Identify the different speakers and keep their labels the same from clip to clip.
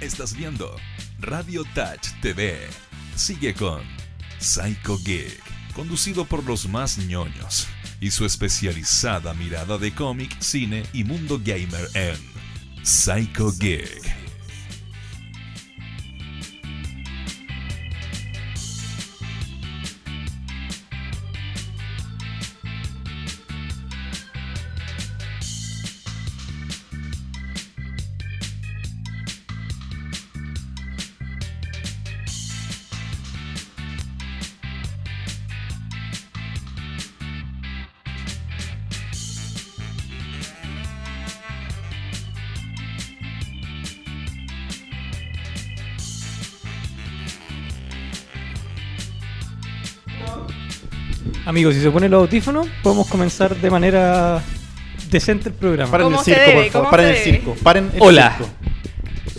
Speaker 1: Estás viendo Radio Touch TV. Sigue con Psycho Geek, conducido por los más ñoños y su especializada mirada de cómic, cine y mundo gamer en Psycho Geek.
Speaker 2: Amigos, si se pone el audífono, podemos comenzar de manera decente el programa.
Speaker 3: Paren el
Speaker 4: ¿Cómo se
Speaker 3: circo,
Speaker 4: debe?
Speaker 3: por favor.
Speaker 4: ¿Cómo
Speaker 3: Paren
Speaker 4: se
Speaker 3: el
Speaker 4: debe?
Speaker 3: circo. Paren el
Speaker 5: Hola.
Speaker 3: circo.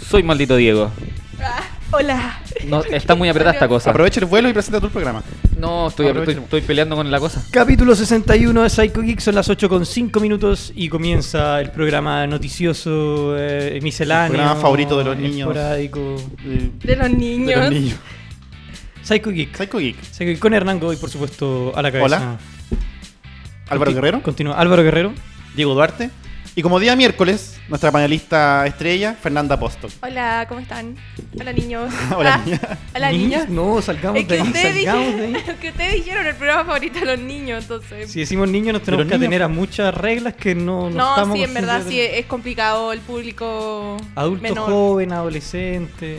Speaker 5: Soy maldito Diego.
Speaker 4: Hola.
Speaker 5: No, está muy apretada esta cosa.
Speaker 3: Aprovecha el vuelo y presenta tu programa.
Speaker 5: No, estoy, estoy,
Speaker 3: Aprovechemos.
Speaker 5: estoy peleando con la cosa.
Speaker 2: Capítulo 61 de Psycho Geek, son las 8 con 5 minutos y comienza el programa noticioso, eh, misceláneo.
Speaker 3: El programa favorito de los niños.
Speaker 2: esporádico.
Speaker 3: Eh,
Speaker 4: De los
Speaker 3: de
Speaker 4: niños.
Speaker 3: los niños.
Speaker 2: Psycho Geek.
Speaker 3: Psycho Geek.
Speaker 2: Psycho Geek con Hernán Godoy, por supuesto, a la cabeza.
Speaker 3: Hola. Álvaro
Speaker 2: Conti-
Speaker 3: Guerrero.
Speaker 2: Continúa. Álvaro Guerrero.
Speaker 3: Diego Duarte. Y como día miércoles, nuestra panelista estrella, Fernanda Apóstol.
Speaker 4: Hola, ¿cómo están? Hola, niños.
Speaker 3: Hola,
Speaker 4: Ah,
Speaker 3: niña.
Speaker 4: Hola, niños.
Speaker 2: No, salgamos
Speaker 4: Es
Speaker 2: de
Speaker 4: que
Speaker 2: ahí,
Speaker 4: ustedes
Speaker 2: salgamos de
Speaker 4: dijeron,
Speaker 2: ahí.
Speaker 4: que ustedes dijeron el programa favorito de los niños, entonces.
Speaker 2: Si decimos niños, nos tenemos
Speaker 3: Pero
Speaker 2: que
Speaker 3: niños-
Speaker 2: atener a muchas reglas que no, no
Speaker 4: no,
Speaker 2: estamos
Speaker 4: sí, en verdad, sí,
Speaker 2: acostumbrados.
Speaker 4: es complicado el público
Speaker 2: Adulto
Speaker 4: menor.
Speaker 2: joven, adolescente.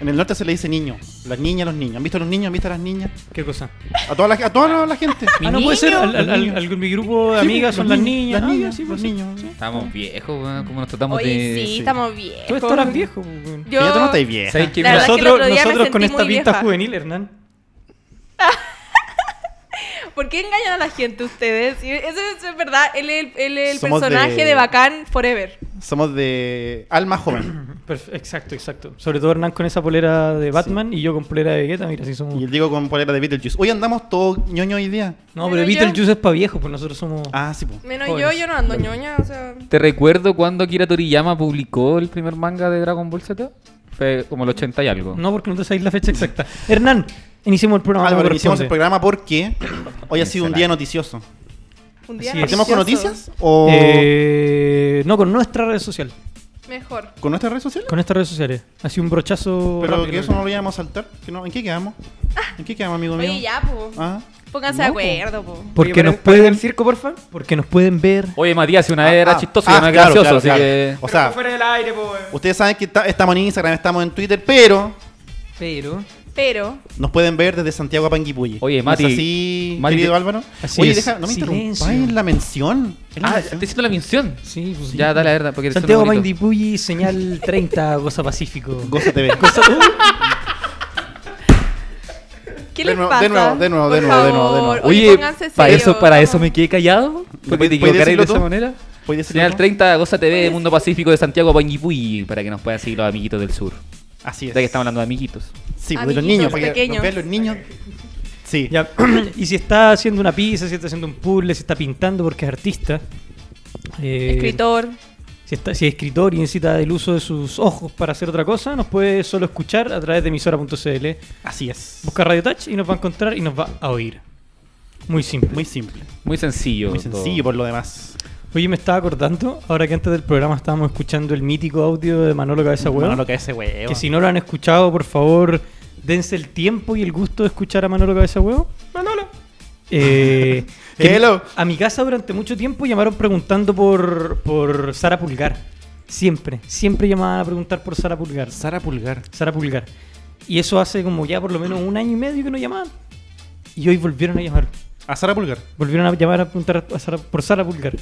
Speaker 3: En el norte se le dice niño. Las niñas, los niños. ¿Han visto a los niños? ¿Han visto a las niñas?
Speaker 2: ¿Qué cosa?
Speaker 3: A toda la, a toda la gente.
Speaker 2: Ah, no puede ser. Al, al-
Speaker 3: Los
Speaker 2: al-
Speaker 3: niños.
Speaker 2: al- mi grupo de
Speaker 3: Sí, pues,
Speaker 2: amigas
Speaker 3: los
Speaker 2: son las
Speaker 3: niños,
Speaker 2: niñas.
Speaker 3: las
Speaker 2: Ah,
Speaker 3: niñas,
Speaker 2: sí,
Speaker 3: los
Speaker 2: pues sí.
Speaker 3: niños.
Speaker 2: Sí.
Speaker 5: Estamos viejos, weón. ¿Cómo nos tratamos
Speaker 4: Oye,
Speaker 5: de.?
Speaker 4: sí,
Speaker 3: sí.
Speaker 4: estamos viejos.
Speaker 2: Tú estarás viejo. pues, weón.
Speaker 4: Yo-
Speaker 3: Que ya tú no estás vieja.
Speaker 5: ¿Sabes qué?
Speaker 4: La verdad es que el
Speaker 2: Nosotros,
Speaker 4: otro día me
Speaker 2: nosotros con
Speaker 4: sentí
Speaker 2: esta
Speaker 4: muy
Speaker 2: pinta
Speaker 4: vieja.
Speaker 2: juvenil, Hernán.
Speaker 4: ¿Por qué engañan a la gente ustedes? Y Eso es es verdad, él es el, él es el
Speaker 3: Somos
Speaker 4: personaje
Speaker 3: de-
Speaker 4: de... Bacán Forever.
Speaker 3: Somos de alma joven.
Speaker 2: Perf- Exacto, exacto. Sobre todo Hernán con esa polera de Batman y yo con polera de Vegeta. Mira, si somos.
Speaker 3: y el Diego con polera de Beetlejuice. Hoy andamos todos ñoño hoy día.
Speaker 2: No, pero
Speaker 4: Pero yo-
Speaker 2: Beetlejuice es para viejos, pues nosotros somos.
Speaker 3: Ah, sí, pues.
Speaker 4: Menos yo,
Speaker 2: Jóvenes.
Speaker 4: yo no ando ñoña, o sea...
Speaker 5: ¿Te recuerdo cuando Akira Toriyama publicó el primer manga de Dragon Ball Z? Fue como el 80 y algo.
Speaker 2: No, porque no te sabéis la fecha exacta. Hernán, iniciemos el programa. como
Speaker 3: Álvaro, iniciamos Ah, el
Speaker 2: corresponde.
Speaker 3: programa porque hoy ha sido un día noticioso.
Speaker 4: Un día
Speaker 2: Así es.
Speaker 3: ¿Hacemos con
Speaker 4: noticioso.
Speaker 3: noticias o
Speaker 2: Eh, no, con nuestra red social.
Speaker 4: Mejor.
Speaker 3: con nuestras redes sociales?
Speaker 2: Con nuestras redes sociales. Así un brochazo.
Speaker 3: Pero
Speaker 2: rápido.
Speaker 3: que eso no lo íbamos a saltar. que no- ¿En qué quedamos? ¿En qué quedamos, amigo mío?
Speaker 4: Oye, ya, po.
Speaker 3: Ah,
Speaker 4: Pónganse
Speaker 3: No,
Speaker 4: de
Speaker 3: po.
Speaker 4: acuerdo, po.
Speaker 2: Porque nos pueden. circo, porfa? Porque nos pueden ver.
Speaker 5: Oye, Matías, si una vez era
Speaker 3: Ah,
Speaker 5: chistoso
Speaker 3: ah,
Speaker 5: y una vez
Speaker 3: claro,
Speaker 5: gracioso,
Speaker 3: claro,
Speaker 5: así
Speaker 3: claro.
Speaker 5: que.
Speaker 3: O sea,
Speaker 2: del aire, po.
Speaker 3: ustedes saben que ta- estamos en Instagram, estamos en Twitter, pero
Speaker 2: Pero.
Speaker 4: Pero...
Speaker 3: nos pueden ver desde Santiago a Panguipulli.
Speaker 5: Oye,
Speaker 3: ¿No es
Speaker 5: Mati-
Speaker 3: así,
Speaker 5: Mati-
Speaker 3: querido Álvaro?
Speaker 2: Así
Speaker 3: Oye,
Speaker 2: es.
Speaker 3: deja, no me
Speaker 2: Silencio.
Speaker 3: interrumpáis la mención. Es la
Speaker 5: Ah,
Speaker 3: mención.
Speaker 5: te siento la mención.
Speaker 2: Sí, pues sí.
Speaker 5: Ya, dale, a ver, porque
Speaker 2: Santiago
Speaker 5: suena bonito.
Speaker 2: Mandipulli, señal 30, Goza Pacífico.
Speaker 3: Goza TV.
Speaker 4: ¿Qué
Speaker 3: De
Speaker 4: les
Speaker 3: nuevo,
Speaker 4: pasa?
Speaker 3: de nuevo, de nuevo,
Speaker 4: Por
Speaker 3: de nuevo, de nuevo, de nuevo.
Speaker 4: favor,
Speaker 5: Oye,
Speaker 4: pónganse
Speaker 5: ¿para
Speaker 4: serios,
Speaker 5: eso, para
Speaker 4: vamos.
Speaker 5: eso me quedé callado? ¿Porque te
Speaker 3: ¿Puedes
Speaker 5: equivocaras de
Speaker 3: decirlo
Speaker 5: esa
Speaker 3: tú?
Speaker 5: manera?
Speaker 3: ¿Puedes decirlo
Speaker 5: Señal
Speaker 3: tú?
Speaker 5: 30, Goza TV, Mundo Pacífico de Santiago Panguipulli, para que nos puedan seguir los amiguitos del sur.
Speaker 3: Así es.
Speaker 5: Ya que estamos hablando de amiguitos.
Speaker 3: Sí, de los
Speaker 4: Amiguitos
Speaker 3: niños, para que nos
Speaker 4: pequeños.
Speaker 3: vean los niños. Sí.
Speaker 2: Ya, y si está haciendo una pizza, si está haciendo un puzzle, si está pintando porque es artista. eh,
Speaker 4: Escritor.
Speaker 2: Si, está- si es escritor y necesita el uso de sus ojos para hacer otra cosa, nos puede solo escuchar a través de emisora.cl.
Speaker 3: Así es.
Speaker 2: Busca Radio Touch y nos va a encontrar y nos va a oír. Muy simple.
Speaker 3: Muy simple.
Speaker 5: Muy sencillo.
Speaker 3: Muy
Speaker 5: todo.
Speaker 3: sencillo por lo demás.
Speaker 2: Oye, me estaba acordando, ahora que antes del programa estábamos escuchando el mítico audio de Manolo Cabeza Huevo.
Speaker 3: Manolo que ese huevo.
Speaker 2: Que si no lo han escuchado, por favor, dense el tiempo y el gusto de escuchar a Manolo Cabeza Huevo. Manolo. Eh, que
Speaker 3: Hello.
Speaker 2: A mi casa durante mucho tiempo llamaron preguntando por, por Sara Pulgar. Siempre, siempre llamaban a preguntar por Sara Pulgar.
Speaker 3: Sara Pulgar.
Speaker 2: Sara Pulgar. Y eso hace como ya por lo menos un año y medio que no llamaban. Y hoy volvieron a llamar.
Speaker 3: A Ah, Sara Pulgar.
Speaker 2: Volvieron a llamar a preguntar a Sara- por Sara Pulgar.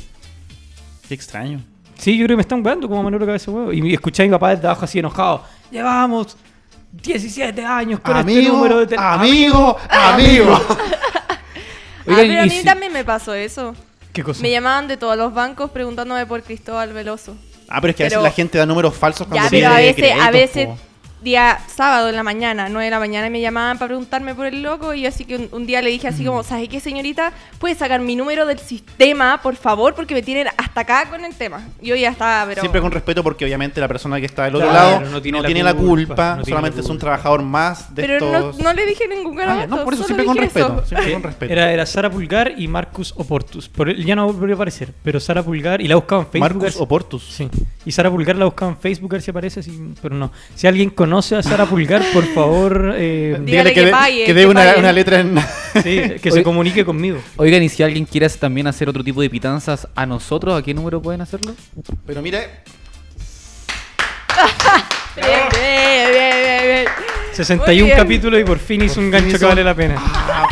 Speaker 3: Qué extraño.
Speaker 2: Sí, yo creo que me están jugando como Manolo Cabeza de Huevo. Y escuché a mi papá desde abajo así enojado. Llevamos 17 años con este
Speaker 3: Amigo,
Speaker 2: número de tel-
Speaker 3: amigo, amigo.
Speaker 5: Oigan,
Speaker 4: ah, pero a
Speaker 5: y
Speaker 4: mí
Speaker 5: si-
Speaker 4: también me pasó eso.
Speaker 2: ¿Qué cosa?
Speaker 4: Me llamaban de todos los bancos preguntándome por Cristóbal Veloso.
Speaker 3: Ah, pero es que a veces
Speaker 4: Pero-
Speaker 3: la gente da números falsos cuando
Speaker 4: Ya,
Speaker 3: pide
Speaker 4: pero a veces, a
Speaker 3: créditos,
Speaker 4: veces
Speaker 3: po.
Speaker 4: día sábado en la mañana, 9 de la mañana, me llamaban para preguntarme por el loco y yo así que un,
Speaker 3: Mm.
Speaker 4: un día le dije así como, ¿sabes qué, señorita? ¿Puede sacar mi número del sistema, por favor? Porque me tienen hasta hasta acá con el tema. Yo ya estaba, pero.
Speaker 3: Siempre con respeto porque obviamente la persona que está del otro
Speaker 2: Claro,
Speaker 3: lado
Speaker 2: no
Speaker 3: no
Speaker 2: tiene
Speaker 3: tiene,
Speaker 2: la
Speaker 3: la
Speaker 2: culpa,
Speaker 3: culpa,
Speaker 2: no tiene
Speaker 3: solamente
Speaker 2: la
Speaker 3: es un
Speaker 2: culpa.
Speaker 3: trabajador más de
Speaker 4: pero
Speaker 3: estos...
Speaker 4: no, no le dije ningún
Speaker 3: Ah, ya,
Speaker 4: garabato.
Speaker 3: no, por eso
Speaker 4: solo
Speaker 3: siempre con
Speaker 4: dije
Speaker 3: respeto,
Speaker 4: eso.
Speaker 3: siempre
Speaker 2: Eh,
Speaker 3: con respeto.
Speaker 2: Era, era Sara Pulgar y Marcus Oportus. Por él ya no volvió a aparecer, pero Sara Pulgar. Y la buscaba en Facebook. a ver
Speaker 3: Marcus
Speaker 2: si-
Speaker 3: Oportus.
Speaker 2: Sí. Y Sara Pulgar la buscaba en Facebook a ver si aparece, sí, pero no. Si alguien conoce a Sara Pulgar, por favor, eh,
Speaker 4: Dígale que
Speaker 3: dé-
Speaker 4: pague,
Speaker 3: que dé
Speaker 4: que
Speaker 3: una,
Speaker 4: pague.
Speaker 3: una letra en...
Speaker 2: sí, que se comunique conmigo.
Speaker 5: Oigan, y si alguien quiere hacer- también hacer otro tipo de pitanzas a nosotros, ¿a qué número pueden hacerlo?
Speaker 3: pero mire, Ah.
Speaker 4: Bien, bien, bien, bien, bien.
Speaker 2: 61
Speaker 4: bien.
Speaker 2: capítulos y por fin hizo un
Speaker 3: fin
Speaker 2: gancho que
Speaker 3: hizo-
Speaker 2: vale la pena.
Speaker 3: ah,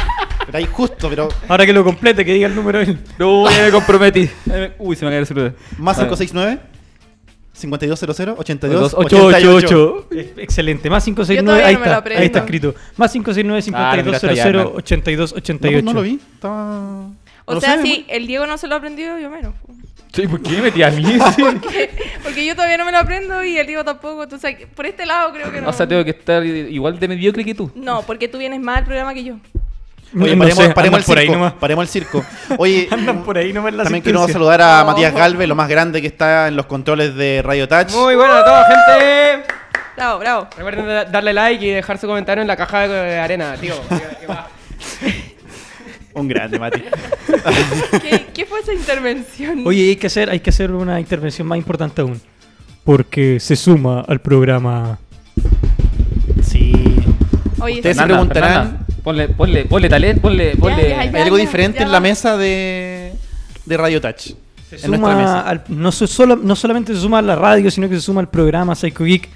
Speaker 3: pero ahí justo, pero
Speaker 2: Ahora que lo complete, que diga el número él.
Speaker 5: No, ya me comprometí. Eh, Uy, se me cayó el celular.
Speaker 3: más
Speaker 5: Vale.
Speaker 3: 569 5200 82 88.
Speaker 5: 288.
Speaker 2: Eh, Excelente. Más
Speaker 4: Yo
Speaker 2: 569,
Speaker 4: todavía
Speaker 2: ahí,
Speaker 4: no me lo
Speaker 2: está, ahí está
Speaker 4: aprendo.
Speaker 2: escrito. Más 569
Speaker 5: Ah, no, mira, está ya,
Speaker 2: 5200
Speaker 5: no.
Speaker 2: 8288.
Speaker 3: No, no lo vi, estaba... no
Speaker 4: O
Speaker 3: lo
Speaker 4: sea,
Speaker 3: sé,
Speaker 4: si el Diego no se lo aprendió, yo menos. po.
Speaker 5: Sí, ¿por qué me metí a mí? Sí.
Speaker 4: Porque yo todavía no me lo aprendo y el Diego tampoco. Entonces, hay- por este lado creo que no.
Speaker 5: O sea, tengo que estar igual de mediocre que tú.
Speaker 4: No, porque tú vienes más al programa que yo.
Speaker 3: pues. Oye,
Speaker 2: No
Speaker 3: paremos,
Speaker 2: sé,
Speaker 3: paremos
Speaker 2: andan
Speaker 3: el
Speaker 2: por ahí
Speaker 3: circo,
Speaker 2: nomás.
Speaker 3: paremos el circo. Oye,
Speaker 2: Andan por ahí nomás la
Speaker 3: también quiero
Speaker 2: asistencia.
Speaker 3: saludar a
Speaker 4: No.
Speaker 3: Matías Galvez, lo más grande que está en los controles de Radio Touch.
Speaker 6: Muy bueno a toda gente.
Speaker 4: Bravo, bravo.
Speaker 6: Recuerden da- darle like y dejar su comentario en la caja de de arena, tío. que- que va.
Speaker 3: Un grande, Mati.
Speaker 4: ¿Qué, qué fue esa intervención?
Speaker 2: Oye, hay que, hacer, hay que hacer una intervención más importante aún. Porque se suma al programa.
Speaker 3: Sí.
Speaker 4: Oye,
Speaker 3: ustedes
Speaker 4: sí.
Speaker 3: se preguntarán-
Speaker 5: ponle, ponle, ponle talento, ponle, ponle.
Speaker 4: ya, ya.
Speaker 3: Hay algo
Speaker 4: ya,
Speaker 3: diferente
Speaker 4: ya
Speaker 3: en la
Speaker 4: va.
Speaker 3: mesa de, de Radio Touch.
Speaker 2: Se
Speaker 3: en nuestra
Speaker 2: suma
Speaker 3: mesa.
Speaker 2: al- no, se solo, no solamente se suma a la radio, sino que se suma al programa Psycho Geek,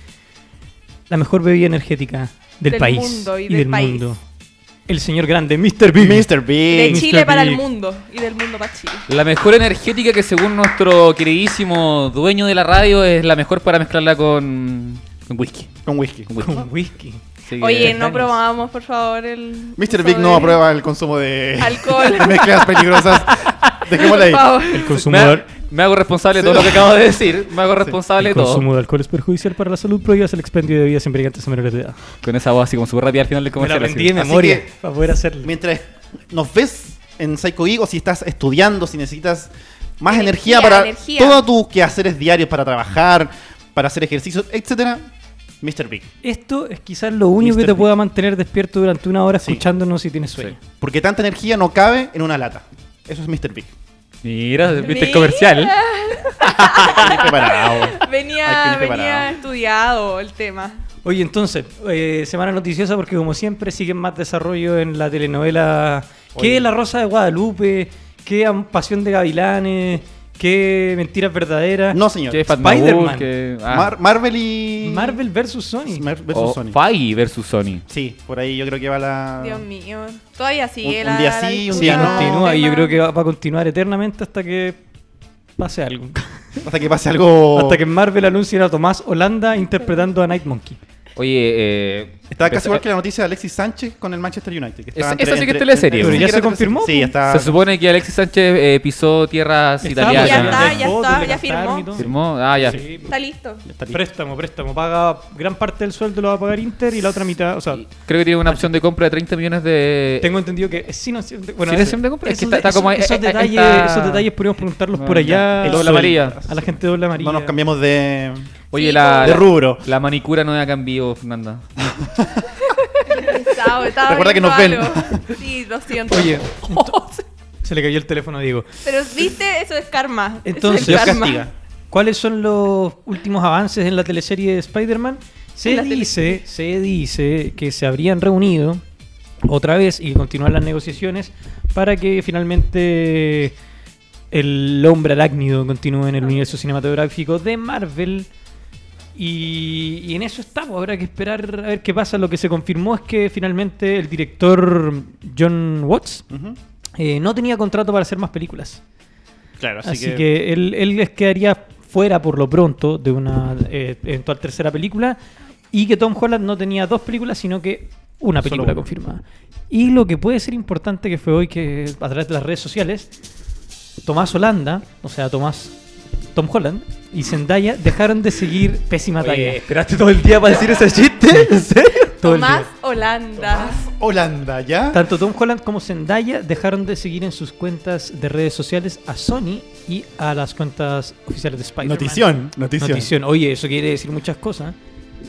Speaker 2: la mejor bebida energética del,
Speaker 4: Del
Speaker 2: país
Speaker 4: mundo y
Speaker 2: y
Speaker 4: del
Speaker 2: del
Speaker 4: país.
Speaker 2: mundo. El señor grande, Mr. Bean.
Speaker 3: Mr.
Speaker 4: de
Speaker 3: Big.
Speaker 2: Mr.
Speaker 4: Chile para el
Speaker 2: Big.
Speaker 4: mundo y del mundo para Chile.
Speaker 5: La mejor energética que según nuestro queridísimo dueño de la radio es la mejor para mezclarla con, con whisky.
Speaker 3: Con whisky.
Speaker 5: Con whisky.
Speaker 2: Con whisky.
Speaker 5: Así que-
Speaker 4: Oye, no
Speaker 2: años.
Speaker 4: probamos, por favor, el.
Speaker 3: Mr.
Speaker 4: uso
Speaker 3: Big no
Speaker 4: de
Speaker 3: aprueba el consumo de
Speaker 4: Alcohol.
Speaker 3: de mezclas peligrosas.
Speaker 4: Por
Speaker 3: Dejémosla ahí.
Speaker 4: favor.
Speaker 2: El
Speaker 5: me, ha-
Speaker 2: consumidor,
Speaker 5: me hago responsable de todo lo que acabo de decir. Me hago responsable
Speaker 2: el
Speaker 5: de todo.
Speaker 2: consumo de alcohol es perjudicial para la salud, prohíbas el expendio de bebidas embriagantes a menores de edad.
Speaker 5: Con esa voz así como súper rápida al final
Speaker 2: Me
Speaker 5: del
Speaker 2: lo
Speaker 5: comercial.
Speaker 2: aprendí de
Speaker 3: así.
Speaker 2: memoria
Speaker 3: Así que-
Speaker 2: para poder hacerlo.
Speaker 3: Mientras nos ves en Psycho Geek o si estás estudiando, si necesitas más energía,
Speaker 4: Energía,
Speaker 3: para
Speaker 4: energía.
Speaker 3: todos tus quehaceres diarios, para trabajar, para hacer ejercicios, etcétera, Mr. Big.
Speaker 2: Esto es quizás lo único
Speaker 3: Mr.
Speaker 2: que te
Speaker 3: Big.
Speaker 2: pueda mantener despierto durante una hora
Speaker 3: Sí.
Speaker 2: escuchándonos si tienes sueño.
Speaker 3: Porque tanta energía no cabe en una lata. Eso es Mr. Big.
Speaker 5: así. Mira, viste el
Speaker 4: Mira.
Speaker 5: comercial.
Speaker 3: Estoy preparado. Hay que ir
Speaker 4: Venía, venía
Speaker 3: preparado.
Speaker 4: estudiado el tema.
Speaker 2: Oye, entonces, eh, semana noticiosa porque como siempre siguen más desarrollo en la telenovela que La Rosa de Guadalupe, que Am- Pasión de Gavilanes, que Mentiras Verdaderas.
Speaker 3: No, señor.
Speaker 5: Que Fat
Speaker 2: Spider-Man.
Speaker 5: Maul, que- ah. Oh,
Speaker 3: Mar- Marvel y.
Speaker 2: Marvel vs. Sony.
Speaker 3: Mar- versus
Speaker 5: O
Speaker 3: Sony.
Speaker 5: Fai versus Sony.
Speaker 3: Sí, por ahí yo creo que va la.
Speaker 4: Dios mío. Todavía
Speaker 3: Ah.
Speaker 4: sigue
Speaker 3: Un-
Speaker 4: la.
Speaker 3: un día
Speaker 4: la
Speaker 3: sí, un
Speaker 2: Sí,
Speaker 4: discusión,
Speaker 3: día no.
Speaker 2: continúa y yo
Speaker 4: tema.
Speaker 2: creo que va va a continuar eternamente hasta que pase algo.
Speaker 3: Hasta que pase algo.
Speaker 2: Hasta que en Marvel anuncien a Tomás Holanda interpretando a Night Monkey.
Speaker 5: Oye, eh.
Speaker 3: Estaba
Speaker 5: empezó-
Speaker 3: casi igual que la noticia de Alexis Sánchez con el Manchester United. que estaba
Speaker 5: Esa-
Speaker 3: entre-
Speaker 5: esa sí que es
Speaker 3: entre-
Speaker 5: teleserie,
Speaker 3: entre-
Speaker 5: Pero
Speaker 2: ya
Speaker 3: sí que
Speaker 2: se
Speaker 3: era
Speaker 2: confirmó,
Speaker 3: teleserie. Sí,
Speaker 2: po.
Speaker 3: está.
Speaker 5: Se supone que Alexis Sánchez eh, pisó tierras italianas.
Speaker 4: Ya está, ya
Speaker 2: Del
Speaker 4: está,
Speaker 2: del
Speaker 4: ya
Speaker 2: Qatar
Speaker 4: firmó.
Speaker 2: y todo. pues,
Speaker 5: ¿Firmó? Ah, ya.
Speaker 4: Está listo.
Speaker 3: Está listo.
Speaker 2: Préstamo, préstamo. Paga gran parte del sueldo lo va a pagar Inter y la otra mitad, o sea,
Speaker 5: Creo que tiene una opción de compra de 30 millones de.
Speaker 2: tengo entendido que es sin opción de- bueno,
Speaker 5: Sin
Speaker 2: es-
Speaker 5: opción de compra, es que
Speaker 2: esos,
Speaker 5: está- está
Speaker 2: esos-
Speaker 5: como-
Speaker 2: esos
Speaker 5: eh, eh,
Speaker 2: detalles,
Speaker 5: está-
Speaker 2: esos detalles podríamos preguntarlos por
Speaker 5: Ah,
Speaker 2: allá.
Speaker 5: ya. El
Speaker 2: sobre-
Speaker 5: doble amarilla.
Speaker 2: A la gente de doble amarilla.
Speaker 3: No nos cambiamos de.
Speaker 5: Oye,
Speaker 4: Sí,
Speaker 5: la,
Speaker 3: de
Speaker 5: la-
Speaker 3: rubro.
Speaker 5: La manicura no ha cambiado, Fernanda.
Speaker 4: Estaba- estaba
Speaker 3: Recuerda que nos
Speaker 4: viendo
Speaker 3: ven.
Speaker 4: algo. Sí, lo siento.
Speaker 2: Oye,
Speaker 4: Oh,
Speaker 2: Se le cayó el teléfono a Diego.
Speaker 4: Pero viste, eso es karma. Eso es
Speaker 2: Entonces-
Speaker 3: Dios
Speaker 4: karma.
Speaker 3: castiga.
Speaker 2: ¿Cuáles son los últimos avances en la teleserie de Spider-Man? Se
Speaker 4: En la
Speaker 2: dice, se dice que se habrían reunido otra vez y continuar las negociaciones para que finalmente el hombre arácnido continúe en el universo cinematográfico de Marvel. Y, y en eso estamos, habrá que esperar a ver qué pasa. Lo que se confirmó es que finalmente el director John Watts
Speaker 3: Ujú.
Speaker 2: eh, no tenía contrato para hacer más películas.
Speaker 3: Claro, así,
Speaker 2: Así, que, él, él les quedaría fuera por lo pronto de una eh, eventual tercera película y que Tom Holland no tenía dos películas, sino que una
Speaker 3: Solo
Speaker 2: película
Speaker 3: una.
Speaker 2: confirmada. Y lo que puede ser importante que fue hoy que a través de las redes sociales, Tomás Holanda, o sea, Tomás Tom Holland y Zendaya dejaron de seguir pésima talla.
Speaker 5: ¿esperaste todo el día para decir ese chiste? ¿En serio?
Speaker 2: Todo el
Speaker 4: Tomás
Speaker 2: día.
Speaker 4: Holanda.
Speaker 3: Holanda, ¿ya?
Speaker 2: Tanto Tom Holland como Zendaya dejaron de seguir en sus cuentas de redes sociales a Sony y a las cuentas oficiales de Spider-Man.
Speaker 3: Notición, notición.
Speaker 2: Notición. Oye, eso quiere decir muchas cosas.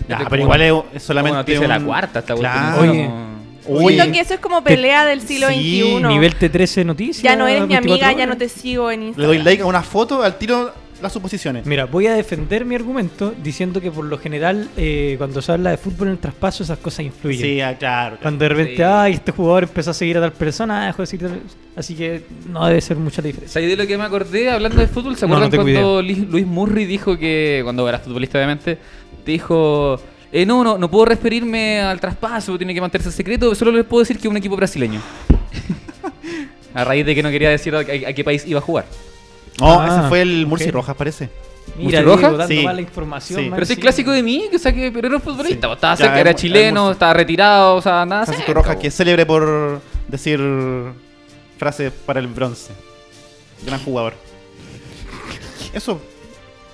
Speaker 3: Ya, pero igual es, es solamente.
Speaker 5: Como noticia de la
Speaker 3: un-
Speaker 5: cuarta esta
Speaker 3: Claro.
Speaker 5: cuestión,
Speaker 2: Oye.
Speaker 5: como-
Speaker 3: Oye,
Speaker 4: Siento que eso es como pelea del siglo
Speaker 3: Sí,
Speaker 4: XXI.
Speaker 2: Nivel T13 noticias.
Speaker 4: ya no eres mi
Speaker 2: 24
Speaker 4: amiga, ya
Speaker 2: horas.
Speaker 4: no te sigo en
Speaker 3: le
Speaker 4: Instagram.
Speaker 3: doy like a una foto, al tiro las suposiciones.
Speaker 2: Mira, voy a defender mi argumento diciendo que por lo general eh, cuando se habla de fútbol en el traspaso esas cosas influyen.
Speaker 3: Sí, ah, claro. claro.
Speaker 2: Cuando de repente,
Speaker 5: Sí.
Speaker 2: ay, este jugador empezó a seguir a tal persona, ah, dejó de seguir a tal- así que no debe ser mucha la diferencia.
Speaker 5: ¿Sabes de lo que me acordé hablando de fútbol? ¿Se
Speaker 2: No,
Speaker 5: acuerdan
Speaker 2: no tengo
Speaker 5: cuando Li- Luis Murray dijo que, cuando era futbolista obviamente, dijo, eh, no, no, no puedo referirme al traspaso, tiene que mantenerse secreto, solo les puedo decir que es un equipo brasileño. a raíz de que no quería decir a, a- a qué país iba a jugar.
Speaker 3: No,
Speaker 2: Ah,
Speaker 3: ese fue el Murci
Speaker 2: ok.
Speaker 3: Rojas, parece.
Speaker 2: Mira, Diego,
Speaker 5: ¿Mucho roja?
Speaker 2: dando
Speaker 3: Sí.
Speaker 2: mala información.
Speaker 3: Sí.
Speaker 2: man,
Speaker 5: Pero ese
Speaker 2: sí.
Speaker 5: es clásico de mí, que, o sea, que pero era un futbolista,
Speaker 3: Sí.
Speaker 5: estaba
Speaker 3: Ya,
Speaker 5: cerca,
Speaker 3: es
Speaker 5: era
Speaker 3: mu- es
Speaker 5: chileno,
Speaker 3: mu-
Speaker 5: estaba retirado, o sea,
Speaker 2: Ah,
Speaker 5: nada.
Speaker 3: Francisco
Speaker 5: cerca,
Speaker 3: Rojas,
Speaker 5: po.
Speaker 3: que es célebre por decir frases para el bronce. Gran jugador. Eso.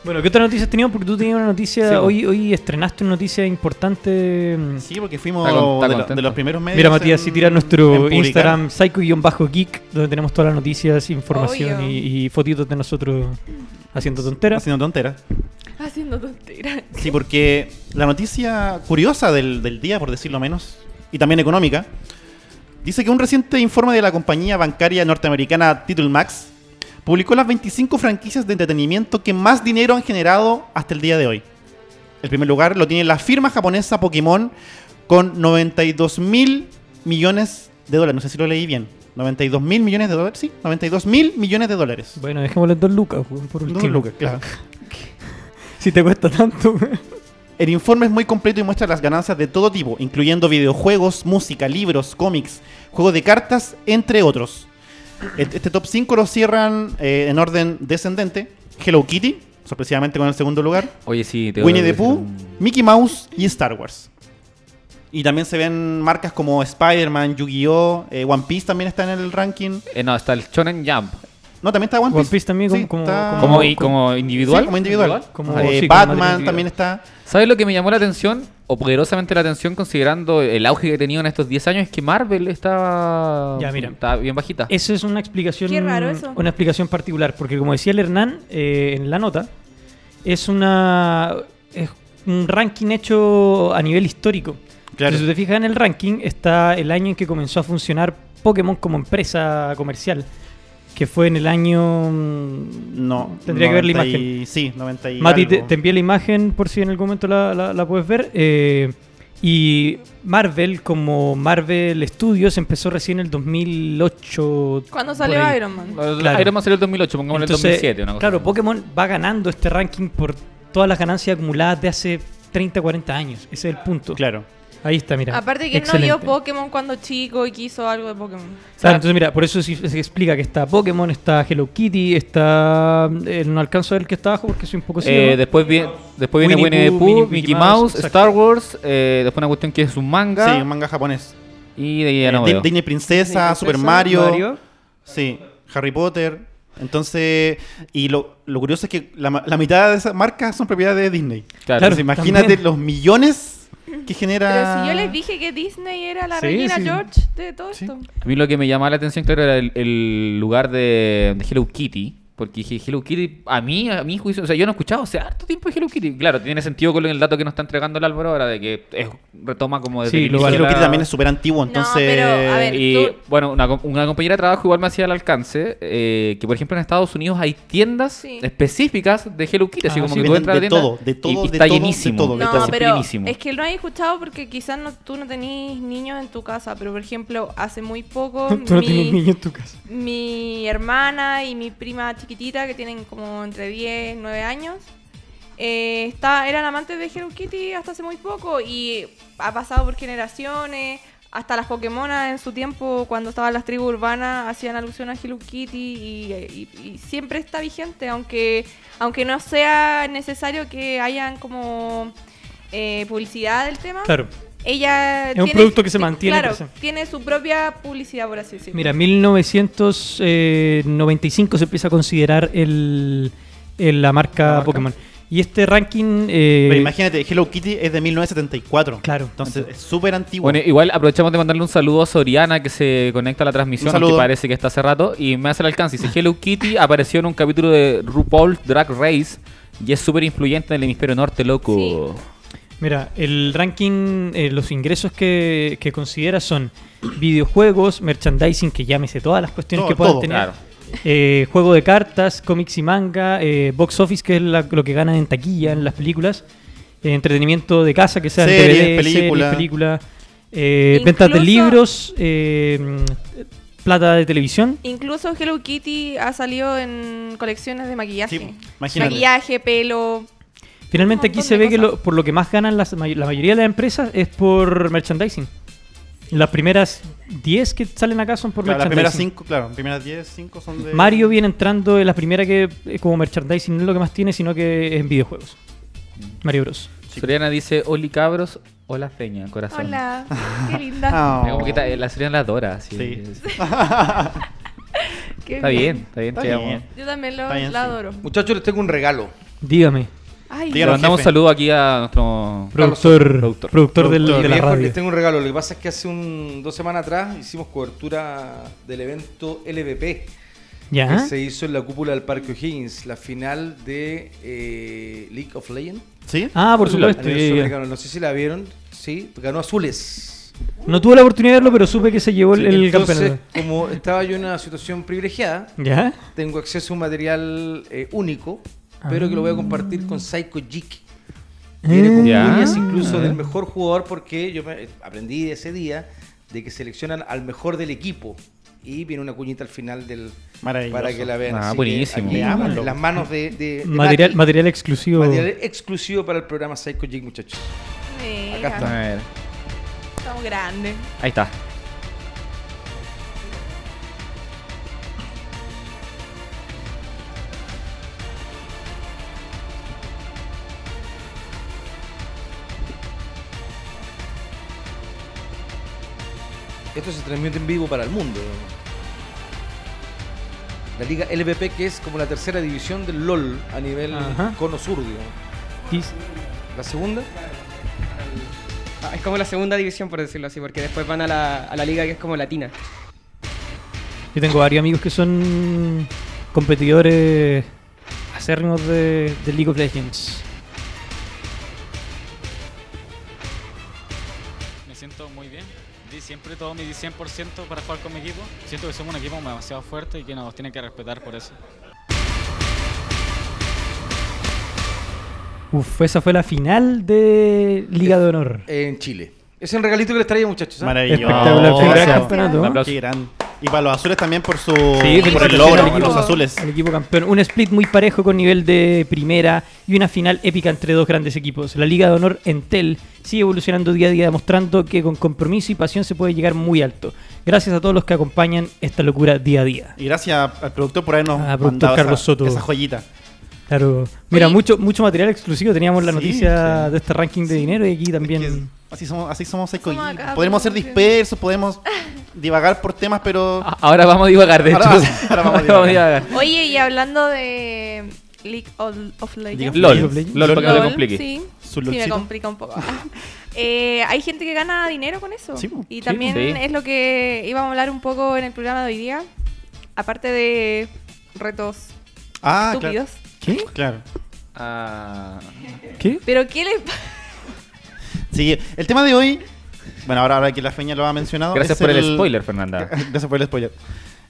Speaker 2: Bueno, ¿qué otras noticias teníamos? Porque tú tenías una noticia,
Speaker 5: Sí, po.
Speaker 2: hoy, hoy estrenaste una noticia importante. mm.
Speaker 3: Sí, porque fuimos
Speaker 5: Está con- está
Speaker 3: de, lo-
Speaker 5: contento.
Speaker 3: de los primeros medios.
Speaker 2: Mira, Matías,
Speaker 3: en-
Speaker 2: si tiras
Speaker 3: en
Speaker 2: nuestro
Speaker 3: publicar.
Speaker 2: Instagram, psycho-geek, donde tenemos todas las noticias, información
Speaker 4: Obvio.
Speaker 2: y, y fotitos de nosotros haciendo tonteras.
Speaker 3: Haciendo tonteras.
Speaker 4: Haciendo tonteras.
Speaker 3: Sí, porque la noticia curiosa del, del día, por decirlo menos, y también económica, dice que un reciente informe de la compañía bancaria norteamericana Titlemax publicó las 25 franquicias de entretenimiento que más dinero han generado hasta el día de hoy. El primer lugar lo tiene la firma japonesa Pokémon con 92 mil millones de dólares. No sé si lo leí bien. 92 mil millones de dólares. Sí, 92 mil millones de dólares.
Speaker 2: Bueno, dejémosle dos lucas, weón, por último.
Speaker 3: Dos lucas, claro.
Speaker 2: Si te cuesta tanto. weón.
Speaker 3: El informe es muy completo y muestra las ganancias de todo tipo, incluyendo videojuegos, música, libros, cómics, juegos de cartas, entre otros. Et- Este top 5 lo cierran eh, en orden descendente. Hello Kitty, sorpresivamente con el segundo lugar.
Speaker 5: Oye, sí, te
Speaker 3: Winnie
Speaker 5: voy a
Speaker 3: the
Speaker 5: decir
Speaker 3: Pooh,
Speaker 5: un-
Speaker 3: Mickey Mouse y Star Wars. Y también se ven marcas como Spider-Man, Yu-Gi-Oh!, eh, One Piece también está en el ranking.
Speaker 5: Eh, no, está el Shonen Jump.
Speaker 3: No, también está One
Speaker 2: One
Speaker 3: Piece.
Speaker 2: Piece también como- como-
Speaker 3: está-
Speaker 2: Ah,
Speaker 5: ¿Como,
Speaker 2: como-
Speaker 5: y- como individual? Ah,
Speaker 3: Sí, como individual.
Speaker 2: Como-
Speaker 3: Eh,
Speaker 2: sí, como
Speaker 3: Batman
Speaker 2: material
Speaker 3: también está.
Speaker 5: ¿Sabes lo que me llamó la atención? O poderosamente la atención, considerando el auge que he tenido en estos 10 años, es que Marvel estaba.
Speaker 2: Ya, mira.
Speaker 5: Estaba bien bajita.
Speaker 2: Eso es una explicación.
Speaker 4: Qué raro eso.
Speaker 2: Una explicación particular, porque como decía el Hernán eh, en la nota, es una es un ranking hecho a nivel histórico.
Speaker 3: Claro.
Speaker 2: Si tú te fijas en el ranking, está el año en que comenzó a funcionar Pokémon como empresa comercial, que fue en el año. mm,
Speaker 3: No.
Speaker 2: Tendría que ver la
Speaker 3: 90
Speaker 2: imagen.
Speaker 3: y- Sí, 90 y
Speaker 2: Mati, te,
Speaker 3: algo.
Speaker 2: te envié la imagen por si en algún momento la, la- la puedes ver. eh, y Marvel, como Marvel Studios, empezó recién en el 2008.
Speaker 4: Cuando
Speaker 2: por
Speaker 4: salió
Speaker 2: ahí.
Speaker 4: Iron Man.
Speaker 2: claro.
Speaker 5: Iron Man salió el 2008, pongámosle el
Speaker 2: Entonces,
Speaker 5: 2007. Una cosa
Speaker 2: claro,
Speaker 5: así.
Speaker 2: Pokémon va ganando este ranking por todas las ganancias acumuladas de hace 30, 40 años. Ese es el punto.
Speaker 3: Claro.
Speaker 2: Ahí está, mira.
Speaker 4: Aparte que él no
Speaker 2: Excelente.
Speaker 4: vio Pokémon cuando chico y quiso algo de Pokémon.
Speaker 2: Claro, entonces mira, por eso sí se explica que está Pokémon, está Hello Kitty, está... eh, no alcanzo a ver el que está abajo porque soy un poco ciego.
Speaker 5: Eh, después, vi- después viene
Speaker 2: Winnie
Speaker 5: Winnie the
Speaker 2: Pooh,
Speaker 5: Pooh,
Speaker 2: Mickey
Speaker 5: Mickey
Speaker 2: Mouse,
Speaker 5: Mouse,
Speaker 2: exacto.
Speaker 5: Star Wars, eh, después una cuestión que es un manga.
Speaker 3: Sí, un manga japonés.
Speaker 5: y de ahí ya
Speaker 3: Eh,
Speaker 5: no
Speaker 3: Di-
Speaker 5: veo.
Speaker 3: Disney Princesa,
Speaker 6: Princesa,
Speaker 3: Super Mario,
Speaker 2: Mario.
Speaker 3: Sí, Harry Potter. Entonces, y lo, lo curioso es que la, ma- la mitad de esas marcas son propiedad de Disney.
Speaker 5: Claro.
Speaker 2: claro.
Speaker 3: Entonces, imagínate
Speaker 2: también.
Speaker 3: los millones que genera.
Speaker 4: Pero si yo les dije que Disney era la
Speaker 2: Sí,
Speaker 4: reina
Speaker 2: sí.
Speaker 4: George de todo
Speaker 3: Sí.
Speaker 4: esto.
Speaker 5: A mí lo que me llamaba la atención, claro, era el, el lugar de, de Hello Kitty. Porque dije, Hello Kitty, a mí, a mi juicio, o sea, yo no he escuchado hace harto tiempo de Hello Kitty. Claro, tiene sentido con el dato que nos está entregando el Álvaro ahora, de que es- retoma como desde
Speaker 2: Sí,
Speaker 5: el
Speaker 2: lo
Speaker 5: inicio
Speaker 2: valora.
Speaker 5: de
Speaker 3: Hello
Speaker 5: la-
Speaker 3: Kitty también es súper antiguo, entonces.
Speaker 4: pero, a ver.
Speaker 5: Y
Speaker 4: tú-
Speaker 5: bueno, una, com- una compañera de trabajo igual me hacía el alcance, eh, que por ejemplo en Estados Unidos hay tiendas
Speaker 4: Sí.
Speaker 5: específicas de Hello Kitty, así
Speaker 2: Ah,
Speaker 5: como
Speaker 2: sí.
Speaker 5: que tú
Speaker 3: Venden
Speaker 5: entras a la
Speaker 3: de
Speaker 5: tienda
Speaker 3: todo, de
Speaker 5: y-
Speaker 3: todo,
Speaker 5: y
Speaker 3: de
Speaker 5: está
Speaker 3: todo, de
Speaker 5: llenísimo.
Speaker 3: todo, de
Speaker 5: está
Speaker 4: No,
Speaker 3: todo.
Speaker 5: así
Speaker 4: pero
Speaker 5: llenísimo.
Speaker 4: es que lo has escuchado porque quizás no, tú no tenés niños en tu casa, pero por ejemplo, hace muy poco
Speaker 2: Tú no tienes
Speaker 4: mi,
Speaker 2: niño en tu casa.
Speaker 4: mi hermana y mi prima chiquitita, que tienen como entre 10, 9 años, eh, está, eran amantes de Hello Kitty hasta hace muy poco y ha pasado por generaciones. Hasta las Pokémonas en su tiempo, cuando estaban las tribus urbanas, hacían alusión a Hello Kitty y, y- y siempre está vigente, aunque, aunque no sea necesario que hayan como eh, publicidad del tema.
Speaker 2: Claro.
Speaker 4: Ella
Speaker 2: Es un producto que se mantiene
Speaker 4: Claro,
Speaker 2: presente.
Speaker 4: tiene su propia publicidad, por así decirlo.
Speaker 2: Mira, eh, 1995 se empieza a considerar el, el- la marca
Speaker 5: La marca.
Speaker 2: Pokémon. Y este ranking. eh,
Speaker 3: Pero imagínate, Hello Kitty es de 1974.
Speaker 2: Claro.
Speaker 3: Entonces es súper antiguo.
Speaker 5: Bueno, igual aprovechamos de mandarle un saludo a Soriana que se conecta a la transmisión,
Speaker 3: Un saludo.
Speaker 5: que parece que está hace rato, y me hace el alcance. Dice, Hello Kitty apareció en un capítulo de RuPaul Drag Race y es súper influyente en el hemisferio norte, loco.
Speaker 2: Mira, el ranking, eh, los ingresos que, que considera son videojuegos, merchandising, que llámese todas las cuestiones
Speaker 3: Todo,
Speaker 2: que puedan
Speaker 3: todo.
Speaker 2: tener.
Speaker 5: Claro.
Speaker 2: eh, juego de cartas, cómics y manga, eh, box office, que es la- lo que ganan en taquilla en las películas, eh, entretenimiento de casa, que sea en
Speaker 3: Series,
Speaker 2: DVD,
Speaker 3: película.
Speaker 2: series, película, eh, ventas de
Speaker 4: Incluso-
Speaker 2: libros, eh, mm, plata de televisión.
Speaker 4: Incluso Hello Kitty ha salido en colecciones de maquillaje.
Speaker 3: Sí, imagínate.
Speaker 4: Maquillaje, pelo.
Speaker 2: Finalmente
Speaker 4: Un
Speaker 2: aquí
Speaker 4: montón
Speaker 2: se
Speaker 4: de
Speaker 2: ve que
Speaker 4: cosas.
Speaker 2: lo- por lo que más ganan las may- la mayoría de las empresas es por merchandising. Las primeras 10 que salen acá son por
Speaker 3: Claro, las primeras
Speaker 2: merchandising.
Speaker 3: 5, claro, las primeras 10, 5 son de.
Speaker 2: Mario viene entrando en la primera que eh, como merchandising no es lo que más tiene, sino que es en videojuegos. Mario Bros.
Speaker 5: Soriana dice, Oli cabros, hola feña, corazón.
Speaker 4: Hola, qué linda.
Speaker 3: Ah,
Speaker 5: Mira, como que ta- la Soriana la adora, sí.
Speaker 3: Sí.
Speaker 4: Qué
Speaker 5: Está bien, está bien,
Speaker 3: Está
Speaker 5: te amo.
Speaker 3: bien.
Speaker 4: Yo también lo,
Speaker 3: Está bien,
Speaker 4: la
Speaker 3: sí.
Speaker 4: adoro.
Speaker 7: Muchachos, les tengo un regalo.
Speaker 2: Dígame,
Speaker 4: Ay,
Speaker 5: Le
Speaker 3: Dígalo.
Speaker 5: mandamos un
Speaker 3: jefe.
Speaker 5: saludo aquí a nuestro...
Speaker 2: productor,
Speaker 5: Productor.
Speaker 2: productor, del- de la
Speaker 7: Viejo,
Speaker 2: radio.
Speaker 7: Les tengo un regalo. Lo que pasa es que hace un, dos semanas atrás hicimos cobertura del evento LVP.
Speaker 2: ¿Ya?
Speaker 7: que se hizo en la cúpula del Parque O'Higgins, la final de eh, League of Legends.
Speaker 3: ¿Sí?
Speaker 2: Ah, por
Speaker 5: Hola.
Speaker 2: supuesto.
Speaker 7: A nivel
Speaker 2: ya, ya.
Speaker 7: sudamericano. No sé si la vieron, sí, ganó Azules.
Speaker 2: No tuve la oportunidad de verlo, pero supe que se llevó el, el
Speaker 7: Entonces,
Speaker 2: campeonato.
Speaker 7: como estaba yo en una situación privilegiada,
Speaker 2: ¿Ya?
Speaker 7: tengo acceso a un material eh, único, pero que lo voy a compartir con Psycho Geek. Viene con
Speaker 5: Ya.
Speaker 7: cuñas incluso del mejor jugador porque yo me- eh, aprendí ese día de que seleccionan al mejor del equipo y viene una cuñita al final del
Speaker 3: Maravilloso.
Speaker 7: para que la vean.
Speaker 5: Ah,
Speaker 7: Así que
Speaker 5: buenísimo.
Speaker 7: aquí,
Speaker 3: Veámoslo.
Speaker 7: en las manos de, de- de
Speaker 2: Material,
Speaker 7: Mati.
Speaker 2: material exclusivo.
Speaker 7: eh, Material exclusivo para el programa Psycho Jig, muchachos.
Speaker 4: mira,
Speaker 7: Acá
Speaker 5: A ver,
Speaker 4: Estamos grandes.
Speaker 5: ahí está.
Speaker 7: Esto se transmite en vivo para el mundo. La liga LVP, que es como la tercera división del LOL a nivel
Speaker 2: Ajá.
Speaker 7: cono sur, digamos.
Speaker 2: Dis-
Speaker 7: La segunda,
Speaker 6: Ah, Es como la segunda división, por decirlo así, porque después van a la, a la liga que es como latina.
Speaker 2: Yo tengo varios amigos que son competidores acérrimos de, de League of Legends.
Speaker 8: Me siento muy bien. Di siempre todo mi 100% para jugar con mi equipo. Siento que somos un equipo demasiado fuerte y que nos tienen que respetar por eso.
Speaker 2: Uf, esa fue la final de Liga de Honor.
Speaker 7: en Chile. Es un regalito que les traía, muchachos. ¿ah?
Speaker 3: Maravilloso.
Speaker 2: Espectacular final del
Speaker 3: Gracias.
Speaker 2: campeonato.
Speaker 5: Un aplauso.
Speaker 3: Qué gran. Y para los azules también por su por el
Speaker 2: felicitaciones
Speaker 3: logro,
Speaker 2: al
Speaker 3: por
Speaker 2: equipo.
Speaker 3: los azules.
Speaker 2: El equipo campeón. Un split muy parejo con nivel de primera y una final épica entre dos grandes equipos. La Liga de Honor Entel sigue evolucionando día a día, demostrando que con compromiso y pasión se puede llegar muy alto. Gracias a todos los que acompañan esta locura día a día.
Speaker 3: Y gracias al productor por habernos
Speaker 2: Ah, productor
Speaker 3: mandado
Speaker 2: Carlos
Speaker 3: esa,
Speaker 2: Soto.
Speaker 3: esa joyita.
Speaker 2: Claro. Mira,
Speaker 4: Oye.
Speaker 2: mucho, mucho material exclusivo. Teníamos la
Speaker 3: Sí,
Speaker 2: noticia
Speaker 3: sí.
Speaker 2: de este ranking de dinero y aquí también.
Speaker 3: Es que así somos, así somos Psycho
Speaker 4: Somos
Speaker 3: Geek.
Speaker 4: acá,
Speaker 3: Podemos ser
Speaker 4: porque-
Speaker 3: dispersos, podemos divagar por temas, pero
Speaker 5: A- Ahora vamos a divagar, Ah, de hecho.
Speaker 3: Ahora vamos- ahora vamos a
Speaker 5: Ahora
Speaker 3: divagar.
Speaker 4: Oye, y hablando de League of, of Legends.
Speaker 5: LOL,
Speaker 2: League of Legends.
Speaker 5: LOL, para que no te
Speaker 4: LOL,
Speaker 5: complique.
Speaker 4: Sí,
Speaker 3: Su
Speaker 4: sí me
Speaker 3: lolcito.
Speaker 4: complica un poco. Eh, hay gente que gana dinero con eso.
Speaker 3: Sí, po.
Speaker 4: y
Speaker 5: Sí,
Speaker 4: también
Speaker 5: sí.
Speaker 4: es lo que íbamos a hablar un poco en el programa de hoy día. Aparte de retos
Speaker 3: ah, claro.
Speaker 4: estúpidos.
Speaker 2: ¿Qué?
Speaker 3: claro.
Speaker 5: Ah,
Speaker 2: ¿Qué?
Speaker 4: Pero ¿qué les pasa?
Speaker 3: Sí, el tema de hoy, bueno, ahora, ahora que la feña lo ha mencionado,
Speaker 5: gracias
Speaker 3: es
Speaker 5: por el spoiler, Fernanda.
Speaker 3: Gracias por el spoiler.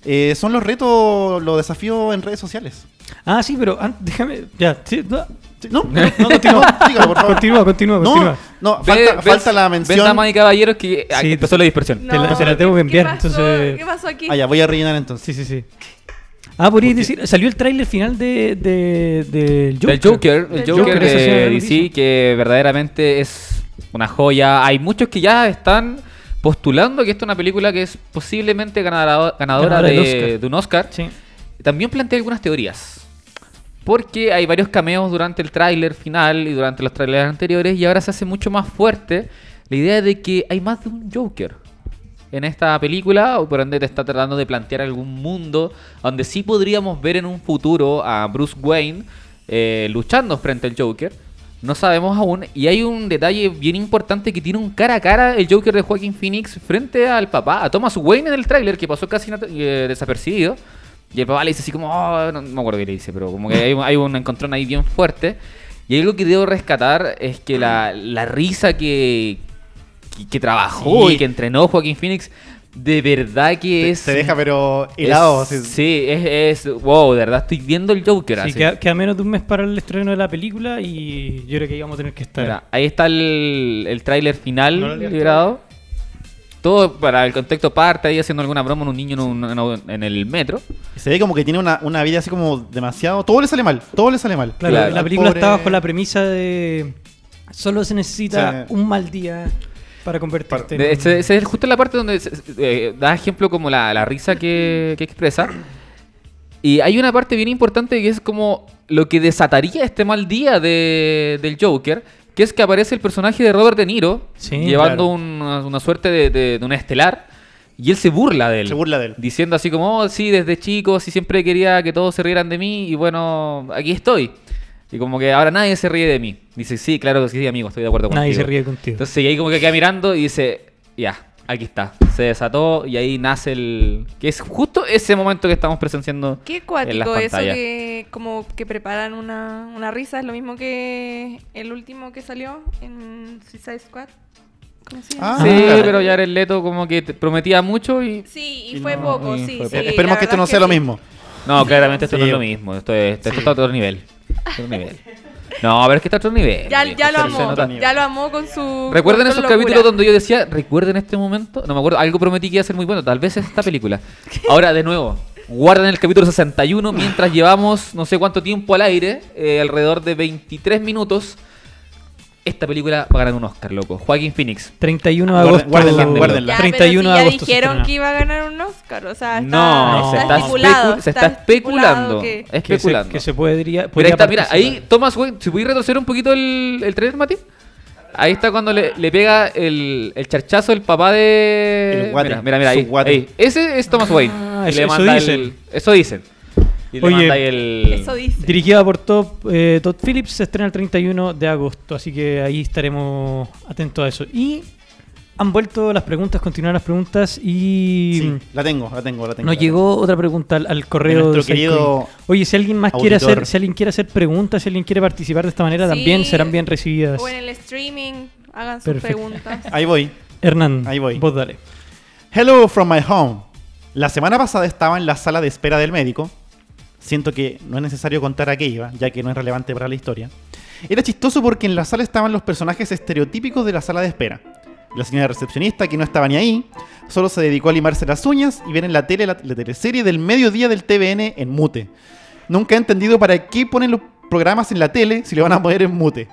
Speaker 3: Eh, son los retos, los desafíos en redes sociales.
Speaker 2: Ah, sí, pero an- déjame. Ya. sí, no,
Speaker 3: Sí, No, no, no, continúa, sígalo, por favor.
Speaker 2: Continúa, continúa, continúa.
Speaker 3: No, no, falta,
Speaker 5: Ve-
Speaker 3: falta
Speaker 5: ves-
Speaker 3: la
Speaker 5: Ves,
Speaker 3: mención.
Speaker 5: damas y caballeros, que ah,
Speaker 2: Sí,
Speaker 5: empezó la dispersión.
Speaker 2: la- te la tengo que enviar,
Speaker 4: ¿qué pasó?
Speaker 2: entonces-
Speaker 4: ¿Qué pasó aquí?
Speaker 3: Ah, ya, voy a rellenar entonces.
Speaker 2: Sí, sí, sí. Ah, podrías decir, salió el tráiler final de, de, del Joker.
Speaker 5: El Joker, el
Speaker 4: Del
Speaker 5: Joker,
Speaker 2: Joker, eso sí me
Speaker 5: de
Speaker 2: lo
Speaker 5: DC,
Speaker 2: dice.
Speaker 5: que verdaderamente es una joya. Hay muchos que ya están postulando que esta es una película que es posiblemente ganadora, ganadora
Speaker 2: Ganadora
Speaker 5: de,
Speaker 2: del Oscar.
Speaker 5: de un Oscar.
Speaker 2: Sí.
Speaker 5: También planteé algunas teorías. Porque hay varios cameos durante el tráiler final y durante los trailers anteriores y ahora se hace mucho más fuerte la idea de que hay más de un Joker en esta película o por ende te está tratando de plantear algún mundo donde sí podríamos ver en un futuro a Bruce Wayne eh, luchando frente al Joker. No sabemos aún. Y hay un detalle bien importante que tiene un cara a cara el Joker de Joaquin Phoenix frente al papá, a Thomas Wayne en el tráiler, que pasó casi nat- eh, desapercibido. Y el papá le dice así como, "Oh", no, no me acuerdo qué le dice, pero como que hay, un- hay un encontrón ahí bien fuerte. Y algo que debo rescatar es que la, la risa que, que, que trabajó
Speaker 3: Sí.
Speaker 5: y que entrenó Joaquin Phoenix, de verdad que
Speaker 3: Te,
Speaker 5: es...
Speaker 3: te deja pero helado.
Speaker 5: es-
Speaker 3: así.
Speaker 5: Sí, es, es- Wow, de verdad estoy viendo el Joker.
Speaker 2: Sí,
Speaker 5: así.
Speaker 2: queda, queda menos de un mes para el estreno de la película y yo creo que ahí vamos a tener que estar.
Speaker 5: Mira, ahí está el, el tráiler final
Speaker 3: No lo leas
Speaker 5: liberado. Todo para el contexto parte ahí haciendo alguna broma en un niño en, un- en un- en el metro.
Speaker 3: Se ve como que tiene una, una vida así como demasiado. Todo le sale mal, todo le sale mal.
Speaker 2: Claro,
Speaker 5: Claro.
Speaker 2: la película
Speaker 3: Pobre-
Speaker 2: está bajo la premisa de solo se necesita
Speaker 3: Sí.
Speaker 2: un mal día para convertirte
Speaker 5: De-
Speaker 2: en...
Speaker 5: ese- ese es justo la parte donde se- se- eh, da ejemplo como la, la risa que, que expresa. Y hay una parte bien importante que es como lo que desataría este mal día de- del Joker, que es que aparece el personaje de Robert De Niro
Speaker 2: Sí,
Speaker 5: llevando
Speaker 2: claro.
Speaker 5: una, una suerte de, de- de una estelar y él se burla de él.
Speaker 3: Se burla de él.
Speaker 5: Diciendo así como, "Oh, sí, desde chico, sí siempre quería que todos se rieran de mí y bueno, aquí estoy. Y como que ahora nadie se ríe de mí. Dice, sí, claro que sí, amigo, estoy de acuerdo contigo.
Speaker 2: Nadie se ríe contigo.
Speaker 5: Entonces y ahí como que queda mirando y dice, ya, aquí está. Se desató y ahí nace el... Que es justo ese momento que estamos presenciando.
Speaker 4: Qué
Speaker 5: en las
Speaker 4: cuático eso
Speaker 5: pantallas.
Speaker 4: que como que preparan una, una risa, es lo mismo que el último que salió en Suicide Squad. ¿Cómo se llama?
Speaker 3: Ah,
Speaker 5: Sí,
Speaker 3: claro.
Speaker 5: pero ya el Leto como que te prometía mucho y...
Speaker 4: Sí, y
Speaker 5: Y
Speaker 4: fue
Speaker 5: no,
Speaker 4: poco,
Speaker 5: y
Speaker 4: sí,
Speaker 5: fue
Speaker 4: sí,
Speaker 5: poco.
Speaker 3: Esperemos
Speaker 4: la
Speaker 3: que esto
Speaker 4: verdad
Speaker 3: no
Speaker 4: es
Speaker 3: sea lo
Speaker 4: sí.
Speaker 3: mismo.
Speaker 5: No, claramente esto
Speaker 3: Sí.
Speaker 5: no es lo mismo. Esto, es, esto está a otro nivel. Otro nivel. No, pero es que está a otro nivel.
Speaker 4: Ya,
Speaker 5: viejo,
Speaker 4: ya lo
Speaker 5: se- se
Speaker 4: amó,
Speaker 5: nota.
Speaker 4: ya lo amó con su...
Speaker 5: Recuerden
Speaker 4: con
Speaker 5: esos
Speaker 4: su
Speaker 5: capítulos
Speaker 4: locura.
Speaker 5: donde yo decía, recuerden este momento, no me acuerdo, algo prometí que iba a ser muy bueno, tal vez es esta película. Ahora, de nuevo, guarden el capítulo 61 mientras llevamos no sé cuánto tiempo al aire, eh, alrededor de 23 minutos. Esta película va a ganar un Oscar, loco. Joaquin Phoenix.
Speaker 2: 31 de
Speaker 3: Guarden-
Speaker 2: agosto.
Speaker 3: guárdenla, guárdenla.
Speaker 4: Ya,
Speaker 2: 31
Speaker 4: pero
Speaker 2: de
Speaker 4: si
Speaker 2: agosto. se
Speaker 4: ya dijeron
Speaker 2: estrena.
Speaker 4: que iba a ganar un Oscar, o sea, está,
Speaker 5: no,
Speaker 2: no,
Speaker 5: se está,
Speaker 4: estipulado,
Speaker 5: especu- se está
Speaker 4: estipulado
Speaker 5: especulando.
Speaker 4: que-
Speaker 2: Que se,
Speaker 5: Especulando.
Speaker 2: que se podría,
Speaker 5: Mira, ahí
Speaker 2: podría
Speaker 5: está, mira, ahí
Speaker 2: participar.
Speaker 5: Thomas Wayne, si pudiste retroceder un poquito el, el trailer, Mati. Ahí está cuando le, le pega el, el charchazo el papá de.
Speaker 3: El guate,
Speaker 5: mira, mira, mira,
Speaker 3: su
Speaker 5: ahí,
Speaker 3: guate.
Speaker 5: ahí. Ese es Thomas Wayne.
Speaker 2: Ah,
Speaker 5: Y
Speaker 2: eso-
Speaker 5: le
Speaker 2: eso
Speaker 5: manda El,
Speaker 2: dicen.
Speaker 5: eso dicen. Y le
Speaker 2: Oye,
Speaker 5: manda ahí el.
Speaker 4: Eso dice.
Speaker 2: Dirigida por Top, eh, Todd Phillips, se estrena el 31 de agosto, así que ahí estaremos atentos a eso. Y han vuelto las preguntas, continúan las preguntas y...
Speaker 3: Sí, la tengo, la tengo, la tengo.
Speaker 2: Nos
Speaker 3: la
Speaker 2: llegó otra pregunta al, al correo
Speaker 3: De nuestro
Speaker 2: Psycho
Speaker 3: querido
Speaker 2: Inc. Oye, si alguien más quiere
Speaker 3: auditor.
Speaker 2: hacer, si alguien quiere hacer preguntas, si alguien quiere participar de esta manera,
Speaker 4: Sí,
Speaker 2: también serán bien recibidas.
Speaker 4: O en el streaming, hagan sus
Speaker 2: Perfecto.
Speaker 4: preguntas.
Speaker 3: tengo. Ahí voy.
Speaker 2: Hernán,
Speaker 3: Ahí voy.
Speaker 2: vos dale.
Speaker 3: Hello from my home. La semana pasada estaba en la sala de espera del médico. Siento que no es necesario contar a qué iba, ya que no es relevante para la historia. Era chistoso porque en la sala estaban los personajes estereotípicos de la sala de espera. La señora recepcionista, que no estaba ni ahí, solo se dedicó a limarse las uñas y ver en la tele la, la teleserie del mediodía del TVN en mute. Nunca he entendido para qué ponen los programas en la tele si lo van a poner en mute.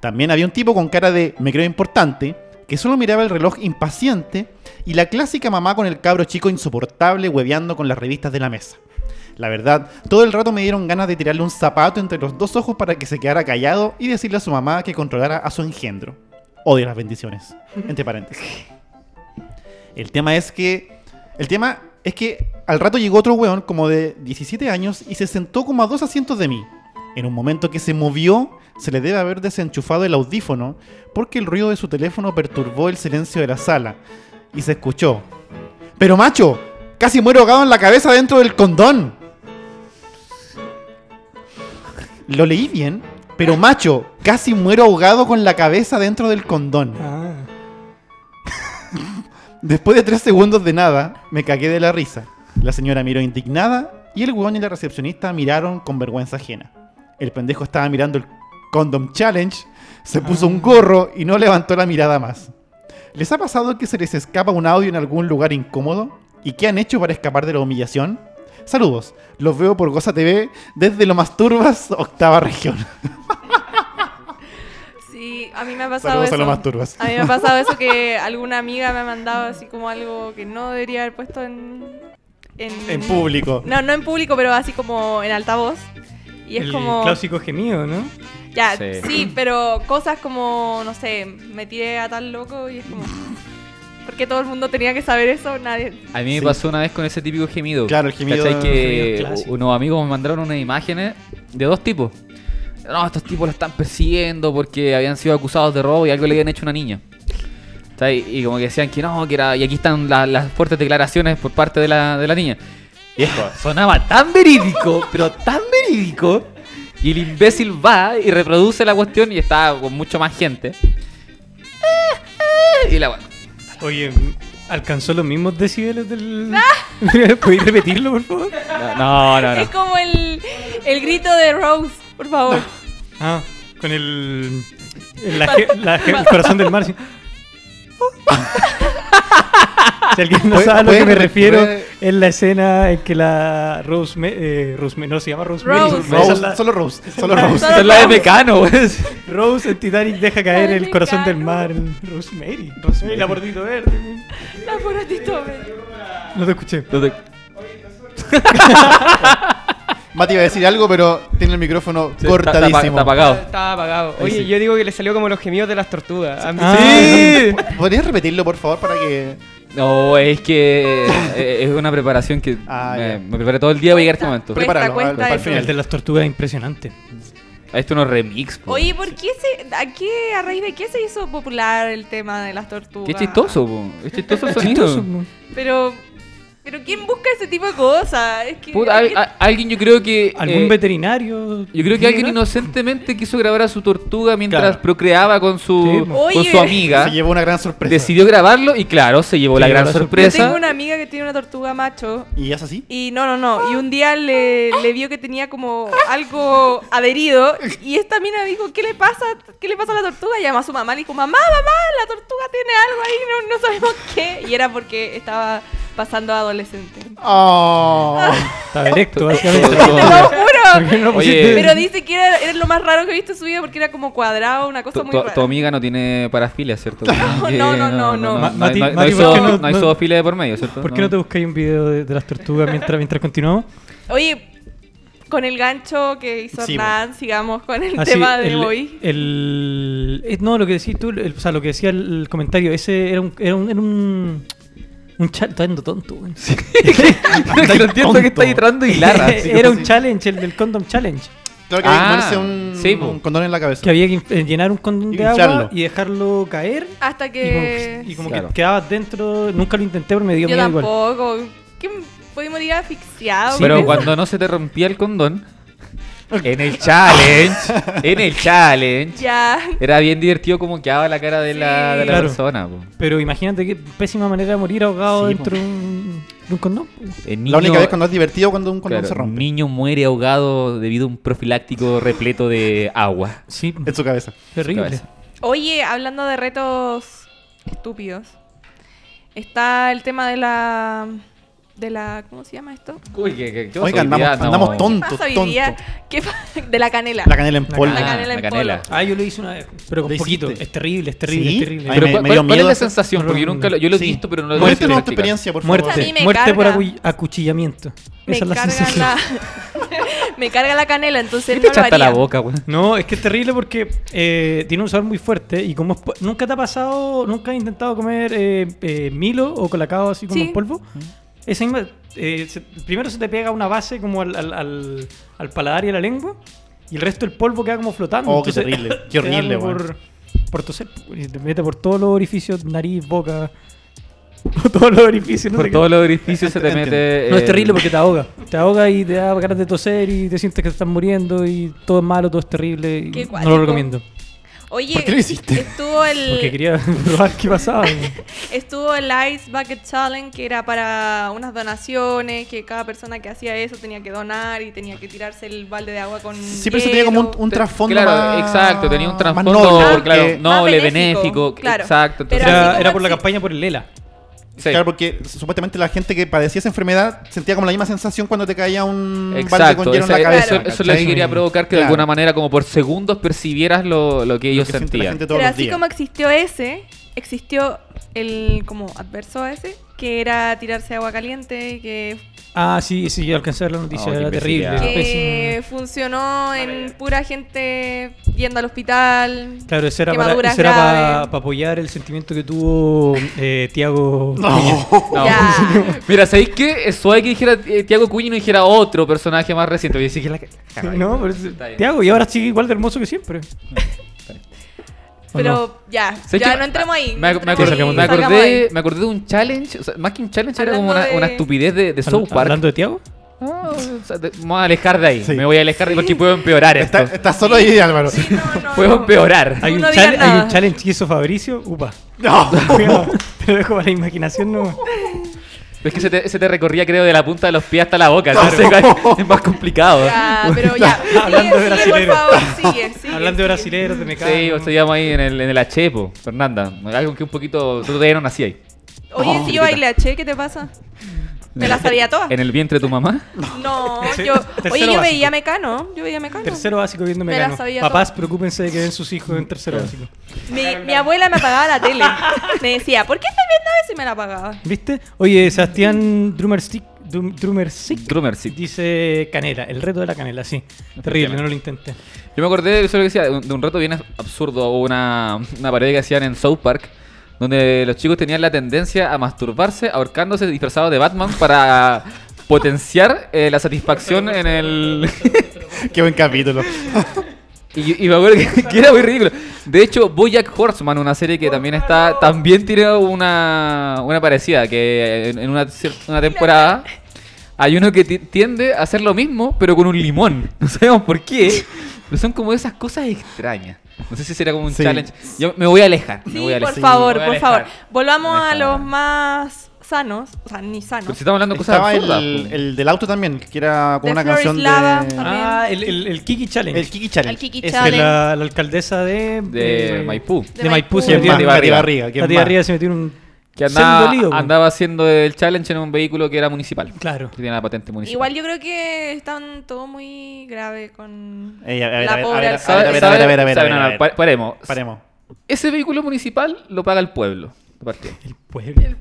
Speaker 3: También había un tipo con cara de me creo importante, que solo miraba el reloj impaciente y la clásica mamá con el cabro chico insoportable hueveando con las revistas de la mesa. La verdad, todo el rato me dieron ganas de tirarle un zapato entre los dos ojos para que se quedara callado y decirle a su mamá que controlara a su engendro. Odio las bendiciones. Entre paréntesis. El tema es que. El tema es que al rato llegó otro weón como de 17 años y se sentó como a dos asientos de mí. En un momento que se movió, se le debe haber desenchufado el audífono porque el ruido de su teléfono perturbó el silencio de la sala y se escuchó. Pero macho, casi muero ahogado en la cabeza dentro del condón. Lo leí bien, pero macho, casi muero ahogado con la cabeza dentro del condón. Después de tres segundos de nada, me cagué de la risa. La señora miró indignada y el weón y la recepcionista miraron con vergüenza ajena. El pendejo estaba mirando el Condom Challenge, se puso un gorro y no levantó la mirada más. ¿Les ha pasado que se les escapa un audio en algún lugar incómodo? ¿Y qué han hecho para escapar de la humillación? Saludos, los veo por Goza TV desde lo más turbas, octava región.
Speaker 4: Sí, a mí me ha pasado
Speaker 3: Saludos a lo
Speaker 4: eso.
Speaker 3: más turbas.
Speaker 4: A mí me ha pasado eso que alguna amiga me ha mandado así como algo que no debería haber puesto en... En,
Speaker 3: En público.
Speaker 4: No, no en público, pero así como en altavoz. Y es
Speaker 2: el
Speaker 4: como...
Speaker 2: clásico gemido, ¿no?
Speaker 4: Ya,
Speaker 5: Sí.
Speaker 4: sí. pero cosas como, no sé, me tiré a tal loco y es como... Porque todo el mundo tenía que saber eso, nadie...
Speaker 5: A mí me
Speaker 3: Sí.
Speaker 5: pasó una vez con ese típico gemido.
Speaker 3: Claro, el gemido-
Speaker 5: ¿Cachai?
Speaker 3: el
Speaker 5: Que
Speaker 2: gemido clásico.
Speaker 5: unos amigos me mandaron unas imágenes de dos tipos. No, estos tipos lo están persiguiendo porque habían sido acusados de robo y algo le habían hecho a una niña. ¿Cachai? Y, como que decían que no, que era. Y aquí están la- las fuertes declaraciones por parte de la, de la niña. Y esto sonaba tan verídico, pero tan verídico. Y el imbécil va y reproduce la cuestión y está con mucho más gente. Eh, Y la
Speaker 2: Oye, alcanzó los mismos decibeles del.
Speaker 4: Ah.
Speaker 2: ¿Podéis repetirlo, por favor?
Speaker 5: No, no,
Speaker 4: Es como el, el grito de Rose, por favor.
Speaker 2: Ah, con el. el- la ge- la ge- el corazón del mar. sí. Si alguien no
Speaker 3: Puede-
Speaker 2: sabe a lo que
Speaker 3: puede-
Speaker 2: me refiero,
Speaker 3: puede-
Speaker 2: es la escena en que la Rose. Me- eh, Rosemary- no se llama Rosemary.
Speaker 4: Rose.
Speaker 2: Esa es
Speaker 3: Rose,
Speaker 2: la-
Speaker 3: solo Rose, solo Rose.
Speaker 5: Esa es la de Mecano, güey.
Speaker 2: Rose en Titanic deja caer
Speaker 4: Ay,
Speaker 2: el
Speaker 4: me
Speaker 2: corazón del
Speaker 4: encanta.
Speaker 2: mar. el Rosemary. Rosemary, la bordito verde.
Speaker 4: La porotito, hombre.
Speaker 2: No te escuché.
Speaker 3: Mati iba a decir algo, pero tiene el micrófono
Speaker 5: Está, está-
Speaker 3: cortadísimo.
Speaker 5: está apagado.
Speaker 6: Estaba apagado.
Speaker 3: Ahí
Speaker 6: Oye,
Speaker 3: sí.
Speaker 6: yo digo que le salió como los gemidos de las tortugas. A mí-
Speaker 2: Ah,
Speaker 5: Sí.
Speaker 3: ¿Podrías repetirlo, por favor, para que.
Speaker 5: No, es que eh, es una preparación que
Speaker 3: Ah,
Speaker 5: me,
Speaker 3: ya.
Speaker 5: me preparé todo el día para llegar a este momento.
Speaker 4: Cuesta,
Speaker 3: Prepáralo,
Speaker 4: cuesta
Speaker 3: al- para el
Speaker 4: eso.
Speaker 2: El de
Speaker 3: final.
Speaker 2: las tortugas es impresionante.
Speaker 5: Esto no es remix. po.
Speaker 4: Oye, ¿por qué se, a, qué, a raíz de qué se hizo popular el tema de las tortugas?
Speaker 5: Qué chistoso, po. es chistoso el sonido.
Speaker 4: Pero, pero ¿quién busca ese tipo de cosas? Es que,
Speaker 5: Puta,
Speaker 4: hay
Speaker 5: al-
Speaker 4: que-
Speaker 5: a- alguien yo creo que...
Speaker 2: ¿Algún
Speaker 5: eh,
Speaker 2: veterinario?
Speaker 5: yo creo que alguien
Speaker 2: no
Speaker 5: inocentemente quiso grabar a su tortuga mientras
Speaker 2: Claro.
Speaker 5: procreaba con
Speaker 2: Sí,
Speaker 5: su,
Speaker 2: po.
Speaker 5: con
Speaker 4: Oye.
Speaker 5: su amiga.
Speaker 3: Se llevó una gran sorpresa.
Speaker 5: Decidió grabarlo y claro, se llevó
Speaker 2: Se
Speaker 5: la
Speaker 2: llevó
Speaker 5: gran
Speaker 2: la
Speaker 4: Yo
Speaker 5: sorpresa.
Speaker 4: tengo una amiga que tiene una tortuga macho
Speaker 3: ¿Y es así?
Speaker 4: y no, no, no. Y un día le, le vio que tenía como algo adherido y esta mina dijo, ¿qué le pasa? ¿Qué le pasa a la tortuga? Y llamó a su mamá, le dijo, mamá, mamá, la tortuga tiene algo ahí, no, no sabemos qué. Y era porque estaba pasando adolescente.
Speaker 3: Oh.
Speaker 2: Está directo,
Speaker 5: Te
Speaker 2: básicamente.
Speaker 5: lo
Speaker 4: Te lo juro.
Speaker 2: Porque no
Speaker 5: Oye.
Speaker 2: pusiste-
Speaker 4: Pero dice que era, era lo más raro que he visto en su vida porque era como cuadrado, una cosa
Speaker 5: Tu,
Speaker 4: muy
Speaker 5: tu-
Speaker 4: rara.
Speaker 5: tu amiga no tiene parafilia, ¿cierto?
Speaker 4: no,
Speaker 5: Que
Speaker 4: no, no, no.
Speaker 5: No,
Speaker 2: Ma-
Speaker 5: no hay-
Speaker 2: Mati-
Speaker 5: no hay- no
Speaker 2: Mati,
Speaker 5: hay
Speaker 2: ¿por qué
Speaker 5: zoof-
Speaker 2: no-
Speaker 5: no hay
Speaker 2: no-
Speaker 5: zoofilia de por medio, ¿cierto?
Speaker 2: ¿Por qué no te buscáis un video de, de las tortugas mientras, mientras continuamos?
Speaker 4: Oye, con el gancho que hizo
Speaker 3: Sí,
Speaker 4: Hernán, sigamos con el
Speaker 2: Así,
Speaker 4: tema de
Speaker 2: Ah, el-
Speaker 4: hoy.
Speaker 2: el- eh, no, lo que decís tú, el- o sea, lo que decía el, el comentario, ese era un. Era un, era un, un cha- está yendo tonto, güey.
Speaker 5: que no entiendo que está entrando y larga.
Speaker 2: Eh, Era un challenge, el del condom challenge.
Speaker 3: Claro que hay que
Speaker 5: Ah,
Speaker 3: ponerse un,
Speaker 5: sí, po.
Speaker 3: un condón en la cabeza.
Speaker 2: Que había que eh, llenar un condón
Speaker 3: Y
Speaker 2: de agua
Speaker 3: hincharlo.
Speaker 2: y dejarlo caer.
Speaker 4: Hasta
Speaker 2: Y como,
Speaker 4: que...
Speaker 2: y como
Speaker 5: Claro.
Speaker 2: que quedabas dentro. Nunca lo intenté, pero me dio
Speaker 4: Yo
Speaker 2: miedo igual.
Speaker 4: tampoco. ¿Qué? Podí morir asfixiado.
Speaker 2: Sí,
Speaker 5: Pero
Speaker 2: pero-
Speaker 5: cuando no se te rompía el condón, en el challenge, en el challenge,
Speaker 4: Ya.
Speaker 5: era bien divertido como quedaba la cara de
Speaker 4: Sí.
Speaker 5: la, de la
Speaker 2: Claro.
Speaker 5: persona. po.
Speaker 2: Pero imagínate qué pésima manera de morir ahogado
Speaker 3: Sí,
Speaker 2: dentro de un, de un condón.
Speaker 5: El niño,
Speaker 3: La única vez cuando es divertido cuando un condón
Speaker 5: claro,
Speaker 3: se
Speaker 5: un
Speaker 3: rompe.
Speaker 5: niño muere ahogado debido a un profiláctico repleto de agua. Ah,
Speaker 2: Sí,
Speaker 3: En su cabeza.
Speaker 2: terrible.
Speaker 5: Cabeza.
Speaker 4: Oye, hablando de retos estúpidos. Está el tema de la... De la... ¿Cómo se llama esto?
Speaker 5: Uy, qué, qué, qué
Speaker 3: Oiga, andamos,
Speaker 5: posibilidad,
Speaker 3: andamos
Speaker 5: no.
Speaker 4: ¿Qué
Speaker 3: tontos,
Speaker 4: pasa hoy
Speaker 3: tontos.
Speaker 4: día? ¿Qué pa- de la canela.
Speaker 3: La canela en
Speaker 2: La
Speaker 3: polvo.
Speaker 4: La
Speaker 5: Ah,
Speaker 4: canela
Speaker 5: la
Speaker 4: en
Speaker 5: canela.
Speaker 4: polo.
Speaker 2: Ah, yo lo hice una vez, pero con
Speaker 3: ¿Lo
Speaker 2: poquito.
Speaker 3: hiciste?
Speaker 2: Es terrible, es terrible,
Speaker 3: ¿Sí?
Speaker 2: es terrible.
Speaker 3: Ay,
Speaker 5: Pero
Speaker 3: me-
Speaker 5: ¿cuál,
Speaker 3: me dio
Speaker 5: cuál- cuál es
Speaker 3: miedo
Speaker 5: la
Speaker 3: hacer-
Speaker 5: sensación? Porque yo nunca lo, yo lo he
Speaker 2: Sí.
Speaker 5: visto, pero no lo he visto.
Speaker 3: Muéstranos tu experiencia, por favor.
Speaker 2: muerte,
Speaker 4: mí me
Speaker 2: muerte por
Speaker 4: carga.
Speaker 2: acu- acuchillamiento.
Speaker 4: Me
Speaker 2: Esa es la
Speaker 4: carga
Speaker 2: sensación.
Speaker 4: la... me carga la canela, entonces
Speaker 5: ¿Qué te
Speaker 4: no lo
Speaker 5: echaste a la
Speaker 4: haría.
Speaker 5: boca, güey?
Speaker 2: No, es que es terrible porque eh, tiene un sabor muy fuerte y como es po- nunca te ha pasado, nunca has intentado comer eh, eh, milo o colacao así como
Speaker 4: Sí.
Speaker 2: en polvo,
Speaker 3: Mm.
Speaker 2: esa misma, eh, se- primero se te pega una base como al, al- al- al paladar y a la lengua y el resto del polvo queda como flotando.
Speaker 3: Oh, qué
Speaker 2: entonces,
Speaker 3: terrible, qué
Speaker 2: te da
Speaker 3: horrible,
Speaker 2: como
Speaker 3: weón.
Speaker 2: por, por toser, y te mete por todos los orificios, nariz, boca, por todos los orificios. no
Speaker 5: Por
Speaker 2: sé qué.
Speaker 5: todos los orificios se te
Speaker 3: Entiendo.
Speaker 5: mete.
Speaker 2: No, es
Speaker 5: eh,
Speaker 2: terrible porque te ahoga. Te ahoga y te da ganas de toser y te sientes que te estás muriendo y todo es malo, todo es terrible. y
Speaker 4: Qué
Speaker 2: no
Speaker 4: cuático.
Speaker 2: lo recomiendo.
Speaker 4: Oye,
Speaker 3: ¿Por qué lo hiciste?
Speaker 4: estuvo el...
Speaker 2: Porque quería probar qué pasaba. ¿no?
Speaker 4: Estuvo el Ice Bucket Challenge, que era para unas donaciones, que cada persona que hacía eso tenía que donar y tenía que tirarse el balde de agua con.
Speaker 3: Siempre se tenía como un, un
Speaker 5: te-
Speaker 3: trasfondo
Speaker 5: Claro,
Speaker 3: más-
Speaker 5: exacto, tenía un
Speaker 3: más
Speaker 5: trasfondo,
Speaker 3: noble,
Speaker 5: por- claro,
Speaker 3: porque-
Speaker 4: Más
Speaker 5: noble,
Speaker 4: benéfico,
Speaker 5: benéfico,
Speaker 4: claro.
Speaker 5: exacto. Entonces,
Speaker 4: Pero así
Speaker 2: Era,
Speaker 4: como
Speaker 2: era por la
Speaker 4: así.
Speaker 2: campaña por el ELA.
Speaker 5: sí.
Speaker 3: Claro, porque supuestamente la gente que padecía esa enfermedad sentía como la misma sensación cuando te caía un balde con
Speaker 5: Exacto,
Speaker 3: hielo en la
Speaker 5: esa-
Speaker 3: cabeza.
Speaker 5: eso, eso es lo que
Speaker 3: ¿cachai?
Speaker 5: quería provocar, que de
Speaker 3: Claro.
Speaker 5: alguna manera como por segundos percibieras lo, lo que
Speaker 3: Lo
Speaker 5: ellos
Speaker 3: que siente la
Speaker 5: sentían.
Speaker 3: gente todos
Speaker 4: Pero
Speaker 3: los
Speaker 4: así
Speaker 3: días.
Speaker 4: como existió ese, existió el como adverso a ese, que era tirarse agua caliente, que,
Speaker 2: Ah, sí, sí, yo alcancé a ver la noticia,
Speaker 5: Oh, qué
Speaker 2: era terrible.
Speaker 5: imbecilidad.
Speaker 2: era
Speaker 4: que
Speaker 2: pésimo.
Speaker 4: funcionó en pura gente yendo al hospital.
Speaker 2: Claro, eso era para,
Speaker 4: quemaduras
Speaker 2: eso era para,
Speaker 4: graves.
Speaker 2: para apoyar el sentimiento que tuvo eh, Tiago.
Speaker 5: No.
Speaker 4: Ya.
Speaker 5: Mira, ¿sabéis qué? Es suave que dijera eh, Tiago Cuñi y no dijera otro personaje más reciente. Voy a decir que la cagada.
Speaker 2: No, pero es-
Speaker 5: Está bien.
Speaker 2: Tiago, y ahora sigue igual de hermoso que siempre. ¿O
Speaker 4: Pero
Speaker 2: no?
Speaker 4: ya,
Speaker 5: ¿Sabes
Speaker 4: ya
Speaker 5: qué?
Speaker 4: no entremos ahí.
Speaker 5: Me,
Speaker 4: no
Speaker 5: ac- me
Speaker 4: entremos
Speaker 5: acordé,
Speaker 4: ahí,
Speaker 5: me,
Speaker 4: salgamos
Speaker 5: acordé,
Speaker 4: ahí.
Speaker 5: me acordé de un challenge. o sea, más que un challenge, era como una,
Speaker 4: Hablando de-
Speaker 5: una estupidez de, de South
Speaker 2: Habla-
Speaker 5: Park.
Speaker 2: Hablando de Tiago,
Speaker 5: Ah, o sea, te- me voy a alejar de ahí.
Speaker 3: Sí.
Speaker 5: Me voy a alejar de ahí porque puedo empeorar esto.
Speaker 3: Está, está solo ahí, Álvaro.
Speaker 4: Sí, no, no,
Speaker 5: Puedo
Speaker 4: no.
Speaker 5: empeorar.
Speaker 2: hay,
Speaker 4: no
Speaker 2: un
Speaker 4: digas
Speaker 2: chale- hay
Speaker 4: nada.
Speaker 2: un challenge que hizo Fabricio, upa.
Speaker 3: No.
Speaker 2: Te lo dejo para la imaginación, no.
Speaker 5: Es que se te, se te recorría, creo, de la punta de los pies hasta la boca. entonces, es más complicado.
Speaker 4: Ya, pero ya.
Speaker 2: Hablando de
Speaker 4: sigue, sigue, por
Speaker 2: brasileros.
Speaker 4: favor, sigue, sigue,
Speaker 2: Hablando de
Speaker 4: sigue.
Speaker 2: brasileros, de mecánico.
Speaker 5: Sí, o sea, íbamos ahí en el, en el Achepo, Fernanda. Algo que un poquito. Tú todavía no nací ahí.
Speaker 4: Oye, si yo bailé a Che, ¿qué te pasa? Me la sabía toda.
Speaker 5: ¿En el vientre de tu mamá?
Speaker 4: No,
Speaker 2: Sí,
Speaker 4: yo.
Speaker 2: tercero
Speaker 4: Oye, yo
Speaker 2: básico.
Speaker 4: veía Mecano. Yo veía Mecano.
Speaker 2: Tercero básico viendo
Speaker 4: Me la
Speaker 2: Mecano.
Speaker 4: sabía
Speaker 2: Papás, preocúpense de que ven sus hijos en tercero básico.
Speaker 4: Mi, mi abuela me apagaba la tele. Me decía, ¿por qué estás viendo eso? Y me la apagaba.
Speaker 2: ¿Viste? Oye, Sebastián Drummerstick. Drum- Drummerstick.
Speaker 5: Drummer, sí.
Speaker 2: Dice Canela, el reto de la canela, sí. Terrible, no lo intenté.
Speaker 5: Yo me acordé de eso que decía, de un- de un reto bien absurdo, o una, una parodia que hacían en South Park, donde los chicos tenían la tendencia a masturbarse, ahorcándose disfrazados de Batman para potenciar eh, la satisfacción en el...
Speaker 3: Qué buen capítulo.
Speaker 5: y, y me acuerdo que, que era muy ridículo. De hecho, Bojack Horseman, una serie que también está, también tiene una, una parecida, que en, en una, cier- una temporada... Hay uno que ti- tiende a hacer lo mismo, pero con un limón. No sabemos por qué. Pero son como esas cosas extrañas. No sé si será como un
Speaker 3: Sí.
Speaker 5: challenge. Yo me voy a alejar. me
Speaker 4: Sí,
Speaker 5: voy a
Speaker 4: por
Speaker 5: alejar.
Speaker 4: favor,
Speaker 5: Me voy a
Speaker 4: por
Speaker 5: alejar.
Speaker 4: favor. Volvamos a
Speaker 5: Alejar.
Speaker 4: los más sanos. O sea, ni
Speaker 5: Pero
Speaker 4: sanos.
Speaker 5: si estamos hablando de cosas
Speaker 3: Estaba
Speaker 5: absurdas.
Speaker 3: el,
Speaker 5: po.
Speaker 3: el del auto también, que era
Speaker 4: De
Speaker 3: como una
Speaker 4: Flores
Speaker 3: canción
Speaker 4: Lava,
Speaker 3: de...
Speaker 4: también.
Speaker 2: Ah, el, el, el Kiki Challenge.
Speaker 3: El Kiki Challenge.
Speaker 4: Al Kiki
Speaker 2: Es de
Speaker 4: Challenge.
Speaker 2: la, la alcaldesa de,
Speaker 5: de Maipú.
Speaker 2: de Maipú,
Speaker 4: Maipú.
Speaker 2: sí,
Speaker 3: ¿Quién
Speaker 2: Tati
Speaker 3: más?
Speaker 5: Barriga.
Speaker 3: Tati Barriga. ¿Quién
Speaker 2: La tía
Speaker 3: más?
Speaker 2: arriba se metió en un
Speaker 5: Que andaba,
Speaker 2: pseudo lío, po.
Speaker 5: andaba haciendo el challenge en un vehículo que era municipal.
Speaker 2: Claro.
Speaker 5: Que tenía la patente municipal.
Speaker 4: Igual yo creo que están todos muy grave con
Speaker 3: Ey, a ver, a
Speaker 4: la
Speaker 3: ver,
Speaker 4: pobre
Speaker 3: a ver,
Speaker 5: ¿Sabe-
Speaker 4: alcaldesa.
Speaker 3: a ver, a
Speaker 5: sabe-
Speaker 3: ver, a ver,
Speaker 5: sabe-
Speaker 3: a ver,
Speaker 5: no,
Speaker 3: a
Speaker 5: no,
Speaker 3: ver.
Speaker 5: pa- paremos.
Speaker 3: Paremos.
Speaker 5: Ese vehículo municipal lo paga el pueblo. de partida.
Speaker 2: El pueblo.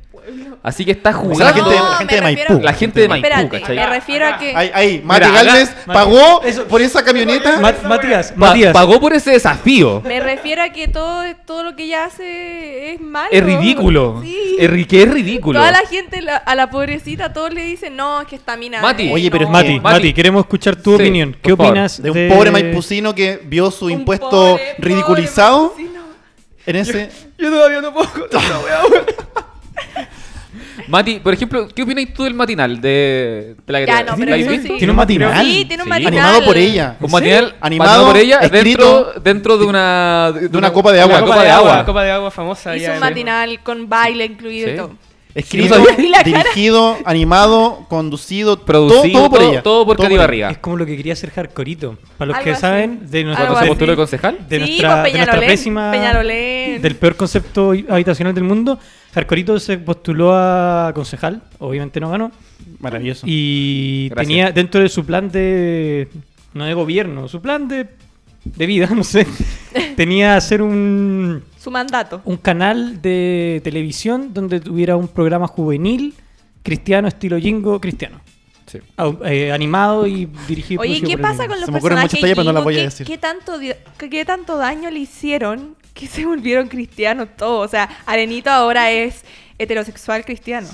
Speaker 5: Así que está jugando
Speaker 3: O sea, la gente,
Speaker 4: No,
Speaker 3: la gente de
Speaker 4: me
Speaker 3: Maipú.
Speaker 4: refiero-
Speaker 5: la gente de Maipú,
Speaker 4: Espérate,
Speaker 5: ¿cachai?
Speaker 4: me refiero a que.
Speaker 3: Ahí, ahí, Mati
Speaker 5: Mira,
Speaker 3: Galvez
Speaker 2: acá-
Speaker 3: pagó por esa camioneta.
Speaker 2: Mat- Matías,
Speaker 5: Pa-
Speaker 2: Matías.
Speaker 5: pagó por ese desafío.
Speaker 4: Me refiero a que todo, todo lo que ella hace es malo.
Speaker 5: Es ridículo.
Speaker 4: Sí.
Speaker 5: Es ri- que es ridículo.
Speaker 4: Toda la gente, la- a la pobrecita, todos le dicen, no, es que está mina.
Speaker 5: Mati.
Speaker 4: eh,
Speaker 3: Oye, pero
Speaker 4: no".
Speaker 3: es
Speaker 2: Mati,
Speaker 5: Mati.
Speaker 2: Mati, queremos escuchar tu
Speaker 5: Sí,
Speaker 2: opinión.
Speaker 5: por
Speaker 2: ¿Qué
Speaker 5: favor.
Speaker 2: opinas
Speaker 3: de un pobre maipucino que vio su
Speaker 4: Un
Speaker 3: impuesto
Speaker 4: pobre, pobre
Speaker 3: ridiculizado
Speaker 4: vecino.
Speaker 3: en ese.
Speaker 5: Yo todavía no puedo Mati, por ejemplo, ¿qué opinas tú del matinal de, de la que
Speaker 4: Ya,
Speaker 5: te-
Speaker 4: no,
Speaker 5: ¿la
Speaker 4: pero
Speaker 5: has
Speaker 4: eso
Speaker 5: visto?
Speaker 4: sí.
Speaker 3: Tiene un matinal.
Speaker 4: Sí, tiene un
Speaker 5: Sí.
Speaker 4: matinal.
Speaker 3: Animado por ella.
Speaker 5: Un matinal
Speaker 3: ¿Sí?
Speaker 5: animado,
Speaker 3: Animado,
Speaker 5: por ella
Speaker 3: escrito-
Speaker 5: dentro, dentro de una de,
Speaker 3: una copa de agua.
Speaker 5: una copa de agua.
Speaker 6: Copa de agua famosa.
Speaker 4: Hizo
Speaker 6: ya,
Speaker 4: un
Speaker 6: ¿no?
Speaker 4: matinal con baile incluido
Speaker 5: Sí.
Speaker 4: y todo.
Speaker 3: Escrito,
Speaker 5: Sí, no
Speaker 4: sabía. Y la cara.
Speaker 3: dirigido, animado, conducido,
Speaker 5: Producido,
Speaker 3: todo, todo por
Speaker 5: todo-
Speaker 3: ella.
Speaker 5: todo por Katy Barriga.
Speaker 2: Es como lo que quería hacer Hardcorito. Para los
Speaker 4: Algo
Speaker 2: que
Speaker 4: así.
Speaker 2: saben, de nuestra,
Speaker 5: Cuando
Speaker 4: Algo
Speaker 5: se
Speaker 4: así.
Speaker 5: postuló el concejal.
Speaker 2: de
Speaker 4: Sí,
Speaker 2: nuestra,
Speaker 4: pues,
Speaker 2: de nuestra
Speaker 4: Peñalolén,
Speaker 2: pésima
Speaker 4: Peñalolén.
Speaker 2: del peor concepto habitacional del mundo. Jarcorito se postuló a concejal, obviamente no ganó Ah.
Speaker 3: Maravilloso.
Speaker 2: y
Speaker 5: Gracias.
Speaker 2: tenía dentro de su plan de no de gobierno, su plan de de vida, no sé. Tenía hacer un
Speaker 4: Su mandato.
Speaker 2: un canal de televisión donde tuviera un programa juvenil cristiano estilo jingo cristiano.
Speaker 5: Sí.
Speaker 2: Au- eh, animado y dirigido
Speaker 4: Oye,
Speaker 2: producido
Speaker 4: ¿qué
Speaker 2: por él
Speaker 4: pasa
Speaker 2: mismo.
Speaker 4: con los
Speaker 3: Se me ocurren
Speaker 4: personajes
Speaker 3: muchas tallas, pero no las
Speaker 4: gringos?
Speaker 3: voy a
Speaker 4: ¿Qué-
Speaker 3: decir.
Speaker 4: ¿Qué, tanto, di- qué tanto daño le hicieron que se volvieron cristianos todos? O sea, Arenito ahora es heterosexual cristiano.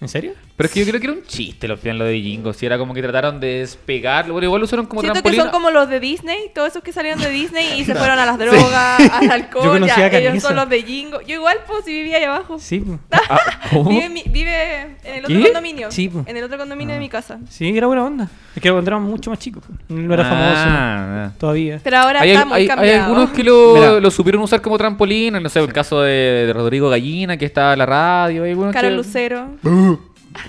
Speaker 2: ¿En serio?
Speaker 5: Pero es que yo creo que era un chiste lo lo de Jingo. Si era como que trataron de despegarlo. Bueno, igual lo usaron como
Speaker 4: Siento que
Speaker 5: trampolín.
Speaker 4: son como los de Disney, todos esos que salieron de Disney y se fueron a las drogas, al alcohol,
Speaker 2: conocí a
Speaker 4: ya, ellos
Speaker 2: Canessa.
Speaker 4: son los de Jingo. Yo igual, pues, si vivía ahí abajo.
Speaker 2: Sí. po.
Speaker 5: Ah, ¿cómo?
Speaker 4: Vive, en mi- vive en el otro
Speaker 5: ¿Qué?
Speaker 4: condominio.
Speaker 2: Sí, po.
Speaker 4: en el otro condominio de mi casa.
Speaker 2: Sí, era buena onda. Es que cuando éramos mucho más chicos. po. No era famoso
Speaker 5: Ah,
Speaker 2: todavía.
Speaker 4: Pero ahora
Speaker 5: Hay,
Speaker 4: está
Speaker 5: al-
Speaker 4: muy
Speaker 5: hay- hay
Speaker 4: cambiado.
Speaker 5: algunos que lo,
Speaker 3: Mira.
Speaker 5: lo supieron usar como trampolín. No sé, el caso de, de Rodrigo Gallina, que estaba en la radio. Hay algunos
Speaker 4: Carol
Speaker 5: que-
Speaker 4: Lucero.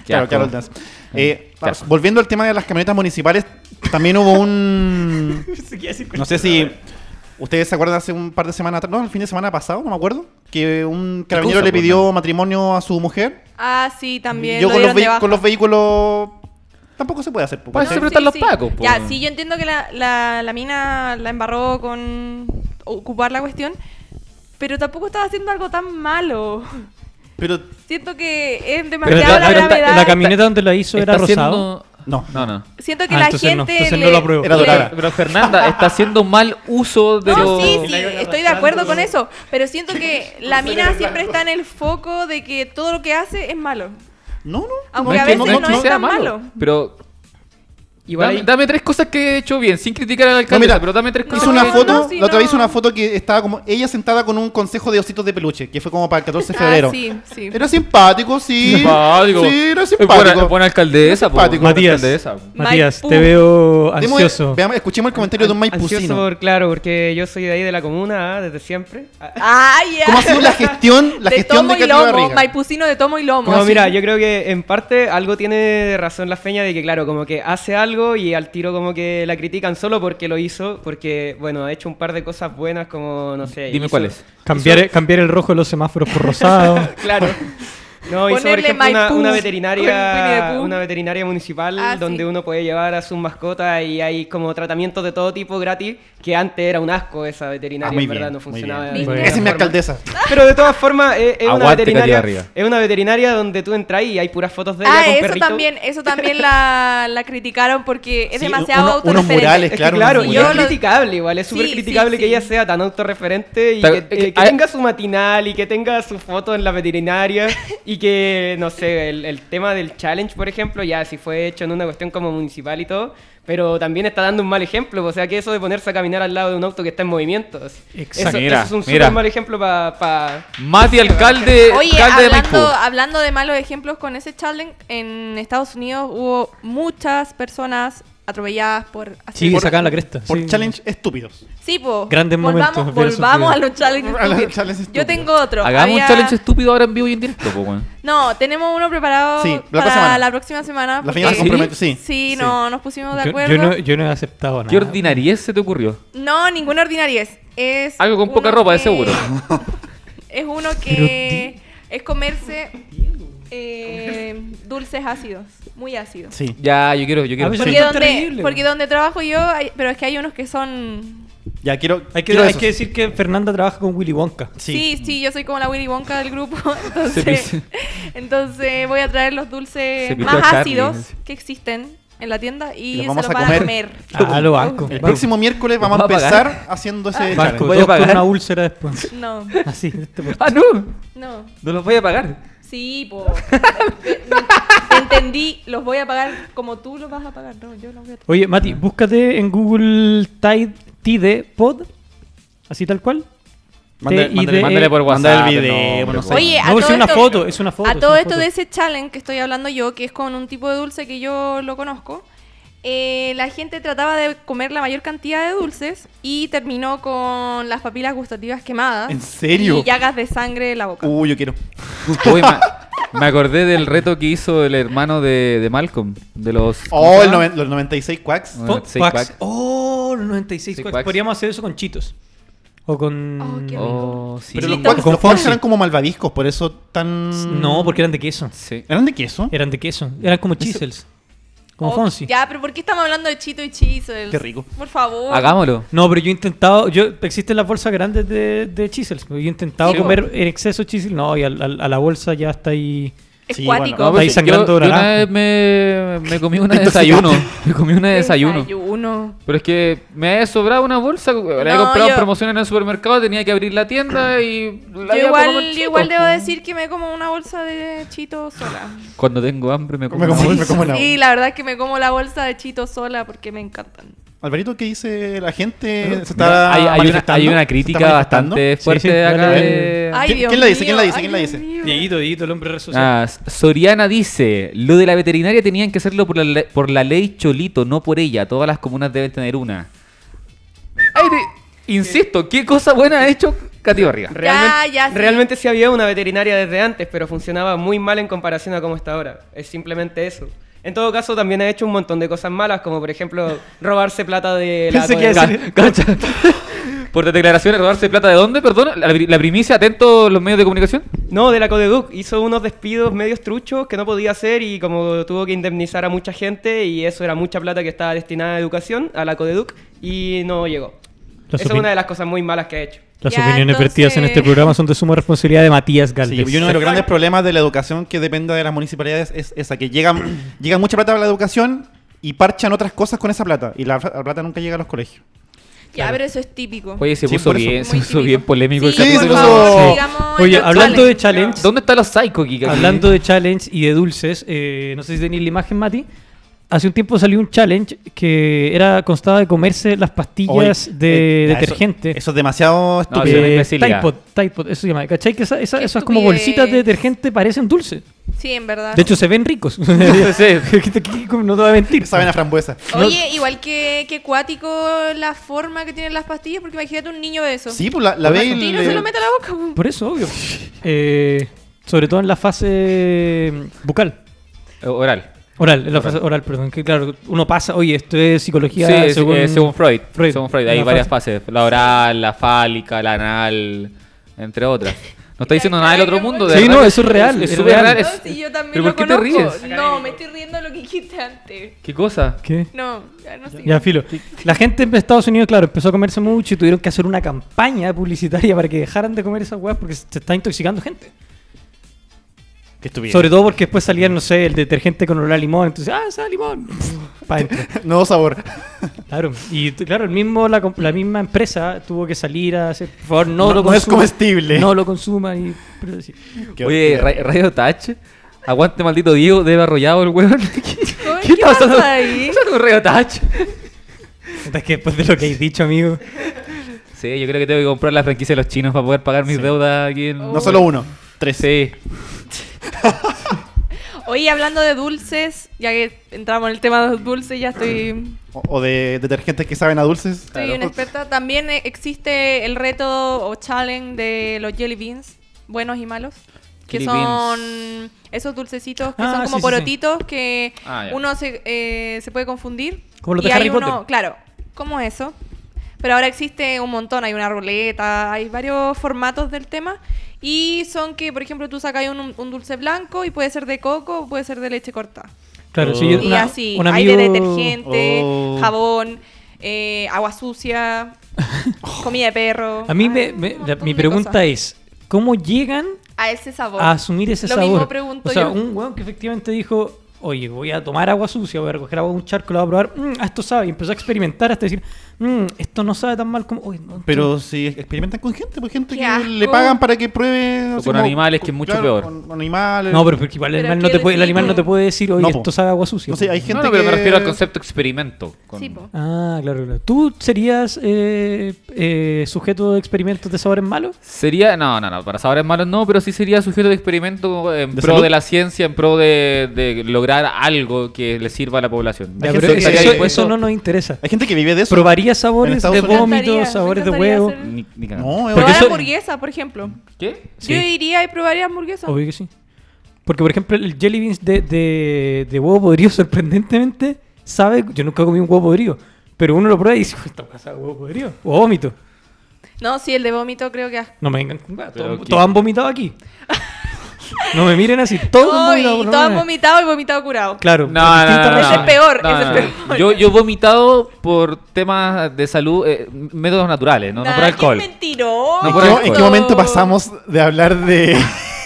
Speaker 5: Qué
Speaker 3: Claro,
Speaker 5: asco. Mm.
Speaker 3: Carol Dance. Eh,
Speaker 5: Qué asco.
Speaker 3: volviendo al tema de las camionetas municipales, también hubo un. No sé si. ¿Ustedes se acuerdan hace un par de semanas atrás? No, el fin de semana pasado, no me acuerdo. Que un carabinero
Speaker 5: cosa,
Speaker 3: le
Speaker 5: pues,
Speaker 3: pidió matrimonio a su mujer.
Speaker 4: Ah, sí, también.
Speaker 3: Yo
Speaker 4: lo
Speaker 3: con los,
Speaker 4: dieron de
Speaker 3: vehi-
Speaker 4: baja.
Speaker 3: con los vehículos. Tampoco se puede hacer. pues,
Speaker 4: No,
Speaker 5: Para eso
Speaker 3: ¿cachai?
Speaker 5: siempre están los pacos, po.
Speaker 4: Ya, sí, yo entiendo que la, la, la mina la embarró con ocupar la cuestión, pero tampoco estaba haciendo algo tan malo.
Speaker 3: Pero
Speaker 4: Siento que es
Speaker 2: Pero
Speaker 4: demasiado
Speaker 2: la,
Speaker 4: la
Speaker 2: pero
Speaker 4: gravedad.
Speaker 2: la camioneta donde la hizo era
Speaker 5: Está
Speaker 2: rosado.
Speaker 5: haciendo-
Speaker 3: no.
Speaker 5: No, no.
Speaker 4: Siento que
Speaker 2: Ah,
Speaker 4: la
Speaker 2: entonces no,
Speaker 4: gente.
Speaker 2: entonces no
Speaker 4: le-
Speaker 2: lo apruebo.
Speaker 3: Era
Speaker 4: le-
Speaker 3: dorada.
Speaker 5: Pero Fernanda está haciendo mal uso de
Speaker 4: No,
Speaker 5: los...
Speaker 4: sí, sí, estoy de acuerdo con eso. Pero siento que la mina siempre está en el foco de que todo lo que hace es malo.
Speaker 3: No, no. no,
Speaker 4: Aunque a
Speaker 3: es que
Speaker 4: veces no es
Speaker 5: sea
Speaker 4: tan malo.
Speaker 5: Pero
Speaker 6: Igual
Speaker 5: dame,
Speaker 6: ahí-
Speaker 5: dame tres cosas que he hecho bien, sin criticar al alcalde,
Speaker 3: mira,
Speaker 5: pero dame tres
Speaker 4: no,
Speaker 5: cosas.
Speaker 3: hizo una
Speaker 4: no,
Speaker 3: foto,
Speaker 4: no, sí,
Speaker 3: la otra vez
Speaker 4: no.
Speaker 3: hizo una foto que estaba como ella sentada con un consejo de ositos de peluche, que fue como para el 14 de febrero.
Speaker 4: Ah, sí, sí.
Speaker 3: Era simpático, sí.
Speaker 5: Simpático.
Speaker 3: Sí, era
Speaker 5: Es buena,
Speaker 3: simpático.
Speaker 5: es buena alcaldesa, po,
Speaker 3: Simpático.
Speaker 5: buena
Speaker 2: Matías.
Speaker 5: alcaldesa.
Speaker 2: Matías,
Speaker 4: Maipú.
Speaker 2: te veo
Speaker 3: Demos-
Speaker 2: ansioso.
Speaker 3: veamos, escuchemos el comentario de un
Speaker 6: Ansioso
Speaker 3: Maipucino.
Speaker 6: por, claro, porque yo soy de ahí de la comuna, ah, desde siempre. Ah,
Speaker 4: Ay, ya.
Speaker 3: ¿Cómo ha sido la gestión, la
Speaker 4: de
Speaker 3: gestión
Speaker 4: tomo
Speaker 3: de
Speaker 4: y
Speaker 3: Katy
Speaker 4: lomo,
Speaker 3: Barriga?
Speaker 4: Maipucino de tomo y lomo.
Speaker 6: No, mira, yo creo que en parte algo tiene de razón la feña de que, claro, como que hace algo y al tiro como que la critican solo porque lo hizo, porque, bueno, ha hecho un par de cosas buenas como, no sé...
Speaker 5: Dime
Speaker 6: hizo-
Speaker 5: cuáles.
Speaker 2: Cambiar, cambiar el rojo de los semáforos por rosado.
Speaker 6: Claro. No, hizo, por
Speaker 4: Ponerle
Speaker 6: ejemplo,
Speaker 4: Maipú
Speaker 6: una, una
Speaker 4: con Winnie the
Speaker 6: veterinaria,
Speaker 4: Pooh.
Speaker 6: una veterinaria municipal
Speaker 4: Ah, sí.
Speaker 6: donde uno puede llevar a sus mascotas y hay como tratamientos de todo tipo gratis, que antes era un asco esa veterinaria,
Speaker 3: Ah, muy
Speaker 6: en verdad,
Speaker 3: bien,
Speaker 6: no
Speaker 3: muy
Speaker 6: funcionaba.
Speaker 3: bien.
Speaker 6: de
Speaker 4: Bueno.
Speaker 3: Esa
Speaker 6: ninguna
Speaker 3: es mi
Speaker 6: forma.
Speaker 3: alcaldesa.
Speaker 6: Pero de todas formas, eh, es, es una
Speaker 5: Aguante,
Speaker 6: veterinaria.
Speaker 5: Calle Barriga.
Speaker 6: Es una veterinaria donde tú entras y hay puras fotos de ella
Speaker 4: Ah,
Speaker 6: con
Speaker 4: eso
Speaker 6: perrito.
Speaker 4: también, eso también la, la criticaron porque es
Speaker 3: Sí,
Speaker 4: demasiado
Speaker 3: uno- unos
Speaker 4: autorreferente.
Speaker 3: murales,
Speaker 6: Es que,
Speaker 3: claro,
Speaker 6: claro,
Speaker 3: unos
Speaker 6: y
Speaker 4: yo
Speaker 6: es
Speaker 4: lo-
Speaker 6: criticable igual, es
Speaker 4: Sí,
Speaker 6: súper
Speaker 4: sí,
Speaker 6: criticable que
Speaker 4: sí.
Speaker 6: ella sea tan autorreferente y
Speaker 5: Ta-
Speaker 6: que,
Speaker 5: es
Speaker 6: eh,
Speaker 5: que-
Speaker 6: que
Speaker 5: ah,
Speaker 6: tenga su matinal y que tenga su foto en la veterinaria y que, no sé, el, el tema del challenge, por ejemplo, ya si fue hecho en una cuestión como municipal y todo, pero también está dando un mal ejemplo, o sea que eso de ponerse a caminar al lado de un auto que está en movimiento, así,
Speaker 2: Exacto.
Speaker 6: eso,
Speaker 5: Mira,
Speaker 6: eso es un
Speaker 5: mira.
Speaker 6: súper mal ejemplo para...
Speaker 5: Mati, alcalde,
Speaker 4: Oye,
Speaker 5: alcalde de
Speaker 4: hablando,
Speaker 5: Maipú.
Speaker 4: hablando de malos ejemplos con ese challenge, en Estados Unidos hubo muchas personas atropelladas por
Speaker 2: Sí,
Speaker 4: hacer-
Speaker 2: sacaban la cresta.
Speaker 3: Por
Speaker 2: sí.
Speaker 3: challenge estúpidos.
Speaker 4: Sí, po.
Speaker 2: Grandes
Speaker 4: volvamos,
Speaker 2: momentos, pero eso
Speaker 4: Volvamos a
Speaker 2: fue-
Speaker 4: los challenges.
Speaker 3: A los
Speaker 4: estúpidos.
Speaker 3: challenges estúpidos.
Speaker 4: Yo tengo otro.
Speaker 5: Hagamos un
Speaker 4: Había-
Speaker 5: challenge este- estúpido ahora en vivo y en directo, po, weón.
Speaker 4: No, tenemos uno preparado
Speaker 3: Sí, la otra
Speaker 4: para
Speaker 3: semana.
Speaker 4: la próxima semana.
Speaker 3: La
Speaker 4: porque-
Speaker 3: feña se
Speaker 5: ¿Sí?
Speaker 3: compromete, sí.
Speaker 4: Sí, no, nos pusimos de
Speaker 2: Yo-
Speaker 4: acuerdo.
Speaker 2: Yo, no, yo no he aceptado nada.
Speaker 5: ¿Qué ordinariez se te ocurrió?
Speaker 4: No, ninguna ordinariez. Es
Speaker 5: Algo con poca
Speaker 4: uno
Speaker 5: ropa, de
Speaker 4: que-
Speaker 5: seguro.
Speaker 4: Es uno que es comerse eh, dulces ácidos, muy ácidos.
Speaker 3: Sí.
Speaker 5: Ya, yo quiero, yo quiero.
Speaker 2: A veces-
Speaker 4: Porque,
Speaker 2: Sí.
Speaker 4: donde,
Speaker 2: Terrible.
Speaker 4: porque donde trabajo yo, hay- pero es que hay unos que son...
Speaker 3: Ya quiero.
Speaker 2: Hay que,
Speaker 3: quiero
Speaker 2: hay
Speaker 3: esos.
Speaker 2: que decir que Fernanda trabaja con Willy Wonka.
Speaker 3: Sí.
Speaker 4: Sí. sí, yo soy como la Willy Wonka del grupo,
Speaker 5: Se
Speaker 4: entonces,
Speaker 5: pis-
Speaker 4: entonces voy a traer los
Speaker 5: Se
Speaker 4: dulces
Speaker 5: pisó
Speaker 4: más
Speaker 5: a Charlie.
Speaker 4: ácidos que existen en la tienda y
Speaker 3: los
Speaker 4: se
Speaker 3: vamos
Speaker 4: los
Speaker 3: a
Speaker 4: van
Speaker 3: comer.
Speaker 4: a comer.
Speaker 2: Ah, lo banco.
Speaker 3: El
Speaker 2: Banco.
Speaker 3: próximo miércoles vamos a
Speaker 5: ¿Va a pagar?
Speaker 3: empezar haciendo ese
Speaker 2: Banco,
Speaker 3: challenge.
Speaker 5: ¿Voy a
Speaker 2: todos con
Speaker 5: pagar?
Speaker 2: una úlcera después.
Speaker 4: No,
Speaker 2: Así, de este porte.
Speaker 5: ¡Ah, no!
Speaker 4: no.
Speaker 5: No los voy a pagar.
Speaker 4: Sí, po. Te- te Entendí, los voy a pagar como tú los vas a pagar. No, yo los voy a
Speaker 2: Oye, Mati, búscate en Google Tide, Tide Pod, así tal cual.
Speaker 5: eh,
Speaker 3: Mande-
Speaker 2: T I D E.
Speaker 3: mándale-
Speaker 5: Mándale por WhatsApp.
Speaker 3: Manda el video,
Speaker 5: no,
Speaker 3: no
Speaker 5: hombre,
Speaker 3: sé.
Speaker 5: weón.
Speaker 4: Oye, a
Speaker 2: No,
Speaker 4: todo
Speaker 2: es una
Speaker 4: esto-
Speaker 2: foto, es una foto.
Speaker 4: A
Speaker 2: es
Speaker 4: todo
Speaker 2: una
Speaker 4: esto
Speaker 2: foto.
Speaker 4: de ese challenge que estoy hablando yo, que es con un tipo de dulce que yo lo conozco, eh, la gente trataba de comer la mayor cantidad de dulces y terminó con las papilas gustativas quemadas.
Speaker 3: ¿En serio?
Speaker 4: Y llagas de sangre en la
Speaker 2: Uh,
Speaker 4: boca.
Speaker 3: Uy, Uh, yo quiero.
Speaker 5: Uy, me, me acordé del reto que hizo el hermano de, de Malcolm, de los...
Speaker 3: Oh, el noven- los 96 quacks.
Speaker 5: Bueno,
Speaker 2: Po-
Speaker 5: sí,
Speaker 2: Quacks.
Speaker 5: Quack.
Speaker 2: Oh, los 96
Speaker 5: Sí,
Speaker 2: Quacks.
Speaker 5: Quacks.
Speaker 2: Podríamos hacer eso con chitos. O con.
Speaker 4: Oh, qué rico.
Speaker 5: Oh, sí.
Speaker 3: Pero los
Speaker 4: Sí.
Speaker 3: quacks,
Speaker 2: Con
Speaker 3: los quacks
Speaker 2: Fonsi.
Speaker 3: eran como malvaviscos, por eso tan.
Speaker 2: Mm, No, porque eran de queso.
Speaker 5: Sí.
Speaker 3: ¿Eran de queso?
Speaker 2: Eran de queso. Eran como chisels. Como
Speaker 4: Oh,
Speaker 2: Fonsi.
Speaker 4: Ya, pero ¿por qué estamos hablando de chito y chisels?
Speaker 3: Qué rico.
Speaker 4: Por favor.
Speaker 5: Hagámoslo.
Speaker 2: No, pero yo he intentado. Yo, existen las bolsas grandes de, de chisels. pero Yo he intentado
Speaker 5: Sí,
Speaker 2: comer en exceso chisel. No, y al- al- a la bolsa ya está ahí.
Speaker 4: Es
Speaker 3: Sí,
Speaker 4: cuático.
Speaker 3: bueno,
Speaker 2: Ahí sangrando
Speaker 5: yo, yo
Speaker 2: naranja.
Speaker 5: una vez me, me comí una de desayuno. Me comí una de desayuno.
Speaker 4: Desayuno.
Speaker 5: Pero es que me había sobrado una bolsa, la había
Speaker 4: No,
Speaker 5: comprado en
Speaker 4: yo-
Speaker 5: promoción en el supermercado, tenía que abrir la tienda y la
Speaker 4: Yo
Speaker 5: había
Speaker 4: igual,
Speaker 5: comido
Speaker 4: yo
Speaker 5: chito.
Speaker 4: igual debo decir que me como una bolsa de chito sola.
Speaker 5: Cuando tengo hambre me como,
Speaker 3: Me como,
Speaker 5: una
Speaker 3: me
Speaker 5: bolsa.
Speaker 3: como una-
Speaker 4: Sí, la verdad es que me como la bolsa de chito sola porque me encantan.
Speaker 3: Alvarito, ¿qué dice la gente? ¿Se
Speaker 5: Mira,
Speaker 3: está
Speaker 5: hay, hay una,
Speaker 3: manifestando?
Speaker 5: hay una
Speaker 3: ¿Se
Speaker 5: crítica
Speaker 3: está manifestando?
Speaker 5: bastante
Speaker 2: Sí,
Speaker 5: fuerte
Speaker 2: sí,
Speaker 5: acá
Speaker 2: dale,
Speaker 5: de...
Speaker 4: Ay,
Speaker 3: ¿Quién-
Speaker 4: Dios
Speaker 3: quién la dice? ¿Quién la
Speaker 4: mío,
Speaker 3: dice? ¿Quién la
Speaker 4: ay,
Speaker 3: dice?
Speaker 4: Dios mío.
Speaker 2: Dieguito, Dieguito, el hombre red social.
Speaker 5: Ah, Soriana dice, lo de la veterinaria tenían que hacerlo por la, le- por la ley Cholito, no por ella. Todas las comunas deben tener una. Ay, te- insisto, ¿qué cosa buena ha hecho Cati Barriga?
Speaker 6: Realmente,
Speaker 4: ya, sí.
Speaker 6: realmente sí había una veterinaria desde antes, pero funcionaba muy mal en comparación a cómo está ahora. Es simplemente eso. En todo caso, también ha hecho un montón de cosas malas, como por ejemplo robarse plata de la...
Speaker 2: Pensé que
Speaker 6: Codelco.
Speaker 2: iba a decir-
Speaker 5: Cacha. Por declaraciones, robarse plata de dónde, perdón. La, pri- la primicia, atento los medios de comunicación.
Speaker 6: No, de la Codeduc. Hizo unos despidos medios truchos que no podía hacer y como tuvo que indemnizar a mucha gente y eso era mucha plata que estaba destinada a educación, a la Codeduc, y no llegó.
Speaker 2: Lo
Speaker 6: Esa es
Speaker 3: Ah,
Speaker 2: supli-
Speaker 6: una de las cosas muy malas que ha hecho.
Speaker 2: Las
Speaker 4: Ya,
Speaker 2: opiniones
Speaker 4: entonces-
Speaker 2: vertidas en este programa son de suma responsabilidad de Matías
Speaker 3: Sí,
Speaker 2: Galvez.
Speaker 3: y uno de los grandes problemas de la educación que depende de las municipalidades es esa, que llegan, llegan mucha plata a la educación y parchan otras cosas con esa plata. Y la, la plata nunca llega a los colegios.
Speaker 4: Ya, pero eso es típico.
Speaker 5: Oye, se
Speaker 3: Sí,
Speaker 5: puso
Speaker 3: por eso.
Speaker 5: bien, se
Speaker 4: Muy
Speaker 5: puso bien
Speaker 4: típico.
Speaker 5: polémico el
Speaker 4: Sí,
Speaker 3: Sí,
Speaker 5: capítulo.
Speaker 4: por
Speaker 3: se puso-
Speaker 4: favor, sigamos
Speaker 2: Oye,
Speaker 4: en los
Speaker 2: hablando de
Speaker 4: challenge.
Speaker 2: challenge,
Speaker 5: ¿Dónde están los psycho, Kika?
Speaker 2: hablando de challenge y de dulces, eh, no sé si tenéis la imagen, Mati. Hace un tiempo salió un challenge que era constaba de comerse las pastillas
Speaker 3: Oye,
Speaker 2: de
Speaker 3: eh, ya, eso-
Speaker 2: detergente.
Speaker 3: Eso, es demasiado
Speaker 5: No,
Speaker 3: estúpido.
Speaker 5: eso es una
Speaker 2: Eh,
Speaker 5: imbecilidad.
Speaker 2: Tide Pod, Tide Pod, eso se llama. ¿Cachai? Que esa- esa-
Speaker 4: Qué
Speaker 2: esas como
Speaker 4: estupidez.
Speaker 2: bolsitas de detergente parecen dulces.
Speaker 4: Sí, en verdad.
Speaker 2: De hecho, se ven ricos. no
Speaker 5: Sí.
Speaker 2: te voy a mentir.
Speaker 3: Saben a frambuesa.
Speaker 4: Oye, igual que, que cuático la forma que tienen las pastillas, porque imagínate un niño de eso.
Speaker 3: Sí, pues la, la ve y
Speaker 4: Y no
Speaker 3: le-
Speaker 4: se lo mete a la boca. po.
Speaker 2: Por eso, obvio. Eh, sobre todo en la fase bucal.
Speaker 5: Eh, Oral.
Speaker 2: Oral, en la fase oral, perdón. Que claro, uno pasa, oye, esto es psicología
Speaker 5: sí, es- eh,
Speaker 2: según...
Speaker 5: según, Freud.
Speaker 2: Freud.
Speaker 5: Según Freud. Hay
Speaker 2: La
Speaker 5: varias
Speaker 2: fase.
Speaker 5: fases. La oral, la fálica, la anal, entre otras. No
Speaker 4: Ya,
Speaker 5: está diciendo nada del otro
Speaker 4: ya,
Speaker 5: mundo.
Speaker 4: ya.
Speaker 5: de
Speaker 2: Sí,
Speaker 5: verdad.
Speaker 2: no, eso es real,
Speaker 5: Es
Speaker 2: es
Speaker 5: súper
Speaker 2: real.
Speaker 5: real.
Speaker 4: No,
Speaker 5: es-
Speaker 4: si yo también
Speaker 5: ¿Pero
Speaker 4: lo
Speaker 5: por qué te
Speaker 4: conozco.
Speaker 5: ríes?
Speaker 4: No, me estoy riendo de lo que dijiste antes.
Speaker 5: ¿Qué cosa?
Speaker 2: ¿Qué?
Speaker 4: No, ya no sé.
Speaker 2: Ya, filo. La gente en Estados Unidos, claro, empezó a comerse mucho y tuvieron que hacer una campaña publicitaria para que dejaran de comer esas weas porque se está intoxicando gente.
Speaker 3: Qué estúpido.
Speaker 2: Sobre todo porque después salían, no sé, el detergente con olor a limón. Entonces, ah, sabe a limón. Pa' dentro.
Speaker 3: Nuevo sabor.
Speaker 2: Claro. Y t- claro, el mismo, la, comp- la misma empresa tuvo que salir a hacer, por favor, no,
Speaker 3: No-
Speaker 2: lo
Speaker 3: no es
Speaker 2: consuma,
Speaker 3: comestible.
Speaker 2: No lo consuma. Y, pero sí.
Speaker 3: Qué
Speaker 5: Oye,
Speaker 3: horrible.
Speaker 5: Ra- Radio Touch. Aguante, maldito Diego. Debe arrollado el weón.
Speaker 4: Oye,
Speaker 5: ¿Qué está pasando?
Speaker 4: pasa ahí?
Speaker 5: ¿Qué pasa con Radio Touch?
Speaker 2: Es que después de lo que habéis dicho, amigo.
Speaker 5: Sí, yo creo que tengo que comprar la franquicia de los chinos para poder pagar mis deudas aquí en...
Speaker 3: No solo uno. Tres.
Speaker 5: Sí.
Speaker 4: Oye, hablando de dulces, ya que entramos en el tema de los dulces, ya estoy,
Speaker 3: O, o de detergentes que saben a dulces.
Speaker 4: estoy una experta. También eh, existe el reto o challenge de los jelly beans, buenos y malos. Que
Speaker 5: Jelly
Speaker 4: son
Speaker 5: beans.
Speaker 4: esos dulcecitos que
Speaker 2: Ah,
Speaker 4: son como
Speaker 2: sí, sí, sí.
Speaker 4: porotitos que
Speaker 5: Ah, ya.
Speaker 4: uno se, eh, se puede confundir.
Speaker 2: Como los
Speaker 4: y
Speaker 2: de
Speaker 4: hay
Speaker 2: Harry
Speaker 4: uno,
Speaker 2: Potter.
Speaker 4: claro, como eso. Pero ahora existe un montón, hay una ruleta, hay varios formatos del tema. Y son que, por ejemplo, tú sacas un, un dulce blanco y puede ser de coco o puede ser de leche cortada.
Speaker 2: Claro, sí.
Speaker 4: Y
Speaker 2: una-
Speaker 4: así,
Speaker 2: un
Speaker 4: hay de
Speaker 2: amigo-
Speaker 4: detergente,
Speaker 3: Oh.
Speaker 4: jabón, eh, agua sucia, comida de perro.
Speaker 2: A mí,
Speaker 4: Ay,
Speaker 2: me,
Speaker 4: un
Speaker 2: me- la-
Speaker 4: montón
Speaker 2: mi
Speaker 4: de
Speaker 2: pregunta
Speaker 4: cosas.
Speaker 2: es: ¿cómo llegan
Speaker 4: A ese sabor.
Speaker 2: a asumir ese
Speaker 4: Lo
Speaker 2: sabor?
Speaker 4: mismo pregunto
Speaker 2: o sea,
Speaker 4: yo.
Speaker 2: un weón que efectivamente dijo, oye, voy a tomar agua sucia, voy a recoger agua de un charco, la voy a probar, mmm, esto sabe, y empezó a experimentar hasta decir, mmm, esto no sabe tan mal como... Uy, no,
Speaker 3: Pero si experimentan con gente, pues gente
Speaker 4: Qué
Speaker 3: que
Speaker 4: asco.
Speaker 3: le pagan para que pruebe. así
Speaker 5: con animales, que es mucho peor.
Speaker 3: Con, con animales.
Speaker 2: no, pero porque igual el
Speaker 4: Pero
Speaker 2: animal, no
Speaker 4: ¿qué
Speaker 2: te puede, el
Speaker 4: decís,
Speaker 2: animal no
Speaker 4: po?
Speaker 2: te puede decir, oye,
Speaker 3: No, po.
Speaker 2: esto sabe a agua sucia.
Speaker 3: No sé, hay
Speaker 5: No,
Speaker 3: gente
Speaker 5: no, pero
Speaker 3: que...
Speaker 5: me refiero al concepto experimento. con-
Speaker 4: Sí, po.
Speaker 2: Ah, claro, claro. ¿Tú serías eh, eh, sujeto de experimentos de sabores malos?
Speaker 5: Sería, no, no, no, para sabores malos no, pero sí sería sujeto de experimento en
Speaker 3: ¿De
Speaker 5: pro
Speaker 3: salud?
Speaker 5: de la ciencia, en pro de, de lograr algo que le sirva a la población.
Speaker 3: Hay
Speaker 2: Ya,
Speaker 3: gente
Speaker 2: pero
Speaker 3: que-
Speaker 2: eso,
Speaker 5: estaría
Speaker 2: eso-
Speaker 5: dispuesto-
Speaker 2: eso no nos interesa.
Speaker 3: Hay gente que vive de eso.
Speaker 2: ¿Probaría sabores
Speaker 3: Estados
Speaker 2: de
Speaker 3: Unidos.
Speaker 4: Me
Speaker 2: vómito,
Speaker 4: encantaría,
Speaker 2: sabores
Speaker 4: me
Speaker 2: de
Speaker 4: encantaría
Speaker 2: huevo?
Speaker 4: hacer-
Speaker 5: Ni- ni cagando.
Speaker 3: No, es
Speaker 2: Porque
Speaker 4: Probar
Speaker 2: eso-
Speaker 4: hamburguesa, por ejemplo.
Speaker 5: ¿Qué?
Speaker 2: Sí.
Speaker 4: Yo iría y probaría hamburguesa.
Speaker 2: Obvio que sí. Porque, por ejemplo, el jelly beans de, de, de huevo podrido, sorprendentemente, sabe. Yo nunca comí un huevo podrido. Pero uno lo prueba y dice, esta cosa sabe a huevo podrido. O a vómito.
Speaker 4: No, sí, el de vómito creo que asco.
Speaker 2: No me vengan con weas,
Speaker 5: Pero
Speaker 2: Todos,
Speaker 5: ¿qué?
Speaker 2: todos han vomitado aquí. no me miren así. Todos han
Speaker 4: No, y
Speaker 2: vomitado. por lo
Speaker 4: todos han
Speaker 2: menos.
Speaker 4: vomitado y vomitado curado.
Speaker 2: Claro.
Speaker 5: No, no, no, no,
Speaker 2: distintas
Speaker 5: no,
Speaker 2: razones.
Speaker 4: Ese es peor,
Speaker 5: no,
Speaker 4: ese
Speaker 5: no,
Speaker 4: es
Speaker 5: no.
Speaker 4: peor.
Speaker 5: Yo, yo he vomitado por temas de salud, eh, métodos naturales, no, no
Speaker 4: Nah,
Speaker 5: por
Speaker 4: qué
Speaker 5: alcohol.
Speaker 4: mentiroso.
Speaker 5: No
Speaker 3: ¿En
Speaker 5: por
Speaker 3: qué-
Speaker 5: alcohol.
Speaker 3: ¿En qué momento pasamos de hablar de.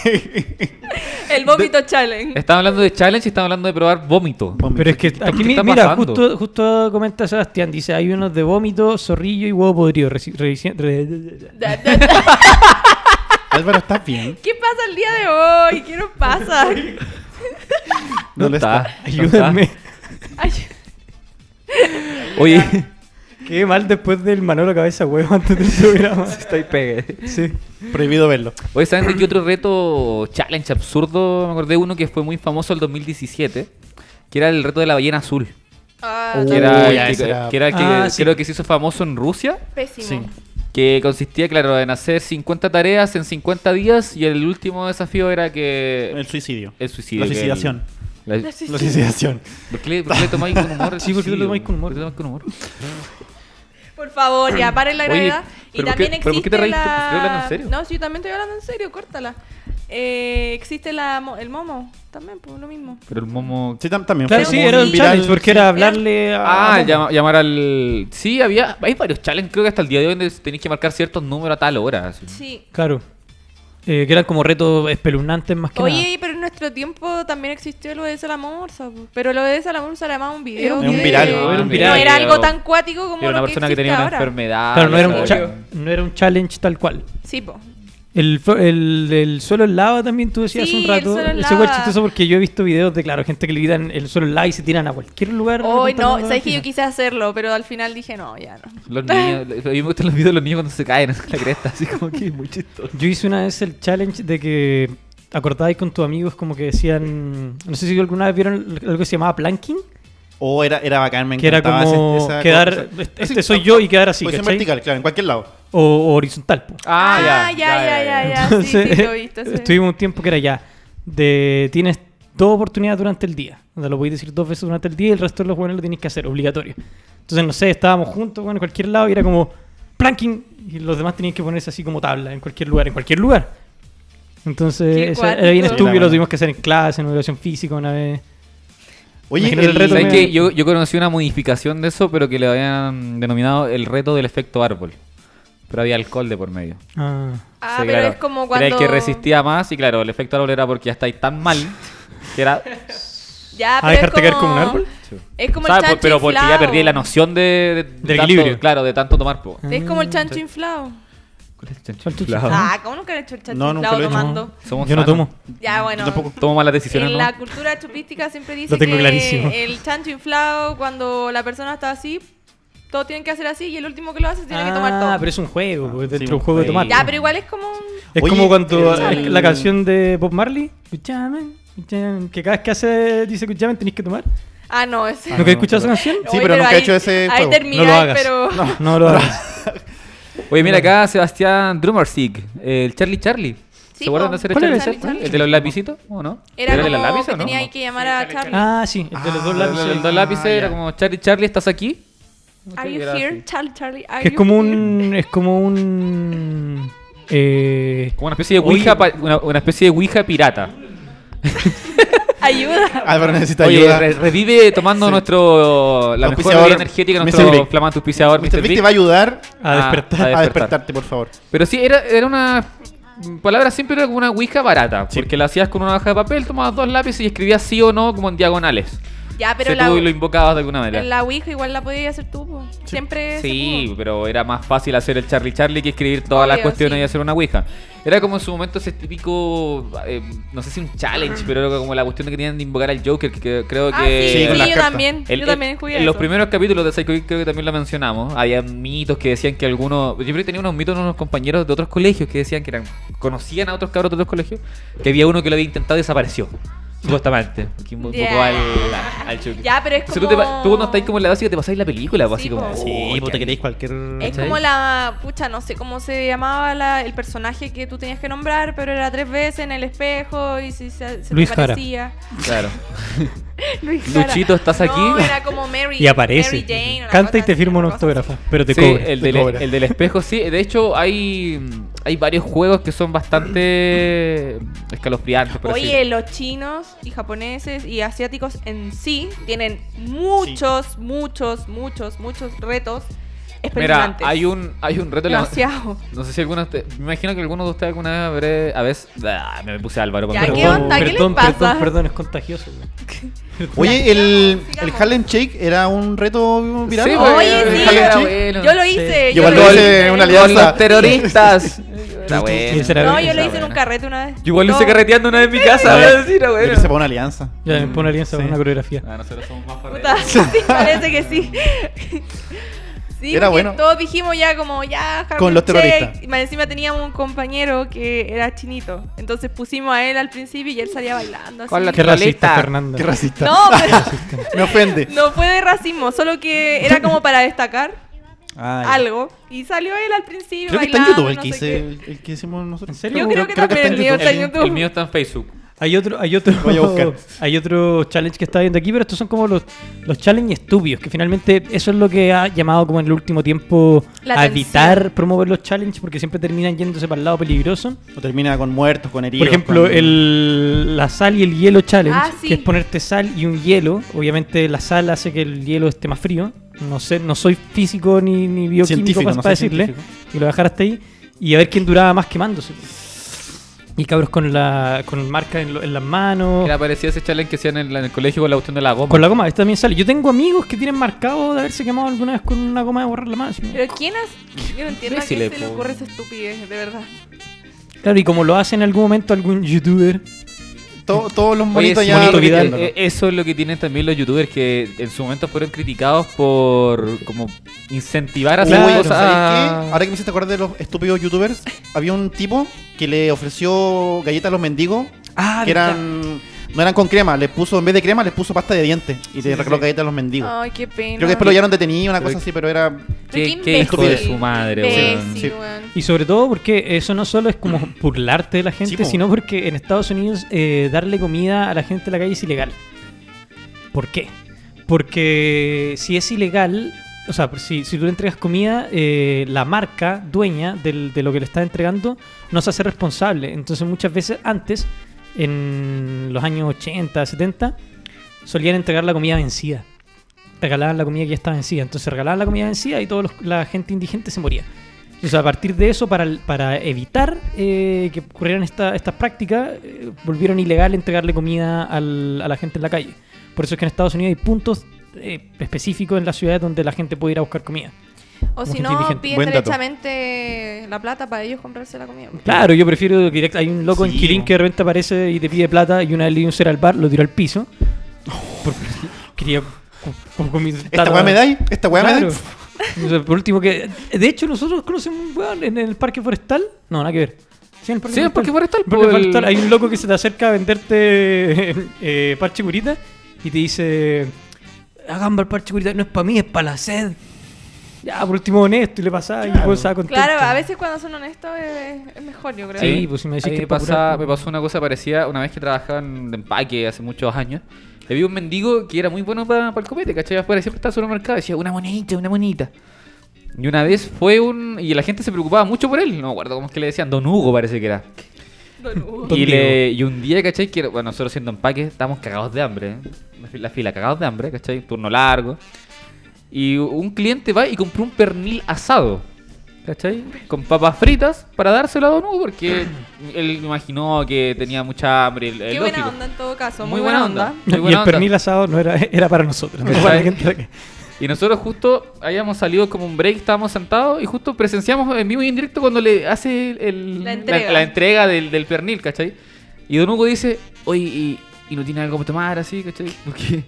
Speaker 4: El vómito challenge.
Speaker 5: Estamos hablando de challenge y estamos hablando de probar vómito.
Speaker 2: Pero es que aquí, mi-
Speaker 5: está
Speaker 2: mira,
Speaker 5: pasando?
Speaker 2: justo, justo comenta Sebastián, dice, hay unos de vómito, zorrillo y huevo podrido. Reci- reci- re-
Speaker 4: Da, da, da.
Speaker 3: Álvaro, ¿estás bien?
Speaker 4: ¿Qué pasa el día de hoy? ¿Qué nos pasa?
Speaker 3: No lo está.
Speaker 2: Ayúdenme.
Speaker 4: Ay,
Speaker 5: Oye,
Speaker 2: Qué mal después del Manolo Cabeza Huevo antes del programa.
Speaker 5: estoy pegue.
Speaker 2: Sí.
Speaker 3: Prohibido verlo.
Speaker 5: Oye, ¿saben de qué otro reto challenge absurdo? Me acordé de uno que fue muy famoso el 2017, que era el reto de la ballena azul.
Speaker 4: ah,
Speaker 3: Uh,
Speaker 5: Que era,
Speaker 3: ya,
Speaker 5: el que,
Speaker 3: ese era-
Speaker 5: que era el que
Speaker 2: Ah, sí.
Speaker 5: creo que se hizo famoso en Rusia,
Speaker 4: pésimo.
Speaker 3: Sí.
Speaker 5: que consistía, claro, en hacer 50 tareas en 50 días y el último desafío era
Speaker 2: Eh,
Speaker 5: que...
Speaker 3: El suicidio.
Speaker 5: el suicidio.
Speaker 3: la
Speaker 5: que el-
Speaker 3: suicidación.
Speaker 5: la-
Speaker 4: No sé
Speaker 3: La
Speaker 4: si-
Speaker 3: suicidación.
Speaker 5: ¿Por qué, le- por qué le tomáis con humor? el
Speaker 2: Sí, ¿por qué le
Speaker 5: suicidio?
Speaker 2: tomáis con humor?
Speaker 5: ¿Por qué le tomáis con humor?
Speaker 4: Por favor, ya paren la
Speaker 5: Oye,
Speaker 4: gravedad. y
Speaker 5: ¿pero por
Speaker 4: también
Speaker 5: qué- pero por qué
Speaker 4: existe
Speaker 5: te reís tú?
Speaker 4: la...
Speaker 5: Estoy hablando en serio.
Speaker 4: No, sí, yo también estoy hablando en serio, córtala. eh, existe la, mo- el momo también, pues lo mismo.
Speaker 5: Pero el momo.
Speaker 3: Sí, tam- también.
Speaker 2: Claro,
Speaker 3: fue
Speaker 2: sí,
Speaker 3: como
Speaker 2: era
Speaker 3: un
Speaker 2: un
Speaker 3: viral.
Speaker 2: challenge, porque era hablarle a...
Speaker 5: Ah, llama- llamar al. Sí, había. Hay varios challenges, creo que hasta el día de hoy donde tenéis que marcar ciertos números a tal hora. así.
Speaker 4: Sí.
Speaker 2: Claro. Eh, que eran como retos espeluznantes más que nada.
Speaker 4: Oye, pero en nuestro tiempo también existió el ODS a la morsa. po. pues. Pero el ODS a la morsa era más un video.
Speaker 3: un
Speaker 4: que-
Speaker 3: viral,
Speaker 5: po,
Speaker 2: era un
Speaker 4: No
Speaker 2: viral.
Speaker 4: era algo tan cuático como
Speaker 5: Era una
Speaker 4: lo
Speaker 5: persona que
Speaker 4: existe
Speaker 5: tenía una
Speaker 4: ahora.
Speaker 5: enfermedad.
Speaker 2: Claro, no era, un
Speaker 5: ¿sabes?
Speaker 2: cha- no era un challenge tal cual.
Speaker 4: Sí, po.
Speaker 2: El, fo- el, el suelo en lava también tú decías
Speaker 4: Sí,
Speaker 2: hace un
Speaker 4: el
Speaker 2: rato.
Speaker 4: suelo en
Speaker 2: Ese fue
Speaker 4: lava.
Speaker 2: chistoso porque yo he visto videos de, claro, gente que le quitan el suelo en lava y se tiran a cualquier lugar.
Speaker 4: Hoy
Speaker 2: apuntando
Speaker 4: no,
Speaker 2: a la
Speaker 4: sabes que yo
Speaker 2: banquisa.
Speaker 4: quise hacerlo, pero al final dije no, ya no.
Speaker 5: Los niños. A mí me gustan los videos de los niños cuando se caen en la cresta, así como que es muy chistoso.
Speaker 2: Yo hice una vez el challenge de que acordabais con tus amigos como que decían, no sé si alguna vez vieron algo que se llamaba planking,
Speaker 3: O era, era bacán, me
Speaker 2: que era
Speaker 3: encantaba ese-
Speaker 2: como
Speaker 3: esa
Speaker 2: quedar,
Speaker 3: cosa.
Speaker 2: este,
Speaker 3: Así,
Speaker 2: este soy yo y quedar así,
Speaker 3: posición
Speaker 2: ¿cachai?
Speaker 3: vertical, claro, en cualquier lado.
Speaker 2: O, o horizontal. po.
Speaker 4: Ah, ya, ya, ya, ya. sí, sí, lo he visto. sí.
Speaker 2: estuvimos un tiempo que era ya, de tienes dos oportunidades durante el día, o sea, lo podéis decir dos veces durante el día y el resto de los buenos lo tenéis que hacer, obligatorio. Entonces, no sé, estábamos juntos, bueno, en cualquier lado y era como planking y los demás tenían que ponerse así como tabla, en cualquier lugar, en cualquier lugar.
Speaker 4: Qué
Speaker 2: Entonces, eso era bien
Speaker 4: cuático.
Speaker 2: estúpido,
Speaker 3: Sí,
Speaker 2: lo tuvimos que hacer en clase, en educación física una vez.
Speaker 3: Oye,
Speaker 2: Imagínate el reto
Speaker 5: ¿Sabes
Speaker 2: me-
Speaker 5: qué? Yo, yo conocí una modificación de eso, pero que le habían denominado el reto del efecto árbol. Pero había alcohol de por medio.
Speaker 2: Ah,
Speaker 4: Ah,
Speaker 5: Sí,
Speaker 4: pero
Speaker 5: claro.
Speaker 4: es como
Speaker 5: Era
Speaker 4: cuando.
Speaker 5: el que resistía más y claro, el efecto árbol era porque ya estáis tan mal que era...
Speaker 4: Ya,
Speaker 2: ¿A
Speaker 4: pero
Speaker 2: dejarte
Speaker 4: es
Speaker 2: caer
Speaker 4: como...
Speaker 2: como un árbol?
Speaker 4: Es como
Speaker 5: ¿sabes?
Speaker 4: el chancho
Speaker 5: Pero porque ya
Speaker 4: inflado.
Speaker 5: perdí la noción de... de- tanto-
Speaker 2: equilibrio.
Speaker 5: Claro, de tanto tomar. po.
Speaker 4: Es como el chancho inflado.
Speaker 5: ¿Cuál es el chancho?
Speaker 2: chancho
Speaker 5: Claro.
Speaker 2: inflado.
Speaker 4: Ah, ¿cómo nunca han hecho el chancho
Speaker 3: No, nunca
Speaker 4: inflado
Speaker 3: lo he hecho.
Speaker 4: tomando?
Speaker 5: Somos
Speaker 2: yo no
Speaker 5: sanos.
Speaker 2: tomo.
Speaker 4: Ya, bueno.
Speaker 5: Tomo malas decisiones,
Speaker 4: En
Speaker 5: ¿no?
Speaker 4: la cultura chupística siempre dice
Speaker 2: Lo tengo
Speaker 4: que
Speaker 2: clarísimo.
Speaker 4: el chancho inflado, cuando la persona está así, todos tienen que hacer así y el último que lo hace tiene que tomar todo.
Speaker 2: Ah, pero es un juego, porque dentro
Speaker 3: sí,
Speaker 2: de
Speaker 3: un
Speaker 2: un juego de
Speaker 3: juego.
Speaker 2: tomate.
Speaker 4: Ya, pero igual es como un...
Speaker 2: Es
Speaker 3: Oye,
Speaker 2: como cuando
Speaker 3: el-
Speaker 2: eh, la canción de Bob Marley, escuchamen, escuchamen, que cada vez que hace dice escuchamen tenéis que tomar.
Speaker 4: Ah, no, es...
Speaker 2: ¿Nunca he escuchado esa canción? Ah,
Speaker 3: Sí, pero nunca he hecho ese
Speaker 4: Ahí
Speaker 3: juego.
Speaker 4: termináis,
Speaker 2: No lo hagas.
Speaker 4: pero...
Speaker 2: No lo hagas.
Speaker 5: Oye, mira acá Sebastián Drummersig, el Charlie Charlie.
Speaker 4: Sí,
Speaker 5: ¿Se acuerdan
Speaker 4: po.
Speaker 5: de hacer el
Speaker 4: ¿Cuál
Speaker 5: Charlie
Speaker 4: era
Speaker 5: Charlie?
Speaker 4: ese? Charlie
Speaker 5: ¿El de los lapicitos o no?
Speaker 4: Era
Speaker 5: el de
Speaker 4: como
Speaker 5: los lápices
Speaker 4: que
Speaker 5: o no?
Speaker 4: tenía que llamar a Charlie.
Speaker 2: Ah, sí, el de los dos lápices.
Speaker 5: El de los dos lápices era como Charlie Charlie, ¿estás aquí?
Speaker 4: Are you
Speaker 5: Era así.
Speaker 4: here, Charlie, Charlie? Are
Speaker 2: Que es
Speaker 4: you
Speaker 2: como
Speaker 4: here?
Speaker 2: un. Es como un. Eh,
Speaker 5: Como una especie de Ouija, pa- una, una especie de Ouija pirata.
Speaker 4: Ayuda.
Speaker 3: Álvaro necesita
Speaker 5: Oye,
Speaker 3: ayuda.
Speaker 5: re- revive tomando nuestro la mejor
Speaker 3: Auspiciador,
Speaker 5: bebida energética
Speaker 3: Mr.
Speaker 5: nuestro
Speaker 3: Big.
Speaker 5: flamante auspiciador Mr.
Speaker 3: Mr. Vic
Speaker 5: Big. Ah,
Speaker 3: te va a ayudar
Speaker 2: a despertar.
Speaker 5: a
Speaker 3: a
Speaker 5: despertar.
Speaker 3: despertarte, por favor.
Speaker 5: Pero sí, era, era una palabra siempre era como una Ouija barata, porque la hacías con una hoja de papel, tomabas dos lápices y escribías sí o no como en diagonales.
Speaker 4: Ya, pero
Speaker 5: Pero
Speaker 4: la,
Speaker 5: tú lo invocabas de alguna manera.
Speaker 4: la Ouija igual la podías hacer tú. po. Siempre se
Speaker 5: Sí,
Speaker 4: pudo.
Speaker 5: pero era más fácil hacer el Charlie Charlie que escribir todas las
Speaker 4: Obvio,
Speaker 5: cuestiones
Speaker 4: sí.
Speaker 5: y hacer una Ouija. Era como en su momento ese típico, eh, no sé si un challenge, pero era como la cuestión de que tenían de invocar al Joker, que, que creo
Speaker 4: Ah,
Speaker 5: que...
Speaker 4: sí,
Speaker 3: Sí, con
Speaker 4: sí,
Speaker 3: las
Speaker 4: yo
Speaker 3: cartas.
Speaker 4: también.
Speaker 5: El-
Speaker 4: yo
Speaker 5: el-
Speaker 4: también jugué
Speaker 5: en los
Speaker 4: eso.
Speaker 5: primeros capítulos de Psycho Geek creo que también lo mencionamos. Había mitos que decían que algunos. Yo siempre tenía unos mitos de unos compañeros de otros colegios que decían que eran conocían a otros cabros de otros colegios. Que había uno que lo había intentado y desapareció. Supuestamente. Que invocó
Speaker 4: Ya.
Speaker 5: al, al Joker.
Speaker 4: Ya, pero es
Speaker 5: O sea, tú, te
Speaker 4: como-
Speaker 5: pa- tú cuando estáis como en la básica te pasáis la película, pues,
Speaker 4: Sí,
Speaker 5: así como.
Speaker 4: po.
Speaker 5: "Oh,
Speaker 3: vos te queréis cualquier.
Speaker 4: Es como la, pucha, no sé cómo se llamaba la- el personaje que tú tenías que nombrar, pero era tres veces en el espejo y si se, se
Speaker 2: Luis
Speaker 4: te
Speaker 2: Jara.
Speaker 4: parecía.
Speaker 5: Claro.
Speaker 4: Luis Jara.
Speaker 5: Luchito, ¿estás
Speaker 4: No,
Speaker 5: aquí?
Speaker 4: era como Mary.
Speaker 2: Y aparece.
Speaker 4: Mary Jane, una
Speaker 2: Canta
Speaker 4: cosa
Speaker 2: y te
Speaker 4: así,
Speaker 2: firma un
Speaker 4: una cosa
Speaker 2: autógrafo. Pero te
Speaker 5: sí,
Speaker 2: cobra.
Speaker 5: el,
Speaker 3: te
Speaker 5: del,
Speaker 3: cobra.
Speaker 5: el del espejo, sí. De hecho, hay, hay varios juegos que son bastante escalofriantes.
Speaker 4: así.
Speaker 5: Por así
Speaker 4: Oye, los chinos y japoneses y asiáticos en sí tienen muchos, muchos, muchos, muchos retos
Speaker 5: Mira,
Speaker 4: espeluznantes.
Speaker 5: hay un, hay un reto. en la-
Speaker 4: Demasiado.
Speaker 5: No sé si algunos te- me imagino que algunos de ustedes alguna vez habré- a veces Ah, me puse Álvaro con
Speaker 4: Ya,
Speaker 5: todo.
Speaker 4: ¿qué onda? ¿Qué les
Speaker 2: perdón,
Speaker 4: pasa?
Speaker 2: perdón, perdón, es contagioso. güey.
Speaker 3: Oye, el,
Speaker 4: sigamos.
Speaker 3: el Harlem Shake era un reto viral.
Speaker 5: Sí,
Speaker 3: ¿no?
Speaker 5: güey,
Speaker 4: Oye,
Speaker 3: El
Speaker 4: sí, pues,
Speaker 3: Harlem
Speaker 5: era
Speaker 3: Shake.
Speaker 5: bueno.
Speaker 4: Yo lo hice.
Speaker 3: Yo igual
Speaker 4: lo
Speaker 3: lo
Speaker 4: hice.
Speaker 3: hice en una
Speaker 5: Con
Speaker 3: alianza.
Speaker 5: los terroristas. Era bueno.
Speaker 2: Ese era
Speaker 4: No,
Speaker 2: bueno.
Speaker 4: yo lo hice en un carrete una vez.
Speaker 5: Yo igual lo hice
Speaker 4: No.
Speaker 5: carreteando una vez en mi casa, voy a decir, era
Speaker 3: Yo
Speaker 5: bueno.
Speaker 3: que sepa una alianza.
Speaker 2: Ya, me pone alianza con una coreografía.
Speaker 5: Ah, nosotros somos más
Speaker 4: Puta, sí, parece que sí. Sí,
Speaker 3: Era
Speaker 4: porque
Speaker 3: bueno.
Speaker 4: todos dijimos ya como ya Harlem
Speaker 3: Con los
Speaker 4: Shake.
Speaker 3: terroristas.
Speaker 4: Y más encima teníamos un compañero que era chinito. Entonces pusimos a él al principio y él salía bailando.
Speaker 5: Con
Speaker 4: así.
Speaker 5: la
Speaker 2: Qué racista,
Speaker 5: Lolita.
Speaker 2: Fernando.
Speaker 3: Qué racista.
Speaker 4: No, pero
Speaker 3: Me ofende.
Speaker 4: no fue de racismo, solo que era como para destacar
Speaker 3: Ay.
Speaker 4: algo. Y salió él al principio.
Speaker 3: Creo que está en
Speaker 4: bailando,
Speaker 3: YouTube el
Speaker 4: no
Speaker 3: que
Speaker 4: sé
Speaker 3: hice,
Speaker 4: qué.
Speaker 3: el, el que hicimos nosotros.
Speaker 2: ¿En serio?
Speaker 4: Yo creo que
Speaker 3: creo que
Speaker 4: también
Speaker 3: está en
Speaker 4: el mío está en
Speaker 5: El,
Speaker 4: YouTube.
Speaker 5: el mío está en Facebook.
Speaker 2: Hay otro, hay otro,
Speaker 3: Voy a buscar.
Speaker 2: hay otro challenge que está viendo aquí, pero estos son como los, los challenge estúpidos, que finalmente eso es lo que ha llamado como en el último tiempo
Speaker 4: La
Speaker 2: a
Speaker 4: atención.
Speaker 2: evitar promover los challenge porque siempre terminan yéndose para el lado peligroso.
Speaker 3: O termina con muertos, con heridos.
Speaker 2: Por ejemplo,
Speaker 3: con-
Speaker 2: el, la sal y el hielo challenge,
Speaker 4: Ah, sí.
Speaker 2: que es ponerte sal y un hielo. Obviamente la sal hace que el hielo esté más frío. No sé, no soy físico ni, ni bioquímico
Speaker 3: Científico,
Speaker 2: para,
Speaker 3: no
Speaker 2: para
Speaker 3: soy
Speaker 2: decirle. Y lo dejar hasta ahí. Y a ver quién duraba más quemándose. Y cabros con la con marca en, lo- en las manos.
Speaker 3: Oh.
Speaker 5: Era parecido a ese challenge que hacían en, la- en el colegio con la cuestión de la goma.
Speaker 2: Con la goma, esto también sale. Yo tengo amigos que tienen marcado de haberse quemado alguna vez con una goma de borrar la mano. así.
Speaker 4: Pero ¿quién hace? Yo no entiendo a
Speaker 7: Imbéciles,
Speaker 4: quién se le
Speaker 7: po.
Speaker 4: ocurre esa estupidez, de verdad.
Speaker 2: Claro, y como lo hace en algún momento algún youtuber.
Speaker 3: To- todos los
Speaker 5: Oye,
Speaker 3: monitos
Speaker 5: sí,
Speaker 3: ya.
Speaker 5: bonito,
Speaker 3: repitiéndolo.
Speaker 5: Vidal. Eh, eso es lo que tienen también los youtubers que en su momento fueron criticados por como incentivar a hacer
Speaker 3: Uy,
Speaker 5: cosas.
Speaker 3: ¿sabes qué? Ahora que me hiciste acordar de los estúpidos youtubers, había un tipo que le ofreció galletas a los mendigos
Speaker 2: Ah,
Speaker 3: que eran no eran con crema, les puso en vez de crema les puso pasta de dientes y te regaló galletas a los mendigos.
Speaker 4: Ay, qué pena.
Speaker 3: Creo que después lo llevaron detenido una
Speaker 5: Pero-
Speaker 3: cosa así, pero era
Speaker 4: Pero
Speaker 5: Qué- qué hijo
Speaker 4: imbécil,
Speaker 5: de su madre,
Speaker 4: imbécil,
Speaker 5: weón.
Speaker 3: Sí.
Speaker 4: weón.
Speaker 2: Y sobre todo porque eso no solo es como burlarte de la gente,
Speaker 3: Sí, po.
Speaker 2: sino porque en Estados Unidos eh, darle comida a la gente en la calle es ilegal. ¿Por qué? Porque si es ilegal, o sea, por si, si tú le entregas comida, eh, la marca dueña del- de lo que le estás entregando no se hace responsable. Entonces muchas veces antes, en los años 80, 70, solían entregar la comida vencida. Regalaban la comida que ya estaba vencida. Entonces regalaban la comida vencida y toda la gente indigente se moría. Entonces, a partir de eso, para, para evitar eh, que ocurrieran esta- estas prácticas, eh, volvieron ilegal entregarle comida al- a la gente en la calle. Por eso es que en Estados Unidos hay puntos eh, específicos en las ciudades donde la gente puede ir a buscar comida.
Speaker 4: O
Speaker 2: gente
Speaker 4: si no,
Speaker 2: indigente.
Speaker 4: piden
Speaker 3: Buen dato.
Speaker 4: derechamente la plata para ellos comprarse la comida. weón.
Speaker 2: Claro, yo prefiero directo. Hay un loco en
Speaker 3: Sí,
Speaker 2: Quilín
Speaker 3: po.
Speaker 2: que de repente aparece y te pide plata y una vez le dio un cero al bar, lo tiró al piso. Porque quería. Como, con mi-
Speaker 3: esta weá me da ahí, esta weá me
Speaker 2: Claro.
Speaker 3: da. ahí.
Speaker 2: O sea, por último, que. De hecho, nosotros conocemos un weón en el parque forestal. No, nada que ver. Sí, en el parque
Speaker 5: Sí, en el parque forestal,
Speaker 2: En el parque
Speaker 5: po, el-
Speaker 2: forestal Hay un loco que se te acerca a venderte eh, parche curita y te dice: Hagamba el parche curita, no es para mí, es para la sed. Ya, por último, honesto, y le pasaba y el weón estaba contento.
Speaker 4: Claro, a veces cuando son honestos es, es mejor, yo creo.
Speaker 2: Sí, pues si me decís
Speaker 5: A mí
Speaker 2: que
Speaker 5: me,
Speaker 2: es pa'
Speaker 5: pasa-
Speaker 2: curar,
Speaker 5: me
Speaker 2: pues.
Speaker 5: pasó una cosa parecida una vez que trabajaba en de empaque hace muchos años. Le vi un mendigo que era muy bueno para el copete, ¿cachai? Afuera siempre estaba en el supermercado. Decía, una monita, una monita. Y una vez fue un. Y la gente se preocupaba mucho por él. No me acuerdo cómo es que le decían. Don Hugo parece que era.
Speaker 2: Don
Speaker 5: Y,
Speaker 2: Diego.
Speaker 5: le- y un día, ¿cachai? Que, bueno, nosotros siendo empaque estábamos cagados de hambre. ¿eh? La fi- La fila, cagados de hambre, ¿cachai? Turno largo. Y un cliente va y compró un pernil asado. ¿Cachai? Con papas fritas para dárselo a Don Hugo porque él imaginó que tenía mucha hambre. el- el
Speaker 4: Qué buena
Speaker 5: lógico.
Speaker 4: onda en todo caso,
Speaker 5: Muy
Speaker 4: muy,
Speaker 5: buena
Speaker 4: buena,
Speaker 5: onda.
Speaker 4: onda.
Speaker 5: Muy
Speaker 2: Y
Speaker 5: buena
Speaker 2: el
Speaker 5: onda.
Speaker 2: pernil asado no era, era para nosotros. no era para la gente de la calle.
Speaker 5: Y nosotros justo habíamos salido como un break, estábamos sentados y justo presenciamos en vivo y en directo cuando le hace el- el-
Speaker 4: La entrega.
Speaker 5: entrega del, del pernil, ¿cachai? Y Don Hugo dice, oye, ¿y, y no tiene algo para tomar así, ¿cachai? Porque
Speaker 4: Sí,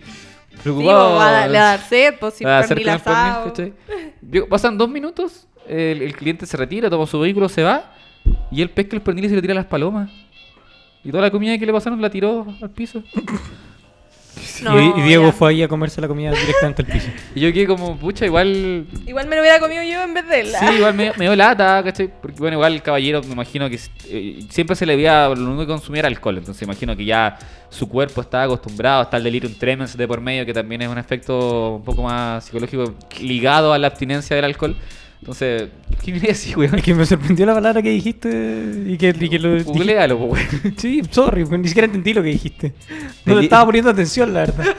Speaker 5: preocupado.
Speaker 4: pues, va a da- le va a dar sed, pues si
Speaker 5: va a hacer
Speaker 4: pernil
Speaker 5: comer pernil,
Speaker 4: asado.
Speaker 5: ¿cachai? Yo- pasan dos minutos, el, el cliente se retira, toma su vehículo, se va y él pesca el pernil y se lo tira a las palomas. Y toda la comida que le pasaron la tiró al piso.
Speaker 4: No,
Speaker 2: y, y Diego
Speaker 4: ya.
Speaker 2: fue ahí a comerse la comida directamente al piso.
Speaker 5: Y yo quedé como, pucha, igual
Speaker 4: Igual me lo hubiera comido yo en vez de él.
Speaker 5: Sí, igual me, me dio lata, ¿cachai? Porque bueno, igual el caballero me imagino que eh, siempre se le veía lo único que consumía era alcohol, entonces imagino que ya su cuerpo está acostumbrado, está el delirium tremens de por medio, que también es un efecto un poco más psicológico ligado a la abstinencia del alcohol. Entonces, ¿qué me decís, weón?
Speaker 2: Es que me sorprendió la palabra que dijiste y que, y que lo dijiste.
Speaker 5: Googlealo, po, weón.
Speaker 2: Sí, sorry, pues, ni siquiera entendí lo que dijiste. No
Speaker 5: Deli-
Speaker 2: le estaba poniendo atención, la verdad.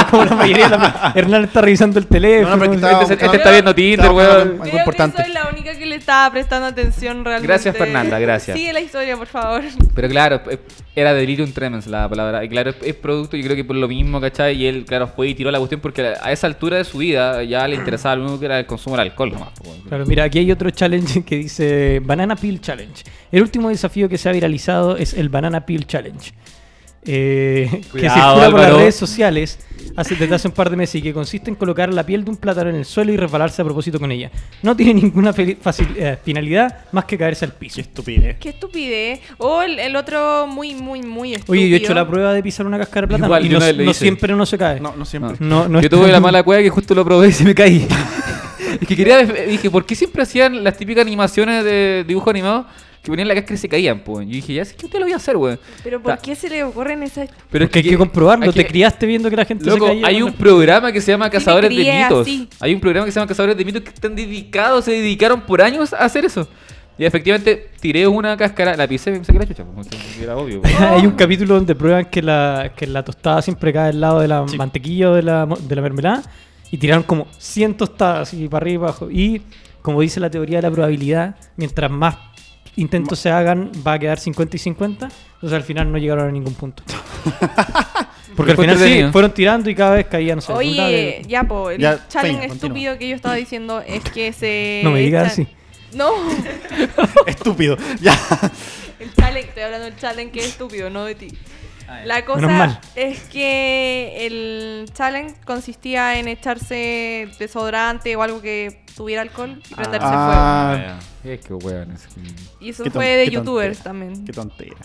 Speaker 2: Es como la mayoría de la... Hernán está revisando el teléfono.
Speaker 3: No, no, pero es que estaba
Speaker 5: Este,
Speaker 3: buscando-
Speaker 5: está viendo Tinder,
Speaker 3: estaba buscando
Speaker 5: weón.
Speaker 3: Algo
Speaker 4: Creo
Speaker 3: importante.
Speaker 4: que soy la única que le estaba prestando atención realmente.
Speaker 5: Gracias, Fernanda, gracias.
Speaker 4: Sigue la historia, por favor.
Speaker 5: Pero claro, eh, era delirium tremens la palabra. Y claro, es- es producto, yo creo que por lo mismo, ¿cachai? Y él, claro, fue y tiró la cuestión porque a esa altura de su vida ya le interesaba lo único que era el consumo del alcohol nomás. po.
Speaker 2: Claro, mira, aquí hay otro challenge que dice Banana Peel Challenge. El último desafío que se ha viralizado es el Banana Peel Challenge. eh, que
Speaker 5: Cuidado,
Speaker 2: circula por las
Speaker 5: Álvaro.
Speaker 2: redes sociales hace, desde hace un par de meses y que consiste en colocar la piel de un plátano en el suelo y resbalarse a propósito con ella. No tiene ninguna fel- facil- eh, finalidad más que caerse al piso.
Speaker 3: Estupidez.
Speaker 4: Qué estupidez. O el, el otro muy, muy, muy estúpido.
Speaker 2: Oye, yo he hecho la prueba de pisar una cáscara de plátano
Speaker 5: Igual,
Speaker 2: y
Speaker 5: yo
Speaker 2: no,
Speaker 5: una vez lo
Speaker 2: no
Speaker 5: hice.
Speaker 2: siempre uno se cae.
Speaker 3: No, no siempre.
Speaker 2: No, no
Speaker 5: Ah. yo
Speaker 2: es
Speaker 5: tuve
Speaker 2: tan-
Speaker 5: la mala cueva que justo lo probé y se me caí. es que quería, dije, ¿por qué siempre hacían las típicas animaciones de dibujo animado que ponían la cáscara y se caían, pues. Yo dije, ya sé que usted lo voy a hacer, weón.
Speaker 4: Pero ¿por
Speaker 5: Ta-
Speaker 4: qué se le ocurren esas
Speaker 5: Pero
Speaker 2: Porque hay que comprobarlo.
Speaker 5: hay que-
Speaker 2: Te criaste viendo que la gente
Speaker 5: Loco,
Speaker 2: se caía.
Speaker 5: hay un
Speaker 2: cuando-
Speaker 5: programa que se llama Cazadores de
Speaker 4: crié
Speaker 5: Mitos.
Speaker 4: así.
Speaker 5: Hay un programa que se llama Cazadores de Mitos que están dedicados, se dedicaron por años a hacer eso. Y efectivamente tiré una cáscara, la pisé y me saqué la chucha. pues, Era obvio. pues.
Speaker 2: hay un capítulo donde prueban que la, que la tostada siempre cae al lado de la mantequilla o de la, mo- de la mermelada. Y tiraron como 100 tostadas y para arriba y para abajo. Y como dice la teoría de la probabilidad, mientras más intentos se hagan, va a quedar 50 y 50. Entonces al final no llegaron a ningún punto. Porque al
Speaker 5: Fue
Speaker 2: final sí,
Speaker 5: entretenido.
Speaker 2: fueron tirando y cada vez caían. No sé, resultaba
Speaker 4: Oye,
Speaker 2: que-
Speaker 4: ya, po, el
Speaker 3: Ya,
Speaker 4: challenge
Speaker 3: Feña, continúa.
Speaker 4: estúpido que yo estaba diciendo es que se.
Speaker 2: No me digas
Speaker 4: echan-
Speaker 2: así.
Speaker 4: No,
Speaker 3: Estúpido. Ya.
Speaker 4: el challenge, estoy hablando del challenge que es estúpido, no de ti. La
Speaker 2: Menos
Speaker 4: cosa
Speaker 2: mal.
Speaker 4: es que el challenge consistía en echarse desodorante o algo que tuviera alcohol y prenderse
Speaker 3: Ah,
Speaker 5: Es que weón. es que-
Speaker 4: fuego. Y eso
Speaker 3: qué ton-
Speaker 4: fue de
Speaker 3: qué
Speaker 4: youtubers
Speaker 3: tontera.
Speaker 4: también.
Speaker 3: qué tontera.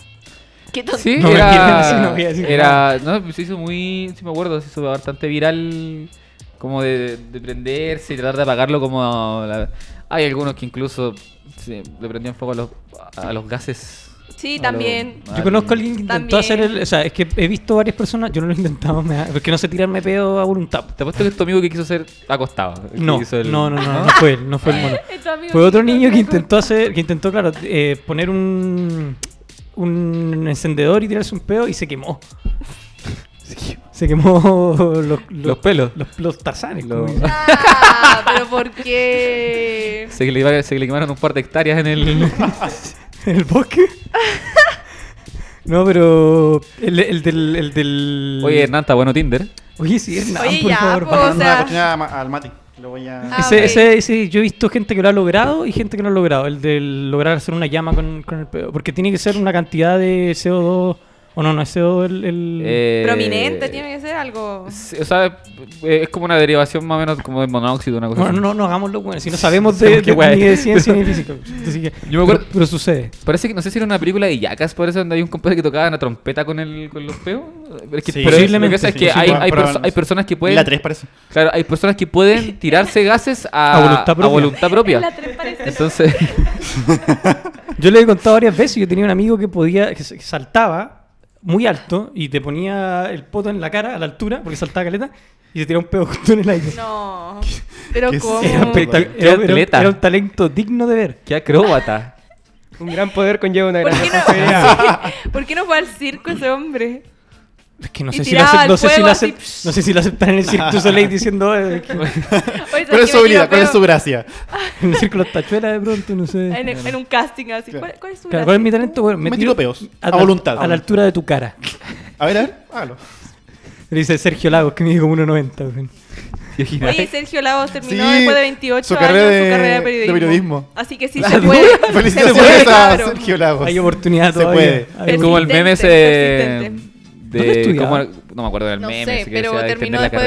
Speaker 4: Qué ton-
Speaker 5: Sí,
Speaker 2: No me quieren decir, no
Speaker 5: era.
Speaker 2: voy a decir
Speaker 5: era no, pues se hizo muy. Si me acuerdo, se hizo bastante viral. Como de, de prenderse y tratar de apagarlo. Como. la- hay algunos que incluso se- le prendían fuego a los, a los gases.
Speaker 4: Sí,
Speaker 5: A
Speaker 4: también.
Speaker 5: los-
Speaker 2: Yo conozco a alguien que intentó hacer
Speaker 4: También.
Speaker 2: el. O sea, es que he visto varias personas. Yo no lo he intentado, me da- porque no sé tirarme pedo a voluntad.
Speaker 5: Te apuesto que es tu amigo que quiso ser acostado. el que
Speaker 2: No,
Speaker 5: hizo el- ¿Ah?
Speaker 2: no, no, no, no fue él, no fue el mono.
Speaker 4: Este amigo
Speaker 2: Fue otro
Speaker 4: que-
Speaker 2: niño que intentó hacer, que intentó, claro, eh, poner un, un encendedor y tirarse un pedo y se quemó. Se quemó los, los,
Speaker 5: Los pelos.
Speaker 2: los- los tarzanes.
Speaker 5: Los-
Speaker 2: como dicen.
Speaker 4: Ah, pero ¿por qué?
Speaker 5: Se que le, se que le quemaron un par de hectáreas en el.
Speaker 2: ¿En el bosque? No, pero el, el del, el del...
Speaker 5: Oye, Hernán, está bueno Tinder.
Speaker 2: Oye, sí, es
Speaker 4: Oye,
Speaker 2: por
Speaker 4: ya, pues.
Speaker 2: favor.
Speaker 4: po,
Speaker 2: va.
Speaker 4: O
Speaker 3: Mandando
Speaker 4: sea-
Speaker 3: la cochina a Ma- al Mati. Lo voy a.
Speaker 4: Ah,
Speaker 2: Ese,
Speaker 4: ok.
Speaker 2: ese, ese- yo he visto gente que lo ha logrado y gente que no lo ha logrado. El de lograr hacer una llama con, con el pedo. Porque tiene que ser una cantidad de CO2. O no, no es CO2 el. el-
Speaker 5: Eh,
Speaker 4: Prominente, tiene que ser algo.
Speaker 5: Sí, O sea, eh, es como una derivación más o menos como del monóxido, una cosa
Speaker 2: Bueno,
Speaker 5: así.
Speaker 2: no, no hagámoslo, bueno. Si no sabemos de, de-
Speaker 5: qué wea
Speaker 2: ni
Speaker 5: es.
Speaker 2: de ciencia ni de física. Así que-
Speaker 5: Yo me acuerdo-
Speaker 2: pero, pero sucede.
Speaker 5: Parece que no sé si era una película de yacas, por eso donde hay un compadre que tocaba una trompeta con el con los peos. Pero es
Speaker 3: Sí,
Speaker 5: que, pero lo que
Speaker 2: posiblemente,
Speaker 5: pasa es
Speaker 2: sí,
Speaker 5: que
Speaker 2: sí,
Speaker 5: hay,
Speaker 3: proba-
Speaker 5: hay,
Speaker 3: proba-
Speaker 5: perso- hay personas que
Speaker 3: Y
Speaker 5: pueden.
Speaker 3: la 3 parece.
Speaker 5: Claro, hay personas que pueden tirarse gases a,
Speaker 2: A voluntad propia.
Speaker 5: voluntad propia.
Speaker 4: La tres parece-
Speaker 5: Entonces,
Speaker 2: Yo le he contado varias veces. Yo tenía un amigo que podía. que se- que saltaba muy alto y te ponía el poto en la cara a la altura, porque saltaba caleta, y se tiraba un pedo justo en el aire.
Speaker 4: No. Pero
Speaker 3: ¿Qué
Speaker 4: ¿cómo?
Speaker 2: Era, espectac-
Speaker 5: Qué
Speaker 2: era- era-
Speaker 5: atleta.
Speaker 2: era un talento digno de ver.
Speaker 5: qué acróbata.
Speaker 6: Un gran poder conlleva una
Speaker 4: ¿Por
Speaker 6: gran
Speaker 4: qué,
Speaker 6: responsabilidad.
Speaker 4: no, ¿Por qué no fue al circo ese hombre?
Speaker 2: Es que no
Speaker 4: Y
Speaker 2: sé si lo
Speaker 4: tiraba
Speaker 2: ace-
Speaker 4: al
Speaker 2: no sé si
Speaker 4: fuego
Speaker 2: lo
Speaker 4: así,
Speaker 2: ace- no sé si lo aceptan en el Cirque du Soleil diciendo eh, que-
Speaker 4: Oye,
Speaker 3: ¿Cuál es su
Speaker 4: ¿sabes qué me tiró
Speaker 3: habilidad? ¿Cuál es su
Speaker 4: peor?
Speaker 3: gracia?
Speaker 2: en el Círculo Tachuela de pronto, no sé.
Speaker 4: En, en un casting así. ¿Cuál, cuál es su
Speaker 2: Claro, ¿Cuál es mi
Speaker 4: gracia?
Speaker 2: talento? Bueno,
Speaker 3: Me tiro peos, a
Speaker 2: la-
Speaker 3: voluntad.
Speaker 2: A la altura de tu cara.
Speaker 3: A ver, a ver, hágalo.
Speaker 2: Le dice Sergio Lagos, que mide como 1,90. weón.
Speaker 4: Oye, Sergio Lagos terminó
Speaker 3: Sí,
Speaker 4: después de 28
Speaker 3: su
Speaker 4: años
Speaker 3: carrera
Speaker 4: su
Speaker 3: de-
Speaker 4: carrera de
Speaker 3: de
Speaker 4: periodismo.
Speaker 3: periodismo.
Speaker 4: Así que sí
Speaker 3: La
Speaker 4: se
Speaker 3: dura.
Speaker 4: puede.
Speaker 3: Felicidades
Speaker 4: se puede,
Speaker 3: a
Speaker 4: claro.
Speaker 3: Sergio Lagos.
Speaker 2: Hay oportunidad
Speaker 3: Se
Speaker 2: todavía.
Speaker 3: puede.
Speaker 2: Hay
Speaker 5: Es
Speaker 4: Es
Speaker 2: oportunidad.
Speaker 5: como el meme ese.
Speaker 4: persistente,
Speaker 2: ¿Dónde
Speaker 5: De,
Speaker 2: estudiaba?
Speaker 5: ¿cómo- no me acuerdo del
Speaker 4: No
Speaker 5: meme.
Speaker 4: sé,
Speaker 5: ese que
Speaker 4: pero
Speaker 5: decía de
Speaker 4: terminó
Speaker 5: extender la
Speaker 4: después de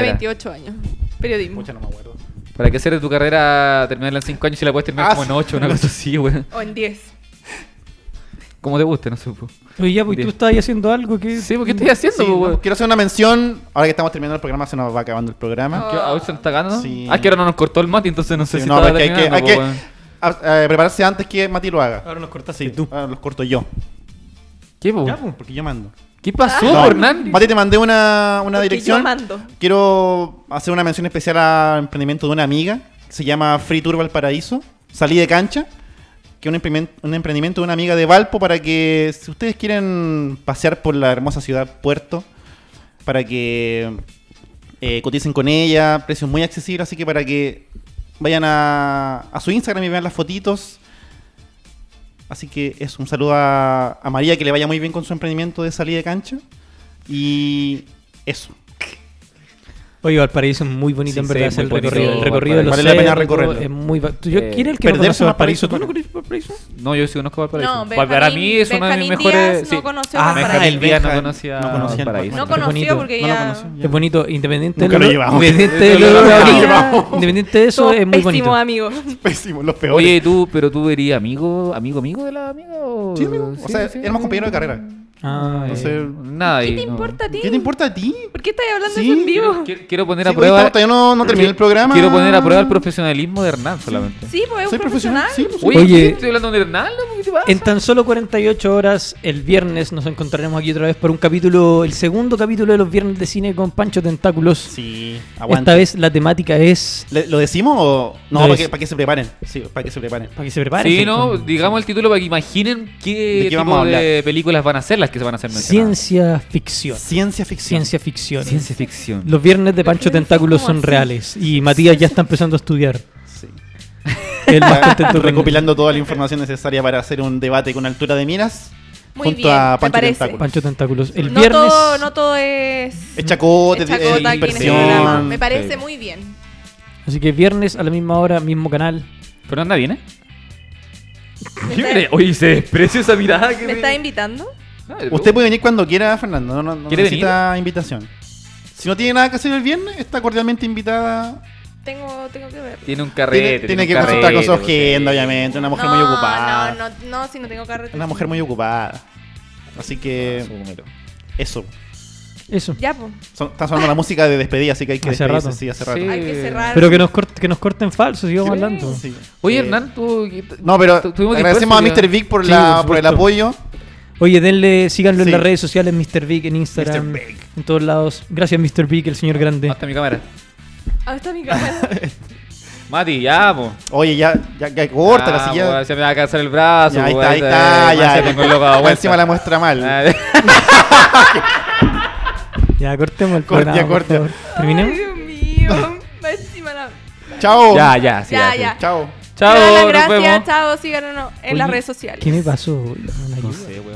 Speaker 4: 28
Speaker 5: carrera.
Speaker 4: años. Periodismo.
Speaker 3: Pucha, no me acuerdo.
Speaker 5: ¿Para qué hacer de tu carrera terminarla en 5 años si la puedes terminar
Speaker 3: Ah,
Speaker 5: como en 8 una cosa así, güey?
Speaker 4: O en 10.
Speaker 5: Como te guste, no supo.
Speaker 2: Oye, ya, pues tú
Speaker 5: Bien.
Speaker 2: estabas haciendo algo que.
Speaker 5: Sí,
Speaker 4: pues,
Speaker 5: ¿por qué estoy haciendo,
Speaker 3: Sí,
Speaker 5: po, güey?
Speaker 3: no, quiero hacer una mención. Ahora que estamos terminando el programa, se nos va acabando el programa.
Speaker 4: Oh. Ah.
Speaker 5: ¿Qué, ¿Ahora se nos está ganando?
Speaker 3: Sí.
Speaker 5: Ah, que ahora no nos cortó el mate, entonces no sé
Speaker 3: Sí,
Speaker 5: si
Speaker 3: no,
Speaker 5: estaba
Speaker 3: pero es que hay que, hay
Speaker 5: terminando,
Speaker 3: que
Speaker 5: po, pues, weón.
Speaker 3: a- eh, prepararse antes que Mati lo haga.
Speaker 2: Ahora nos cortaste
Speaker 3: Sí,
Speaker 2: tú.
Speaker 3: Ahora los corto yo.
Speaker 5: ¿Qué, po?
Speaker 3: Ya, pues, porque yo mando.
Speaker 5: ¿Qué
Speaker 4: Ah,
Speaker 5: pasó,
Speaker 3: No,
Speaker 5: Hernán?
Speaker 3: Mati, te mandé una, una
Speaker 4: Porque
Speaker 3: dirección.
Speaker 4: yo mando.
Speaker 3: Quiero hacer una mención especial al emprendimiento de una amiga. Se llama Free Tour Valparaíso. Salí de cancha. Que es un, empremen- un emprendimiento de una amiga de Valpo para que, si ustedes quieren pasear por la hermosa ciudad Puerto, para que eh, coticen con ella, precios muy accesibles. Así que para que vayan a, a su Instagram y vean las fotitos. Así que es un saludo a, a María, que le vaya muy bien con su emprendimiento de salida de cancha. Y eso.
Speaker 2: Oye, Valparaíso es muy bonito,
Speaker 5: Sí,
Speaker 2: en
Speaker 5: sí,
Speaker 2: verdad.
Speaker 5: es
Speaker 2: es el
Speaker 5: muy bonito,
Speaker 2: recorrido, el recorrido de los
Speaker 3: Vale la pena
Speaker 2: cerros,
Speaker 3: recorrerlo.
Speaker 2: todo, Es muy. va- Tú- Yo,
Speaker 5: Eh,
Speaker 2: ¿Quién es el que no
Speaker 3: perderse
Speaker 2: conoce
Speaker 3: en
Speaker 2: Valparaíso? ¿Tú no
Speaker 3: Valparaíso,
Speaker 2: conoces Valparaíso?
Speaker 5: No, yo sí conozco Valparaíso.
Speaker 4: No,
Speaker 5: Pa- para
Speaker 4: Benjamín-
Speaker 5: mí es uno de mis
Speaker 4: Benjamín
Speaker 5: mejores.
Speaker 4: Díaz
Speaker 5: sí.
Speaker 4: no conoció
Speaker 2: Ah,
Speaker 4: Valparaíso.
Speaker 5: Benjamín
Speaker 3: el
Speaker 5: Díaz no
Speaker 3: Benja-
Speaker 5: conocía
Speaker 3: no conocía el
Speaker 5: Valparaíso.
Speaker 4: No
Speaker 3: Valparaíso.
Speaker 2: cono- bonito.
Speaker 4: conoció porque
Speaker 3: No lo
Speaker 4: ya.
Speaker 3: conoció.
Speaker 2: Es bonito, independiente
Speaker 3: Nunca
Speaker 2: del
Speaker 3: lo
Speaker 2: olor-
Speaker 3: llevamos.
Speaker 2: Independiente del
Speaker 3: Lo
Speaker 2: olor a
Speaker 3: llevamos.
Speaker 2: orina, Independiente de eso,
Speaker 4: Somos
Speaker 2: es muy
Speaker 4: pésimos
Speaker 2: bonito.
Speaker 4: amigos.
Speaker 3: Pésimo, los peores.
Speaker 5: Oye, tú, pero tú eres amigo, amigo, amigo de la amiga o.
Speaker 3: Sí, amigo. O sea, éramos compañeros de carrera.
Speaker 2: Ah,
Speaker 3: No
Speaker 2: ya.
Speaker 3: sé.
Speaker 5: Nada,
Speaker 4: ¿Qué
Speaker 5: ahí,
Speaker 4: te
Speaker 5: no.
Speaker 4: importa a ti?
Speaker 3: ¿Qué te importa a ti?
Speaker 4: ¿Por qué estás hablando
Speaker 3: Sí,
Speaker 4: eso en vivo?
Speaker 5: Quiero, quiero poner
Speaker 3: Sí,
Speaker 5: a
Speaker 3: pues,
Speaker 5: prueba.
Speaker 3: estamos- todavía no, no terminé el programa.
Speaker 5: Quiero poner a prueba el profesionalismo de Hernán solamente.
Speaker 4: Sí, pues es
Speaker 3: Soy
Speaker 4: un profesional.
Speaker 3: profesional. Sí, pues,
Speaker 5: Oye,
Speaker 2: Oye.
Speaker 5: ¿sí estoy hablando de Hernán, ¿no? ¿Qué te pasa?
Speaker 2: En tan solo 48 horas, el viernes, nos encontraremos aquí otra vez por un capítulo, el segundo capítulo de los viernes de cine con Pancho Tentáculos.
Speaker 3: Sí,
Speaker 2: Esta
Speaker 3: aguanta.
Speaker 2: vez la temática es.
Speaker 3: ¿Le- ¿Lo decimos o.? No,
Speaker 2: Lo
Speaker 3: para
Speaker 2: dec-
Speaker 3: que, para que se preparen. Sí, para que se preparen.
Speaker 2: Para que se preparen.
Speaker 5: Sí,
Speaker 2: pues,
Speaker 5: no,
Speaker 2: con-
Speaker 5: digamos el título para que imaginen qué,
Speaker 3: ¿De qué vamos
Speaker 5: tipo
Speaker 3: a hablar?
Speaker 5: de películas van a ser las que se van a hacer mencionadas.
Speaker 2: Ciencia ficción.
Speaker 3: Ciencia ficción.
Speaker 2: Ciencia ficción.
Speaker 5: Ciencia ficción.
Speaker 2: Los viernes de Pancho Tentáculos son reales y Matías ya está empezando a estudiar.
Speaker 3: Sí.
Speaker 2: Él más contento con-
Speaker 3: Recopilando toda la información necesaria para hacer un debate con altura de miras.
Speaker 4: Muy
Speaker 3: junto
Speaker 4: bien,
Speaker 3: a
Speaker 4: me
Speaker 3: Pancho
Speaker 4: parece.
Speaker 3: Tentáculo.
Speaker 2: Pancho Tentáculos. El
Speaker 4: no,
Speaker 2: viernes.
Speaker 4: todo, no todo es.
Speaker 3: Es chacote, eh, es
Speaker 4: es chacota aquí en este
Speaker 5: dispersión.
Speaker 4: programa. Me
Speaker 3: dispersión.
Speaker 4: parece
Speaker 5: Sí.
Speaker 4: muy bien.
Speaker 2: Así que viernes a la misma hora, mismo canal.
Speaker 5: Pero anda bien, ¿eh?
Speaker 4: ¿Me
Speaker 5: ¿Qué
Speaker 4: está-
Speaker 5: mire? Oye, se desprecia esa mirada que
Speaker 4: ¿Me está invitando?
Speaker 5: Ah,
Speaker 3: Usted puede venir cuando quiera, Fernando. No, no- no
Speaker 5: ¿Quiere
Speaker 3: necesita invitación. Si no tiene nada que hacer el viernes, está cordialmente invitada.
Speaker 4: Tengo, tengo que ver.
Speaker 5: Tiene un
Speaker 3: tiene,
Speaker 5: carrete.
Speaker 3: tiene
Speaker 5: un
Speaker 3: que consultar con su
Speaker 5: carrete,
Speaker 3: agenda,
Speaker 5: sí.
Speaker 3: obviamente. Una mujer
Speaker 4: no,
Speaker 3: muy ocupada.
Speaker 4: No, no, no, si no tengo carrete.
Speaker 3: Una mujer muy ocupada. Así que,
Speaker 5: Su número.
Speaker 3: eso.
Speaker 2: Eso.
Speaker 4: Ya, pues.
Speaker 3: Son- está sonando la música de despedida, así que hay que
Speaker 2: Hace
Speaker 3: despedirse,
Speaker 2: rato.
Speaker 3: sí, hace rato.
Speaker 5: Sí.
Speaker 4: Hay que cerrar.
Speaker 2: Pero que nos, cort- que nos corten falso, sigamos hablando.
Speaker 3: Sí.
Speaker 5: Oye,
Speaker 3: Eh,
Speaker 5: Hernán, tú.
Speaker 3: No, pero
Speaker 5: tu- tuvimos que
Speaker 3: agradecemos a
Speaker 5: disperso,
Speaker 3: Mr. Big por,
Speaker 2: Sí,
Speaker 3: la,
Speaker 2: por
Speaker 3: por el
Speaker 2: supuesto.
Speaker 3: apoyo.
Speaker 2: Oye, denle, síganlo en
Speaker 3: Sí.
Speaker 2: las redes sociales, Mr. Big, en Instagram, en todos lados. Gracias, Mr. Big, el señor grande.
Speaker 5: Hasta mi cámara.
Speaker 4: Ah, está mi cámara.
Speaker 5: Mati, ya, po.
Speaker 3: Oye, ya, ya, ya corta
Speaker 5: Ya,
Speaker 3: la
Speaker 5: po,
Speaker 3: silla.
Speaker 5: Se me va a cansar el brazo.
Speaker 3: Ya, ahí
Speaker 5: po,
Speaker 3: está, ahí está,
Speaker 5: eh,
Speaker 3: ya.
Speaker 5: se tengo el loco dado
Speaker 3: Más Encima la muestra
Speaker 5: vuelta.
Speaker 3: mal.
Speaker 5: Ah,
Speaker 2: Ya, cortemos el
Speaker 3: Corta,
Speaker 2: programa, por
Speaker 3: corta.
Speaker 2: favor.
Speaker 4: Ay,
Speaker 2: ¿Terminemos?
Speaker 4: Dios mío. Va encima la.
Speaker 3: Chao.
Speaker 5: Ya, ya, sí,
Speaker 4: Ya,
Speaker 5: sí.
Speaker 4: ya.
Speaker 3: Chao.
Speaker 5: Chao,
Speaker 4: Dale,
Speaker 5: nos
Speaker 4: gracias,
Speaker 5: vemos.
Speaker 4: chao. Síganos en
Speaker 2: Oye,
Speaker 4: las redes sociales.
Speaker 2: ¿Qué me pasó? Una ayuda.
Speaker 5: Sí, weón.